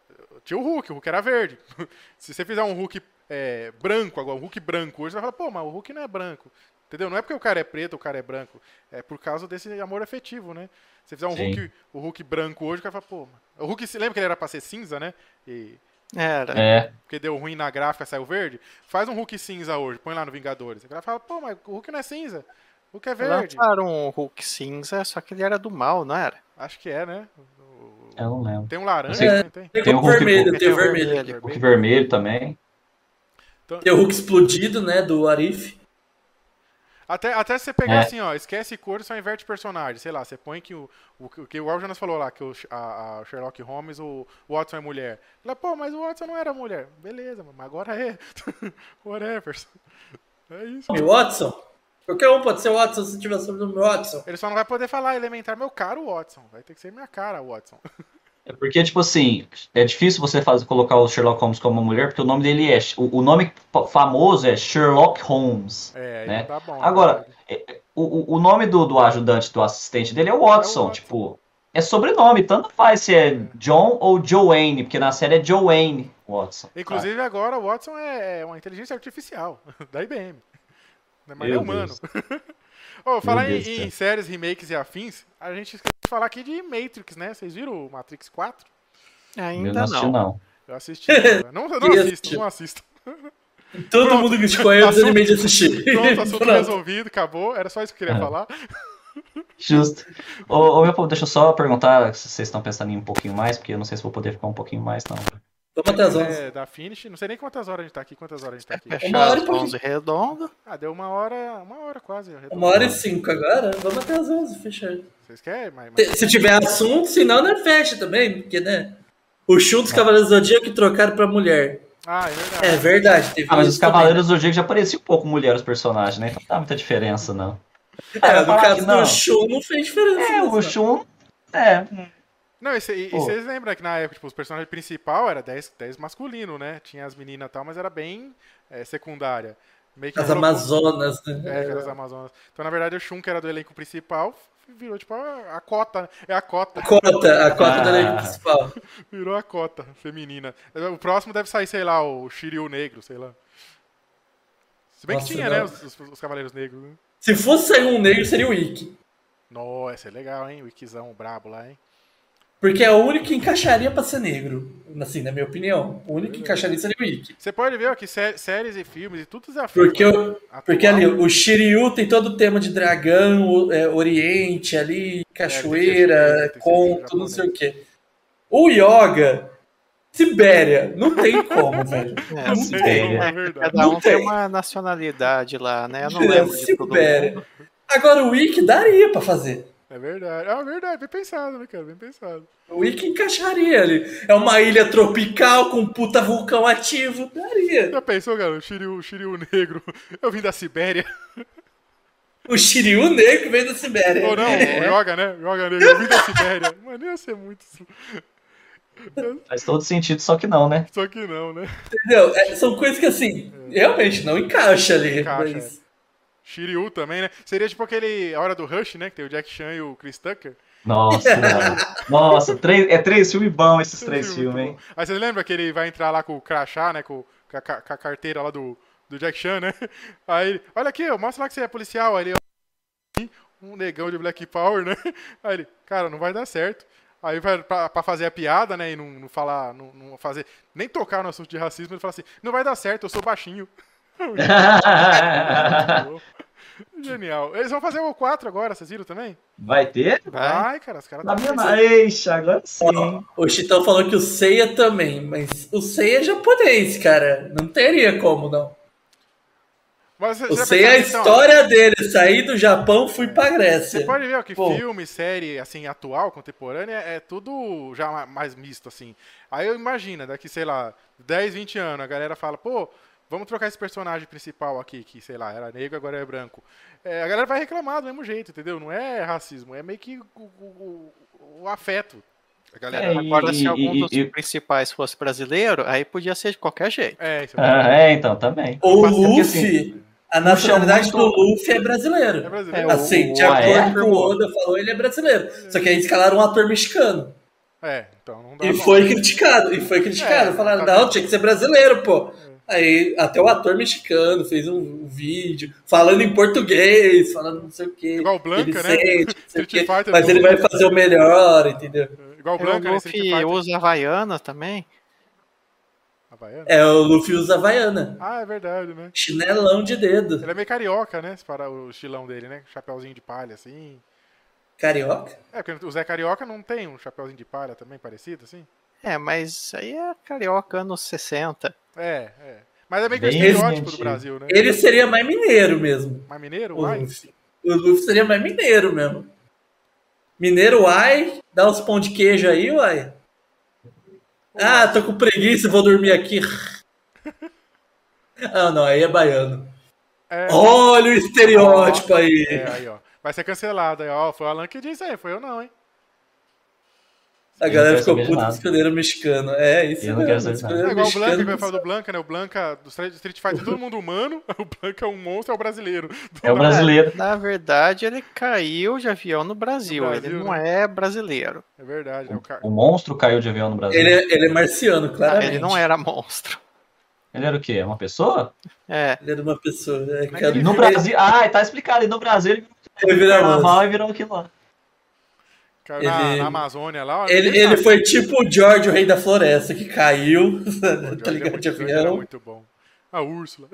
S1: Tinha o Hulk, o Hulk era verde. Se você fizer um Hulk é, branco agora, um Hulk branco hoje, você vai falar, pô, mas o Hulk não é branco. Entendeu? Não é porque o cara é preto, o cara é branco. É por causa desse amor afetivo, né? Se você fizer um
S2: Sim.
S1: Hulk, o Hulk branco hoje, o cara fala, pô, mano. O Hulk, se lembra que ele era pra ser cinza, né? E,
S3: Era.
S2: É,
S1: porque deu ruim na gráfica, saiu verde. Faz um Hulk cinza hoje, põe lá no Vingadores. O cara fala, pô, mas o Hulk não é cinza. O Hulk é verde.
S3: Lançaram um Hulk cinza, só que ele era do mal, não era?
S1: Acho que é, né? O-
S2: é, eu não lembro.
S1: Tem um laranja,
S2: Não
S1: né? Tem.
S4: Tem,
S2: Tem
S4: o
S2: o Hulk
S4: vermelho,
S2: Pop.
S4: tem o vermelho.
S2: Hulk vermelho também.
S4: Tem o Hulk explodido, né? Do Arif.
S1: Até, até você pegar
S2: É.
S1: assim, ó, esquece cor e só inverte personagem. Sei lá, você põe que o, o, que- o que o Al Jonas falou lá, que o, Sh- a, a Sherlock Holmes, o, o Watson é mulher. Fala, pô, mas o Watson não era mulher. Beleza, mano, mas agora é. Whatever. É isso.
S4: Meu Watson? Qualquer um pode ser Watson se tiver sobrenome Watson.
S1: Ele só não vai poder falar elementar meu caro Watson. Vai ter que ser minha cara, Watson.
S2: É porque, tipo assim, é difícil você fazer, colocar o Sherlock Holmes como uma mulher, porque o nome dele é. O, o nome pa- famoso é Sherlock Holmes.
S1: É, aí
S2: Né?
S1: não dá bom. né,
S2: Agora,
S1: cara?
S2: O, o- o nome do, do ajudante, do assistente dele é o Watson,
S1: Watson.
S2: tipo, é sobrenome, tanto faz se é John ou Joanne, porque na série é Joanne Watson. tá?
S1: Inclusive agora o Watson é é uma inteligência artificial da IBM. Né, Mas
S2: Meu
S1: é humano.
S2: Deus.
S1: Ô, falar
S2: Deus do
S1: em,
S2: céu.
S1: em séries, remakes e afins, a gente esqueceu de falar aqui de Matrix, né? Vocês viram o Matrix 4?
S2: Eu
S3: É, Ainda
S2: não assisti,
S3: não.
S2: Tá. assim, não.
S1: Eu assisti. agora. não, eu não
S4: Isso.
S1: assisto, não assisto.
S4: Todo
S1: Pronto.
S4: mundo criticou eu,
S1: Assunto-
S4: desanimei de assistir.
S1: Pronto, tá assunto
S4: Pronto.
S1: resolvido, acabou. Era só isso que eu queria
S2: Ah.
S1: falar.
S2: Justo. Ô, ô, meu povo, deixa eu só perguntar se vocês estão pensando em um pouquinho mais, porque eu não sei se vou poder ficar um pouquinho mais, não.
S4: Vamos até as 11.
S1: É, da Finish, não sei nem quantas horas a gente tá aqui, quantas horas a gente tá aqui.
S4: Uma
S3: Fechar
S4: hora e
S3: as
S4: pouquinho.
S3: 11 redondo.
S1: Ah, deu uma hora, uma hora quase. eu retorno.
S4: Uma hora e cinco agora, vamos até as 11, fechar.
S1: Vocês querem? Mas, mas-
S4: Se se tiver assunto, senão não é fecha também, porque, né? O chum
S2: É.
S4: dos Cavaleiros do Zodíaco que trocaram pra mulher.
S1: Ah, é verdade.
S4: É verdade, teve
S2: Ah, mas
S4: isso
S2: os Cavaleiros do Zodíaco já pareciam um pouco mulher os personagens, né? Então não dá muita diferença, não.
S4: também. É,
S2: Ah,
S4: no
S2: falar
S4: caso
S2: que não.
S4: do chum não fez diferença.
S2: É,
S4: mesmo.
S2: o Shun. É.
S1: Não, e cê- e
S2: Pô.
S1: vocês lembram que na época, tipo, os personagens principal era 10, 10 masculino, né? Tinha as meninas e tal, mas era bem eh, secundária. Meio que
S4: As
S1: virou-
S4: Amazonas,
S1: É, que
S4: né?
S1: era as Amazonas. Então, na verdade, o Shun, que era do elenco principal, virou, tipo, a, a cota. né? É a cota.
S4: A cota, a cota
S2: Ah.
S4: da lei principal.
S1: Virou a cota feminina. O próximo deve sair, sei lá, o Shiryu Negro, sei lá. Se bem
S4: Nossa,
S1: que tinha,
S4: não.
S1: né? Os, os- os Cavaleiros Negros. Né?
S4: Se fosse sair um negro, seria o Ikki.
S1: Nossa, é legal, hein? O Ikizão brabo lá, hein?
S4: Porque é o único que encaixaria pra ser negro. Assim, na minha opinião. O único que encaixaria seria o Ikki.
S1: Você pode ver ó, que sé- séries e filmes e tudo desafio. né?
S4: Porque, o-
S1: Atual.
S4: porque ali, o Shiryu tem todo o tema de dragão, o- é, oriente
S1: É,
S4: ali,
S1: tem que ser- tem
S4: cachoeira,
S1: que ser
S4: conto, não
S1: japonês.
S4: sei o quê. O Yoga, Sibéria, não tem como, velho.
S3: É,
S1: Não
S3: sim.
S1: sei,
S2: tem,
S1: não é
S3: É,
S1: verdade.
S3: Cada um
S4: Não
S3: tem
S4: tem.
S3: uma nacionalidade lá, né? Eu não
S4: É,
S3: lembro de todo
S4: Sibéria.
S3: mundo.
S4: Agora o Wiki daria pra fazer.
S1: É verdade. É verdade, bem pensado, né, cara? Bem pensado.
S4: O Wiki encaixaria ali. É uma ilha tropical com um puta vulcão ativo, daria.
S1: Já pensou, cara? O Shiryu, o Shiryu Negro. Eu vim da Sibéria.
S4: O Shiryu negro veio da Sibéria.
S1: Ou não,
S3: É.
S1: o Yoga, né? O Yoga Negro. Eu vim da Sibéria. Mano, ia ser muito.
S2: Faz todo sentido, só que não, né?
S1: Só que não, né?
S4: Entendeu? É, são coisas que, assim, realmente não encaixa ali.
S1: Encaixa, é.
S4: mas-
S1: Shiryu também, né? Seria tipo aquele A Hora do Rush, né? Que tem o Jack Chan e o Chris Tucker.
S2: Nossa, mano. Nossa, três, é três filmes bons esses três
S1: é Muito
S2: filmes, hein?
S1: bom. Aí vocês lembram que ele vai entrar lá com o crachá, né? Com, com a, ca- com a carteira lá do, do Jack Chan, né? Aí ele, olha aqui, ó, mostra lá que você é policial. Aí ele, ó, um negão de Black Power, né? Aí ele, cara, não vai dar certo. Aí vai pra, pra fazer a piada, né? E não, não falar, não, não fazer, nem tocar no assunto de racismo, ele fala assim, não vai dar certo, eu sou baixinho. é Genial. Eles vão fazer o 4 agora, vocês viram também?
S2: Vai ter?
S1: Vai,
S3: Vai.
S1: cara, os caras
S2: Na
S1: tão
S2: minha
S1: pensando.
S2: Eixa, agora sim.
S4: O Chitão falou que o Seiya também, mas o Seiya é japonês, cara. Não teria como, não.
S1: Mas você
S4: O
S1: já
S4: Seiya é a
S1: percebeu, então,
S4: história dele. Saí do Japão, fui pra
S1: Você
S4: Grécia.
S1: pode ver ó, que
S2: Pô.
S1: filme, série, assim, atual, contemporânea, é tudo já ma- mais misto, assim. Aí eu imagino, daqui, sei lá, 10, 20 anos, a galera fala, pô, vamos trocar esse personagem principal aqui, que, sei lá, era negro, agora é branco. É, a galera vai reclamar do mesmo jeito, entendeu? Não é racismo, é meio que o, o- o- o afeto. A galera.
S2: É,
S3: Agora,
S2: E-
S3: se algum
S2: e-
S3: dos
S2: e-
S3: principais fosse brasileiro, aí podia ser de qualquer jeito.
S1: É, isso é
S2: Ah,
S1: verdade.
S2: é, então, também.
S4: O
S2: Mas é porque,
S4: Luffy, a nacionalidade
S2: muito-
S4: do Luffy é brasileiro.
S1: É brasileiro.
S3: É,
S4: Assim,
S3: o-
S4: de
S2: ah,
S4: acordo
S3: é?
S4: com o Oda falou, ele é brasileiro. Só que aí escalaram um ator mexicano.
S1: É, então não dá.
S4: E
S1: bom.
S4: foi criticado, e foi criticado.
S1: É,
S4: Falaram,
S1: tá bem.
S4: não, tinha que ser brasileiro, pô. Aí até o ator mexicano fez um vídeo falando em português, falando não sei o quê.
S1: Igual o
S4: que ele
S1: Blanca, né?
S4: sente, não sei o quê,
S1: Street Fighter
S4: mas ele
S1: dois.
S4: vai fazer o melhor, entendeu?
S1: Igual o
S2: um
S3: É,
S1: Blanca,
S3: o
S1: né? Street
S3: Luffy
S1: Fighter.
S3: usa Havaiana também.
S1: Havaiana.
S4: É, o Luffy usa Havaiana.
S1: Ah, é verdade, né?
S4: Chinelão de dedo.
S1: Ele é meio carioca, né? Se parar o estilão dele, né? Chapeuzinho de palha, assim.
S4: Carioca?
S1: É, porque o Zé Carioca não tem um chapeuzinho de palha também parecido, assim?
S3: É, mas aí é carioca anos 60.
S1: É, é. Mas é meio que o
S2: Bem
S1: estereótipo
S2: Resident
S1: do
S2: Evil.
S1: Brasil, né?
S4: Ele seria mais mineiro mesmo.
S1: Mas mineiro,
S4: O
S1: uai.
S4: Luffy. Hum. O Luffy seria mais mineiro mesmo. Mineiro, uai, dá uns pão de queijo aí, uai. Ah, tô com preguiça, vou dormir aqui. Ah, não, aí é baiano.
S1: É,
S4: Olha o estereótipo aí.
S1: é, aí, ó. Vai ser cancelado aí, ó. Foi o Alan que disse aí, foi eu não, hein?
S4: A galera
S2: Eu não quero
S4: ficou
S2: saber de
S4: puta
S2: nada.
S4: que escolheram o mexicano. É, isso
S2: Eu não quero saber
S4: mesmo.
S2: de
S1: É
S2: nada.
S4: escolheram
S1: igual o Blanca,
S4: mexicano.
S1: que vai falar do Blanca, né? O Blanca do Street Street Fighter, todo mundo humano. O Blanca é um monstro, é o brasileiro.
S2: É o brasileiro.
S3: Na verdade, ele caiu de avião no Brasil.
S1: No Brasil, né?
S3: ele não é brasileiro.
S1: É verdade, né? O cara.
S2: O monstro caiu de avião no Brasil.
S4: Ele, é, ele é marciano, claramente.
S3: Ele não é. era monstro.
S2: Ele era o quê? Uma pessoa?
S3: É,
S4: Ele era uma pessoa. É,
S1: Mas
S4: cara,
S1: ele
S2: No Brasil. Ah, tá explicado. E no Brasil ele
S4: Ele,
S2: virou
S4: vira
S2: carnaval e virou aquilo lá.
S1: caiu na,
S4: ele-
S1: na Amazônia lá, ó. é
S4: Ele, ele foi tipo o George, o rei da floresta, que caiu, tá ligado, de
S1: Era
S4: avião.
S1: é muito bom. A Úrsula.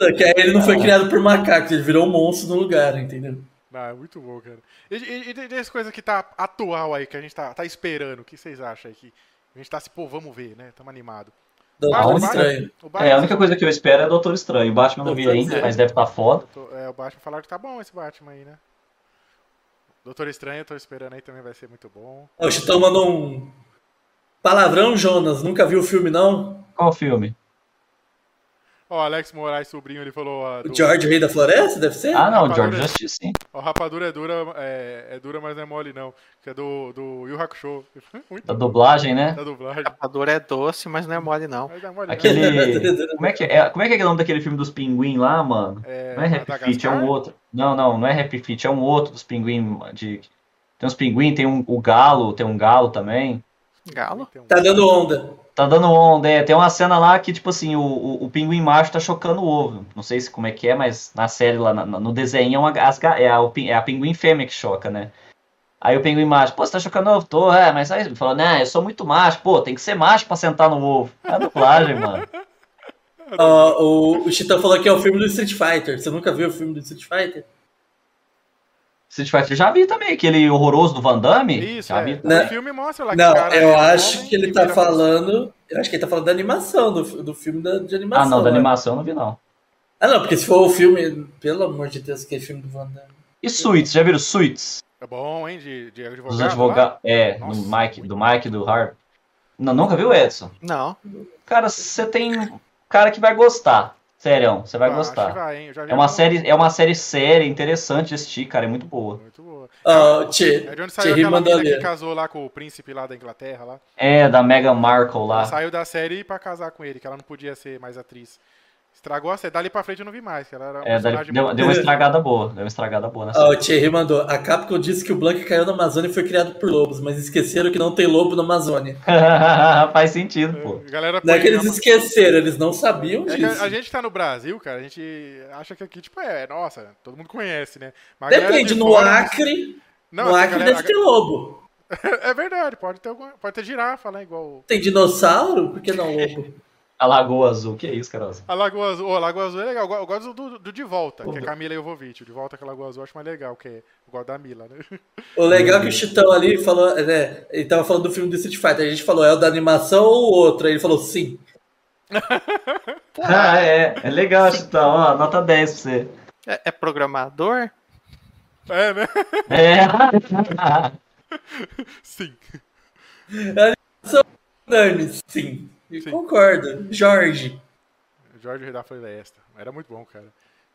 S4: Só que aí ele não foi criado por macacos, ele virou um monstro no lugar, entendeu?
S1: Ah, é muito bom, cara. E, e, e das coisas que tá atual aí, que a gente tá, tá esperando, o que vocês acham aí? Que a gente tá assim, pô, vamos ver, né? Tamo animado. Ah,
S4: Doutor
S2: Aonde?
S4: um Estranho.
S1: O Batman,
S2: É, a única coisa que eu espero é Doutor Estranho. Batman eu não vi
S4: Doutor
S2: ainda,
S4: Estranho.
S2: mas deve estar foda.
S1: tô- é, o Batman falaram que tá bom esse Batman aí, né? Doutor Estranho, eu tô esperando aí também, vai ser muito bom.
S4: Ó, O Chitão mandou um palavrão, Jonas. Nunca viu o filme, não?
S2: Qual o filme?
S1: Ó, Alex Moraes, sobrinho, ele falou. ó,
S4: O
S1: do-
S4: George, o rei da floresta, deve ser?
S2: Ah, não,
S1: Rapaz,
S2: George
S1: eu-
S2: Justice, sim.
S1: ó, rapadura é dura, é, é dura, mas não é mole, não. Que é do, do Yu Hakusho. Muito
S2: Da dublagem, né?
S1: da dublagem.
S3: a dor é doce, mas não é mole, não.
S1: Mas não é mole, não.
S4: Tá
S2: Aquele. Como é que é? Como é que é o nome daquele filme dos pinguim lá, mano?
S1: É,
S2: Não é Happy Feet, é um outro. Não, não, não é Happy Feet, é um outro dos pinguim. De... Tem uns pinguim, tem um, o galo, tem um galo também.
S3: Galo?
S1: Tem um-
S4: Tá dando onda.
S2: Tá dando onda, é. Tem uma cena lá que, tipo assim, o, o, o pinguim macho tá chocando o ovo. Não sei se como é que é, mas na série lá, na- na- no desenho, é, uma, as ga- é, a, o pin- é a pinguim fêmea que choca, né? Aí o pinguim macho, pô, você tá chocando o ovo? Tô, é, mas aí ele falou, né, eu sou muito macho, pô, tem que ser macho pra sentar no ovo. É a dublagem, mano.
S4: Ó, o, o Chitão falou que é o filme do Street Fighter. Você nunca viu o filme do Street Fighter?
S2: Street Fighter, já vi também, aquele horroroso do Van Damme.
S1: Isso,
S2: já
S1: é.
S2: vi
S1: O
S2: também.
S4: Né?
S1: filme mostra lá
S4: Não,
S1: que o cara
S4: eu
S1: é um
S4: acho
S1: homem
S4: que ele
S1: que
S4: tá
S1: vira-
S4: falando. Eu acho que ele tá falando da animação, do, do filme da, de
S2: Ah,
S4: animação.
S1: é.
S2: não, da
S4: né?
S2: animação eu não vi, não.
S4: Ah, não, porque se for o filme. Pelo amor de Deus, que é filme do Van Damme.
S2: E Suits, já viram Suits?
S1: É bom, hein? De, de advogado. Ah,
S2: Dos
S1: lá?
S2: advogados. É,
S1: Nossa,
S2: do Mike,
S1: muito
S2: do Mike, do Harvey. Não, nunca viu, Edson?
S3: Não.
S2: Cara, você tem um cara que vai gostar. Sério, você vai
S1: Ah, acho que
S2: gostar.
S1: vai, hein? Eu já vi um
S2: É uma
S1: algum-
S2: série, é uma série séria, interessante de assistir, cara, é muito boa.
S1: Muito boa.
S4: Ó, Tchê.
S1: É de onde saiu
S4: Ah, Thierry
S1: aquela
S4: mandou
S1: menina que
S4: ali.
S1: casou lá com o príncipe lá da Inglaterra lá.
S2: É da Meghan Markle
S1: Ela
S2: lá.
S1: Saiu da série pra casar com ele, que ela não podia ser mais atriz. Estragou a série. Dali pra frente eu não vi mais, que ela era um
S2: É, da-
S1: personagem
S2: deu,
S1: muito-
S2: deu uma estragada boa, deu uma estragada boa nessa.
S4: Ó, ah, o Thierry mandou. A Capcom disse que o Blanca caiu na Amazônia e foi criado por lobos, mas esqueceram que não tem lobo na Amazônia.
S2: Faz sentido, pô.
S1: A galera
S4: Não é que
S1: põe
S4: eles
S1: a-
S4: esqueceram, eles não sabiam
S1: É que a, a
S4: disso.
S1: gente tá no Brasil, cara, a gente acha que aqui, tipo, é, nossa, todo mundo conhece, né? Mas a galera
S4: Depende,
S1: de
S4: no
S1: fora-
S4: Acre,
S1: Não,
S4: no
S1: assim, a
S4: Acre
S1: galera-
S4: deve ter lobo.
S1: É verdade, pode ter, alguma, pode ter girafa, né? Igual o-
S4: Tem dinossauro? Por que não lobo?
S2: A Lagoa Azul, que é isso, cara?
S1: a Lagoa Azul. Ô, a Lagoa Azul é legal. Eu go- Eu gosto do, do De Volta,
S2: Uhum.
S1: que é Camila e Jovovich. O De Volta com a Lagoa Azul eu acho mais legal, que é eu gosto da Mila, né?
S4: O legal é que o Chitão ali falou, né? Ele tava falando do filme do Street Fighter. A gente falou, é o da animação ou o outro? Aí ele falou, sim.
S2: Ah, é. É legal, Chitão. Ó, nota 10 pra você.
S3: É, é programador?
S1: É, né?
S2: É.
S1: Sim.
S4: Dani, sim.
S1: Sim.
S4: Concordo. Jorge.
S1: Jorge Redar Floresta. Era muito bom, cara.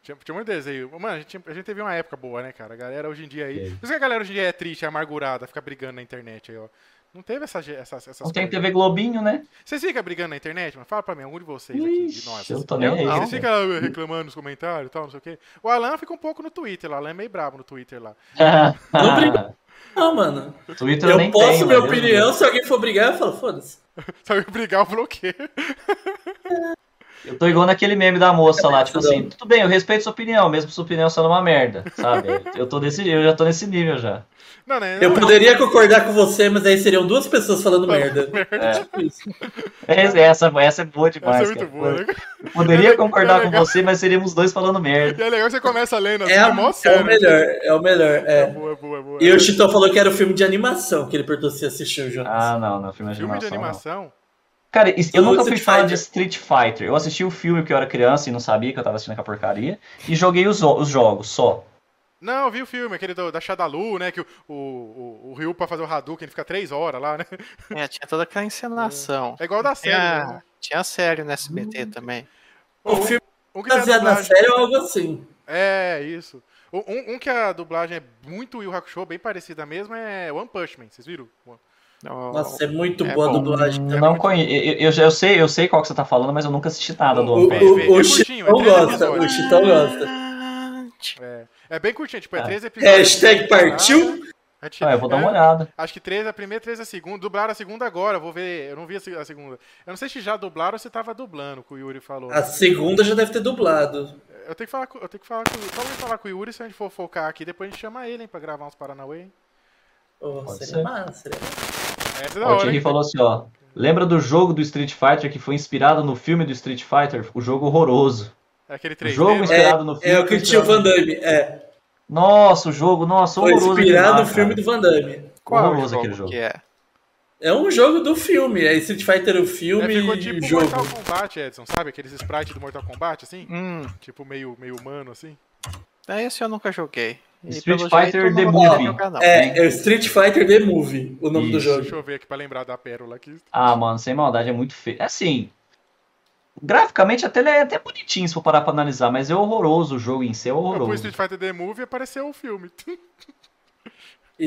S1: Tinha, tinha muito desenho. Mano, a gente, tinha- a gente teve uma época boa, né, cara? A galera hoje em dia aí.
S2: Teve.
S1: Por isso que a galera hoje em dia é triste, é amargurada, fica brigando na internet aí, ó. Não teve essa, ge- essas, essas
S2: Não tem
S1: coisas.
S2: TV Globinho, né?
S1: Vocês ficam brigando na internet, mano? Fala pra mim, algum de vocês aqui, de nós.
S2: Ixi, eu não tô nem
S3: Eu
S2: aí.
S3: não.
S1: Ele
S2: cara.
S1: fica lá reclamando nos comentários e tal, não sei o quê. O Alan fica um pouco no Twitter lá. O Alan é meio brabo no Twitter lá.
S4: Não briga. Não, mano.
S2: Twitter eu,
S4: Eu
S2: nem
S4: posso
S2: tenho,
S4: minha
S2: mas Deus
S4: opinião,
S2: me
S4: se alguém for brigar, eu falo, foda-se.
S1: Sabe brigar, eu bloqueio.
S2: livre. Eu tô igual naquele meme da moça lá, tipo assim, tudo bem, eu respeito sua opinião, mesmo sua opinião sendo uma merda, sabe? Eu tô desse, eu já tô nesse nível já.
S1: Não, né?
S4: Eu
S1: não,
S4: poderia concordar com você, mas aí seriam duas pessoas falando merda.
S2: É.
S4: Tipo isso.
S2: Essa, essa, essa é boa demais.
S1: Essa é muito
S2: cara.
S1: boa, né?
S2: Eu Poderia concordar com
S1: legal.
S2: você, mas seríamos dois falando merda.
S1: E é legal que você começa lendo assim,
S4: É, a-
S1: mó
S4: é o
S1: sério.
S4: melhor, é o melhor.
S1: É
S4: É.
S1: boa, é boa, é boa.
S4: E o Chitão falou que era o filme de animação que ele perguntou se assistiu, Jonas.
S2: Ah, não, não, filme de
S1: Filme de
S2: animação. não.
S1: animação?
S2: Cara, isso- eu
S4: Ou
S2: nunca fui
S4: Street
S2: fã
S4: Fighter.
S2: de Street Fighter. Eu assisti o filme porque eu era criança e não sabia que eu tava assistindo aquela porcaria. E joguei os, os jogos só.
S1: Não, eu vi o filme, aquele do, da Shadalu, né? Que o, o, o, o Ryu, pra fazer o Hadouken, ele fica três horas lá, né?
S3: É, tinha toda aquela encenação.
S1: É igual da série.
S3: Tinha,
S1: né?
S3: tinha série no SBT também.
S4: o é filme
S1: Um que tem a
S4: baseado na
S1: dublagem-
S4: série ou algo assim.
S1: É, isso. Um, um- um que a dublagem é muito Yu Hakusho, bem parecida mesmo, é One Punch Man. Vocês viram?
S3: O-
S4: Nossa, é muito
S3: É
S4: boa a
S3: bom.
S4: dublagem.
S2: Eu não conheço. Eu, eu, eu sei, eu sei qual que você tá falando, mas eu nunca assisti nada do One
S4: O, o,
S1: Vê,
S2: Piece.
S1: vê,
S4: o,
S1: é curtinho, é
S4: Chitão
S1: três
S4: gosta, o
S1: episódios.
S4: Chitão gosta.
S1: É bem curtinho, tipo, é
S2: Ah.
S1: três episódios.
S4: Hashtag partiu.
S1: Hashtag-
S2: Ah, eu vou dar uma
S1: é,
S2: olhada.
S1: Acho que três, a primeira, três a segunda. Dublaram a segunda agora, vou ver. Eu não vi a se- a segunda. Eu não sei se já dublaram ou se tava dublando, que o Yuri falou.
S2: Ah.
S4: A segunda já deve ter dublado.
S1: Eu tenho que falar com, eu tenho que falar com, só vou falar com o Yuri se a gente for focar aqui, depois a gente chama ele, hein, pra gravar uns Paranauê, hein?
S4: Oh,
S2: Pode
S4: seria
S2: ser.
S4: massa, seria massa.
S1: Essa é da
S2: Ó, O
S1: hora,
S2: Thierry
S1: hein?
S2: falou assim, ó. Lembra do jogo do Street Fighter que foi inspirado no filme do Street Fighter? O jogo horroroso.
S1: É aquele
S2: O
S1: 3D.
S2: jogo
S1: né?
S2: inspirado no filme.
S4: É o que
S2: foi
S4: tinha o
S2: inspirado-
S4: Van Damme. É,
S2: Nossa, o jogo, nossa,
S4: foi
S2: horroroso.
S4: inspirado no
S2: demais,
S4: filme
S2: cara.
S4: do Van Damme.
S2: Horroroso aquele jogo.
S3: que é?
S4: É um jogo do filme. É Street Fighter o
S1: É,
S4: filme
S1: ficou
S4: e
S1: tipo
S4: o jogo.
S1: Mortal Kombat, Edson, sabe? Aqueles sprites do Mortal Kombat, assim?
S3: Hum,
S1: Tipo, meio, meio humano, assim.
S3: é esse eu nunca joguei. E
S2: Street
S3: pelo
S2: Fighter
S3: jeito, eu
S2: The
S3: não vou
S2: Movie.
S3: Jogar, não.
S4: É, é o Street Fighter The Movie, o nome do
S2: Isso.
S1: Deixa
S4: jogo.
S1: eu ver aqui pra lembrar da pérola aqui.
S2: Ah, mano, sem maldade, é muito feio. É Assim, graficamente até ele é até bonitinho se for parar pra analisar, mas é horroroso o jogo em si, é
S1: Eu pus
S2: horroroso.
S1: Street Fighter The Movie e apareceu o filme.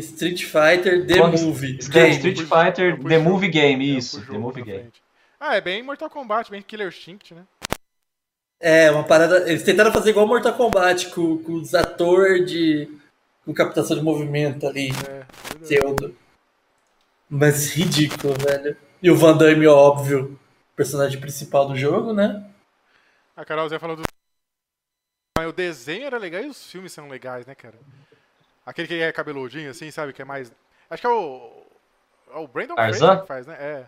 S4: Street Fighter The
S2: Quando-
S4: Movie.
S2: Escreve
S4: Game.
S2: É, Street
S1: Eu pus- eu
S2: Fighter
S1: pus
S2: The
S1: jogo-
S2: Movie Game,
S1: Eu
S2: isso,
S1: pus
S2: The
S1: jogo
S2: Movie
S1: na
S2: Game.
S1: frente. Ah, é bem Mortal Kombat, bem Killer Instinct, né?
S4: É, uma parada. Eles tentaram fazer igual Mortal Kombat, com, com os atores de. com captação de movimento
S1: É,
S4: ali. Pseudo. Mas ridículo, velho. E o Van Damme, óbvio, personagem principal do jogo, né?
S1: A Carol Zé falou do. Mas o desenho era legal e os filmes são legais, né, cara? Aquele que é cabeludinho, assim, sabe? Que é mais. Acho que é o. É o Brandon
S2: Tarzan?
S1: Fraser que faz, né? É.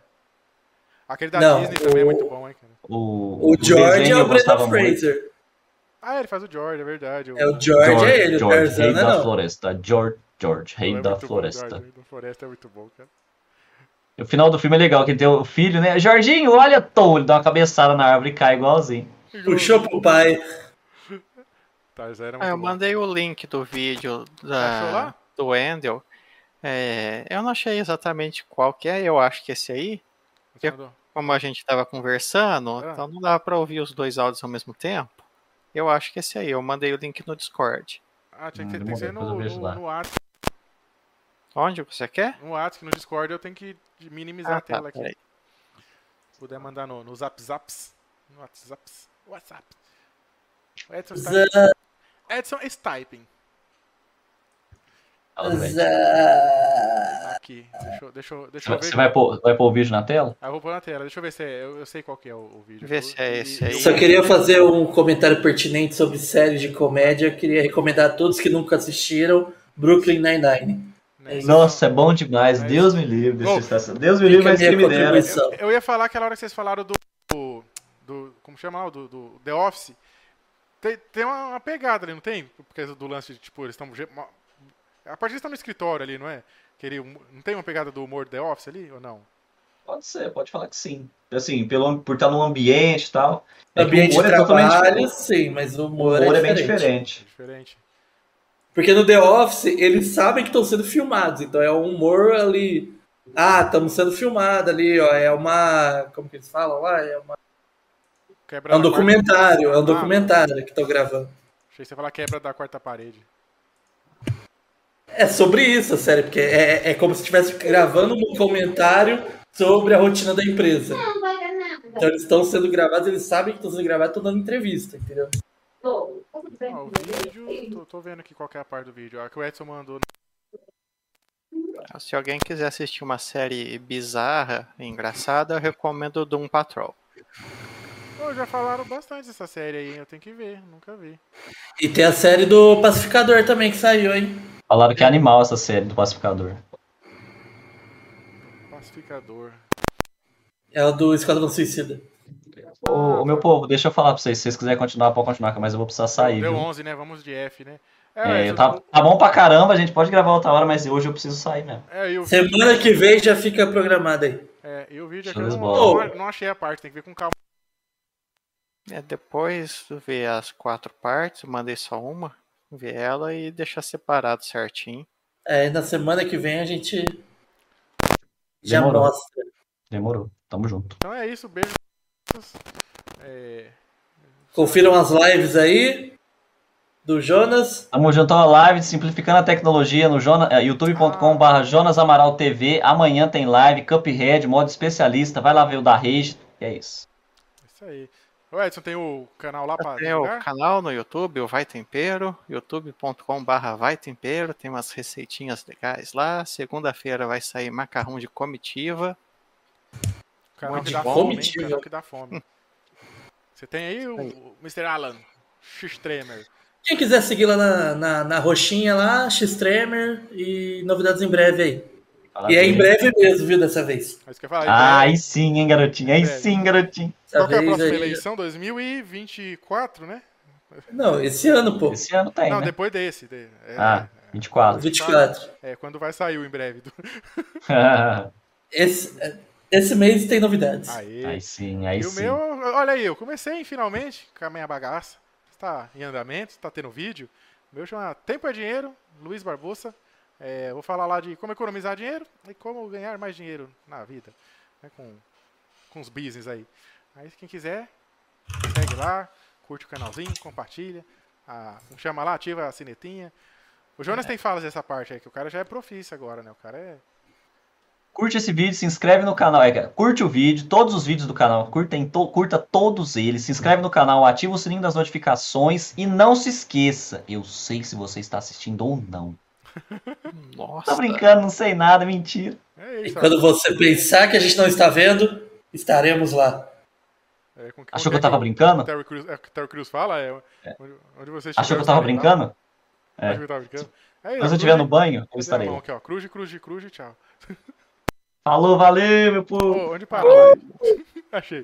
S1: Aquele da
S4: Não,
S1: Disney também é
S4: o-
S1: muito bom, hein, cara?
S2: O,
S4: O,
S2: o
S4: George
S2: desenho
S4: é
S2: eu
S4: o Brendan
S2: gostava muito.
S4: Fraser.
S1: Ah, ele faz o George, é verdade.
S4: É o George,
S2: George,
S4: é ele,
S2: George,
S4: o Tarzan,
S2: rei
S4: né?
S2: da
S4: Não.
S2: floresta. George, George, rei
S1: É
S2: da
S1: muito bom,
S2: floresta.
S1: George, da floresta é muito bom, cara.
S2: O final do filme é legal, que ele tem o filho, né? Jorginho, olha, Tom, ele dá uma cabeçada na árvore e cai igualzinho.
S4: Puxou pro pai.
S1: Tarzan era
S3: Ah,
S1: muito
S3: eu
S1: bom.
S3: mandei o link do vídeo
S1: Achou
S3: da,
S1: lá?
S3: do Wendel. É, eu não achei exatamente qual que é, eu acho que esse aí.
S1: Você mandou?
S3: Como a gente estava conversando,
S1: Ah.
S3: então não dava para ouvir os dois áudios ao mesmo tempo. Eu acho que é esse aí, eu mandei o link no Discord.
S1: Ah, tinha
S2: Hum,
S1: que, ter- tem que
S2: demorou,
S1: ser no,
S2: depois eu vejo
S1: no,
S2: lá.
S1: no Whats-
S3: Onde você quer?
S1: no Whats, que no Discord eu tenho que minimizar
S3: Ah,
S1: a
S3: tá,
S1: tela aqui.
S3: peraí.
S1: Se puder mandar no, no Zap Zaps. No WhatsApp. WhatsApp. O Edson está
S4: Zan-
S1: Edson is typing.
S2: Fala, velho.
S4: Zan-
S1: Aqui. Deixa, eu- deixa, eu- deixa eu ver.
S2: Você vai pôr, vai pôr o vídeo na tela?
S1: Ah, eu vou pôr na tela. Deixa eu ver se é. Eu, eu sei qual que é o, o vídeo.
S3: Vê se é esse aí.
S4: Só queria fazer um comentário pertinente sobre séries de comédia. Queria recomendar a todos que nunca assistiram Brooklyn Nine-Nine.
S1: né?
S4: É
S2: Nossa, é bom demais.
S1: Mas-
S2: Deus me livre dessa
S1: Bom,
S2: estação. Deus me livre,
S4: Fica é a
S2: mas que
S4: minha
S2: me dera.
S4: contribuição.
S1: Eu ia falar aquela hora que vocês falaram do. do, do- como chama lá? Do, do The Office. Tem, tem uma, uma pegada ali, não tem? Por causa do lance de, tipo, eles estão. A partir estão no escritório ali, não é? Que ele- não tem uma pegada do humor The Office ali ou não?
S2: Pode ser, pode falar que sim. Assim, pelo, por estar num ambiente e tal. É que o
S4: Ambiente de
S2: humor é totalmente
S4: trabalho,
S2: diferente.
S4: sim, mas o
S2: O
S4: humor,
S2: humor
S4: é,
S2: é bem
S4: diferente.
S1: É
S2: diferente.
S1: diferente.
S4: Porque no The Office, eles sabem que estão sendo filmados, então é um humor ali. Ah, estamos sendo filmados ali, ó. É uma. Como que eles falam lá? É, uma-
S1: Quebra
S4: é um
S1: da
S4: documentário, é um
S1: Ah.
S4: documentário que estão gravando.
S1: Quarta... Achei que você ia falar quebra da quarta parede.
S4: É sobre isso a série, porque é, é como se estivesse gravando um comentário sobre a rotina da empresa.
S5: Não, para nada.
S4: Então eles estão sendo gravados, eles sabem que estão sendo gravados, estão dando entrevista, entendeu?
S5: Bom,
S1: Ah, o vídeo. Tô, tô vendo aqui qual que é a parte do vídeo. A que o Edson mandou.
S3: Então, Se alguém quiser assistir uma série bizarra e engraçada, eu recomendo Doom Patrol.
S1: Oh, já falaram bastante dessa série aí, hein? eu tenho que ver, nunca vi.
S4: E tem a série do Pacificador também que saiu, hein?
S2: Falaram que é animal essa série do Pacificador.
S1: Pacificador.
S4: É a do Esquadrão Suicida.
S2: Ô, ô, meu povo, deixa eu falar pra vocês. Se vocês quiserem continuar, pode continuar, mas eu vou precisar sair,
S1: Deu
S2: viu?
S1: 11, né? Vamos de F, né? É,
S2: É,
S1: Edson,
S2: eu tá, tá bom pra caramba, a gente pode gravar outra hora, mas hoje eu preciso sair né? mesmo.
S1: é, e o
S4: Semana que vem já fica programado aí.
S1: É, e o vídeo aqui
S2: Show
S1: eu
S2: de
S1: não,
S2: bola.
S1: não- não achei a parte, tem que ver com calma.
S3: É, depois ver as quatro partes, mandei só uma, ver ela e deixar separado certinho.
S4: É, na semana que vem a gente já
S2: Demorou.
S4: mostra.
S2: Demorou. Tamo junto.
S1: Então é isso, beijo. É,
S4: Confiram as lives aí do Jonas.
S2: Tamo junto a live de Simplificando a Tecnologia no jona- é,
S1: Ah.
S2: youtube.com.br Jonas Amaral TV. Amanhã tem live, Cuphead, modo especialista. Vai lá ver o da Rage. E é isso.
S1: isso aí. O Edson tem é o canal lá pra
S3: Tem o
S1: divulgar?
S3: canal no YouTube, o Vai Tempero, youtube.com.br Vai Tempero, tem umas receitinhas legais lá. Segunda-feira vai sair macarrão de comitiva.
S1: O canal
S3: Muito
S1: que dá
S3: bom.
S1: fome, hein? O
S4: Mentira.
S1: canal que dá fome. Você tem aí o, o Mr. Alan, X-Tremer.
S4: Quem quiser seguir lá na, na, na roxinha lá, Xtremer e novidades em breve aí.
S2: Fala
S4: E é em
S2: dele.
S4: breve mesmo, viu, dessa vez.
S1: É isso que eu ia falar.
S2: Ah,
S1: Então,
S2: aí sim, hein, garotinho. Aí
S1: Breve.
S2: sim, garotinho.
S4: Dessa
S1: Qual que é a
S4: vez
S1: próxima
S4: aí-
S1: eleição? 2024, né?
S4: Não, esse ano, pô.
S2: Esse ano tem,
S1: não,
S2: né?
S1: depois desse. de- é,
S2: Ah, 24.
S4: 24.
S1: é, quando vai sair o em breve. do-
S4: Esse, esse mês tem novidades.
S1: Aí.
S2: aí sim, aí
S1: E o
S2: sim.
S1: meu, olha aí, eu comecei finalmente com a minha bagaça. Está em andamento, está tendo vídeo. O meu chama Tempo é Dinheiro, Luiz Barbosa. É, vou falar lá de como economizar dinheiro e como ganhar mais dinheiro na vida. né, com, com os business aí. Aí quem quiser, segue lá, curte o canalzinho, compartilha. a- chama lá, ativa a sinetinha. O
S2: É.
S1: Jonas tem falas dessa parte aí, que o cara já é profício agora, né? O cara é.
S2: Curte esse vídeo, se inscreve no canal. É, cara, curte o vídeo, todos os vídeos do canal. Curtem to- curta todos eles. Se inscreve no canal, ativa o sininho das notificações. E não se esqueça, eu sei se você está assistindo ou não. Tô
S3: Nossa,
S2: brincando, não sei nada, mentira.
S1: É
S4: E
S1: isso.
S4: quando você pensar que a gente não está vendo, estaremos lá.
S1: é, com- com-
S2: Achou que eu tava brincando?
S1: Terry Crews, é, o que Terry Crews fala é onde, onde você
S2: Achou
S1: estiver,
S2: que eu tava
S1: você está.
S2: brincando? É.
S1: Achou que eu tava brincando? É isso,
S2: Mas se eu
S1: cruz
S2: estiver
S1: de-
S2: no banho, eu
S1: cruz de
S2: estarei.
S1: mão aqui, ó. Cruz, de cruz, de cruz, de tchau.
S2: Falou, valeu, meu povo!
S1: Ô, onde parou? aí? Achei.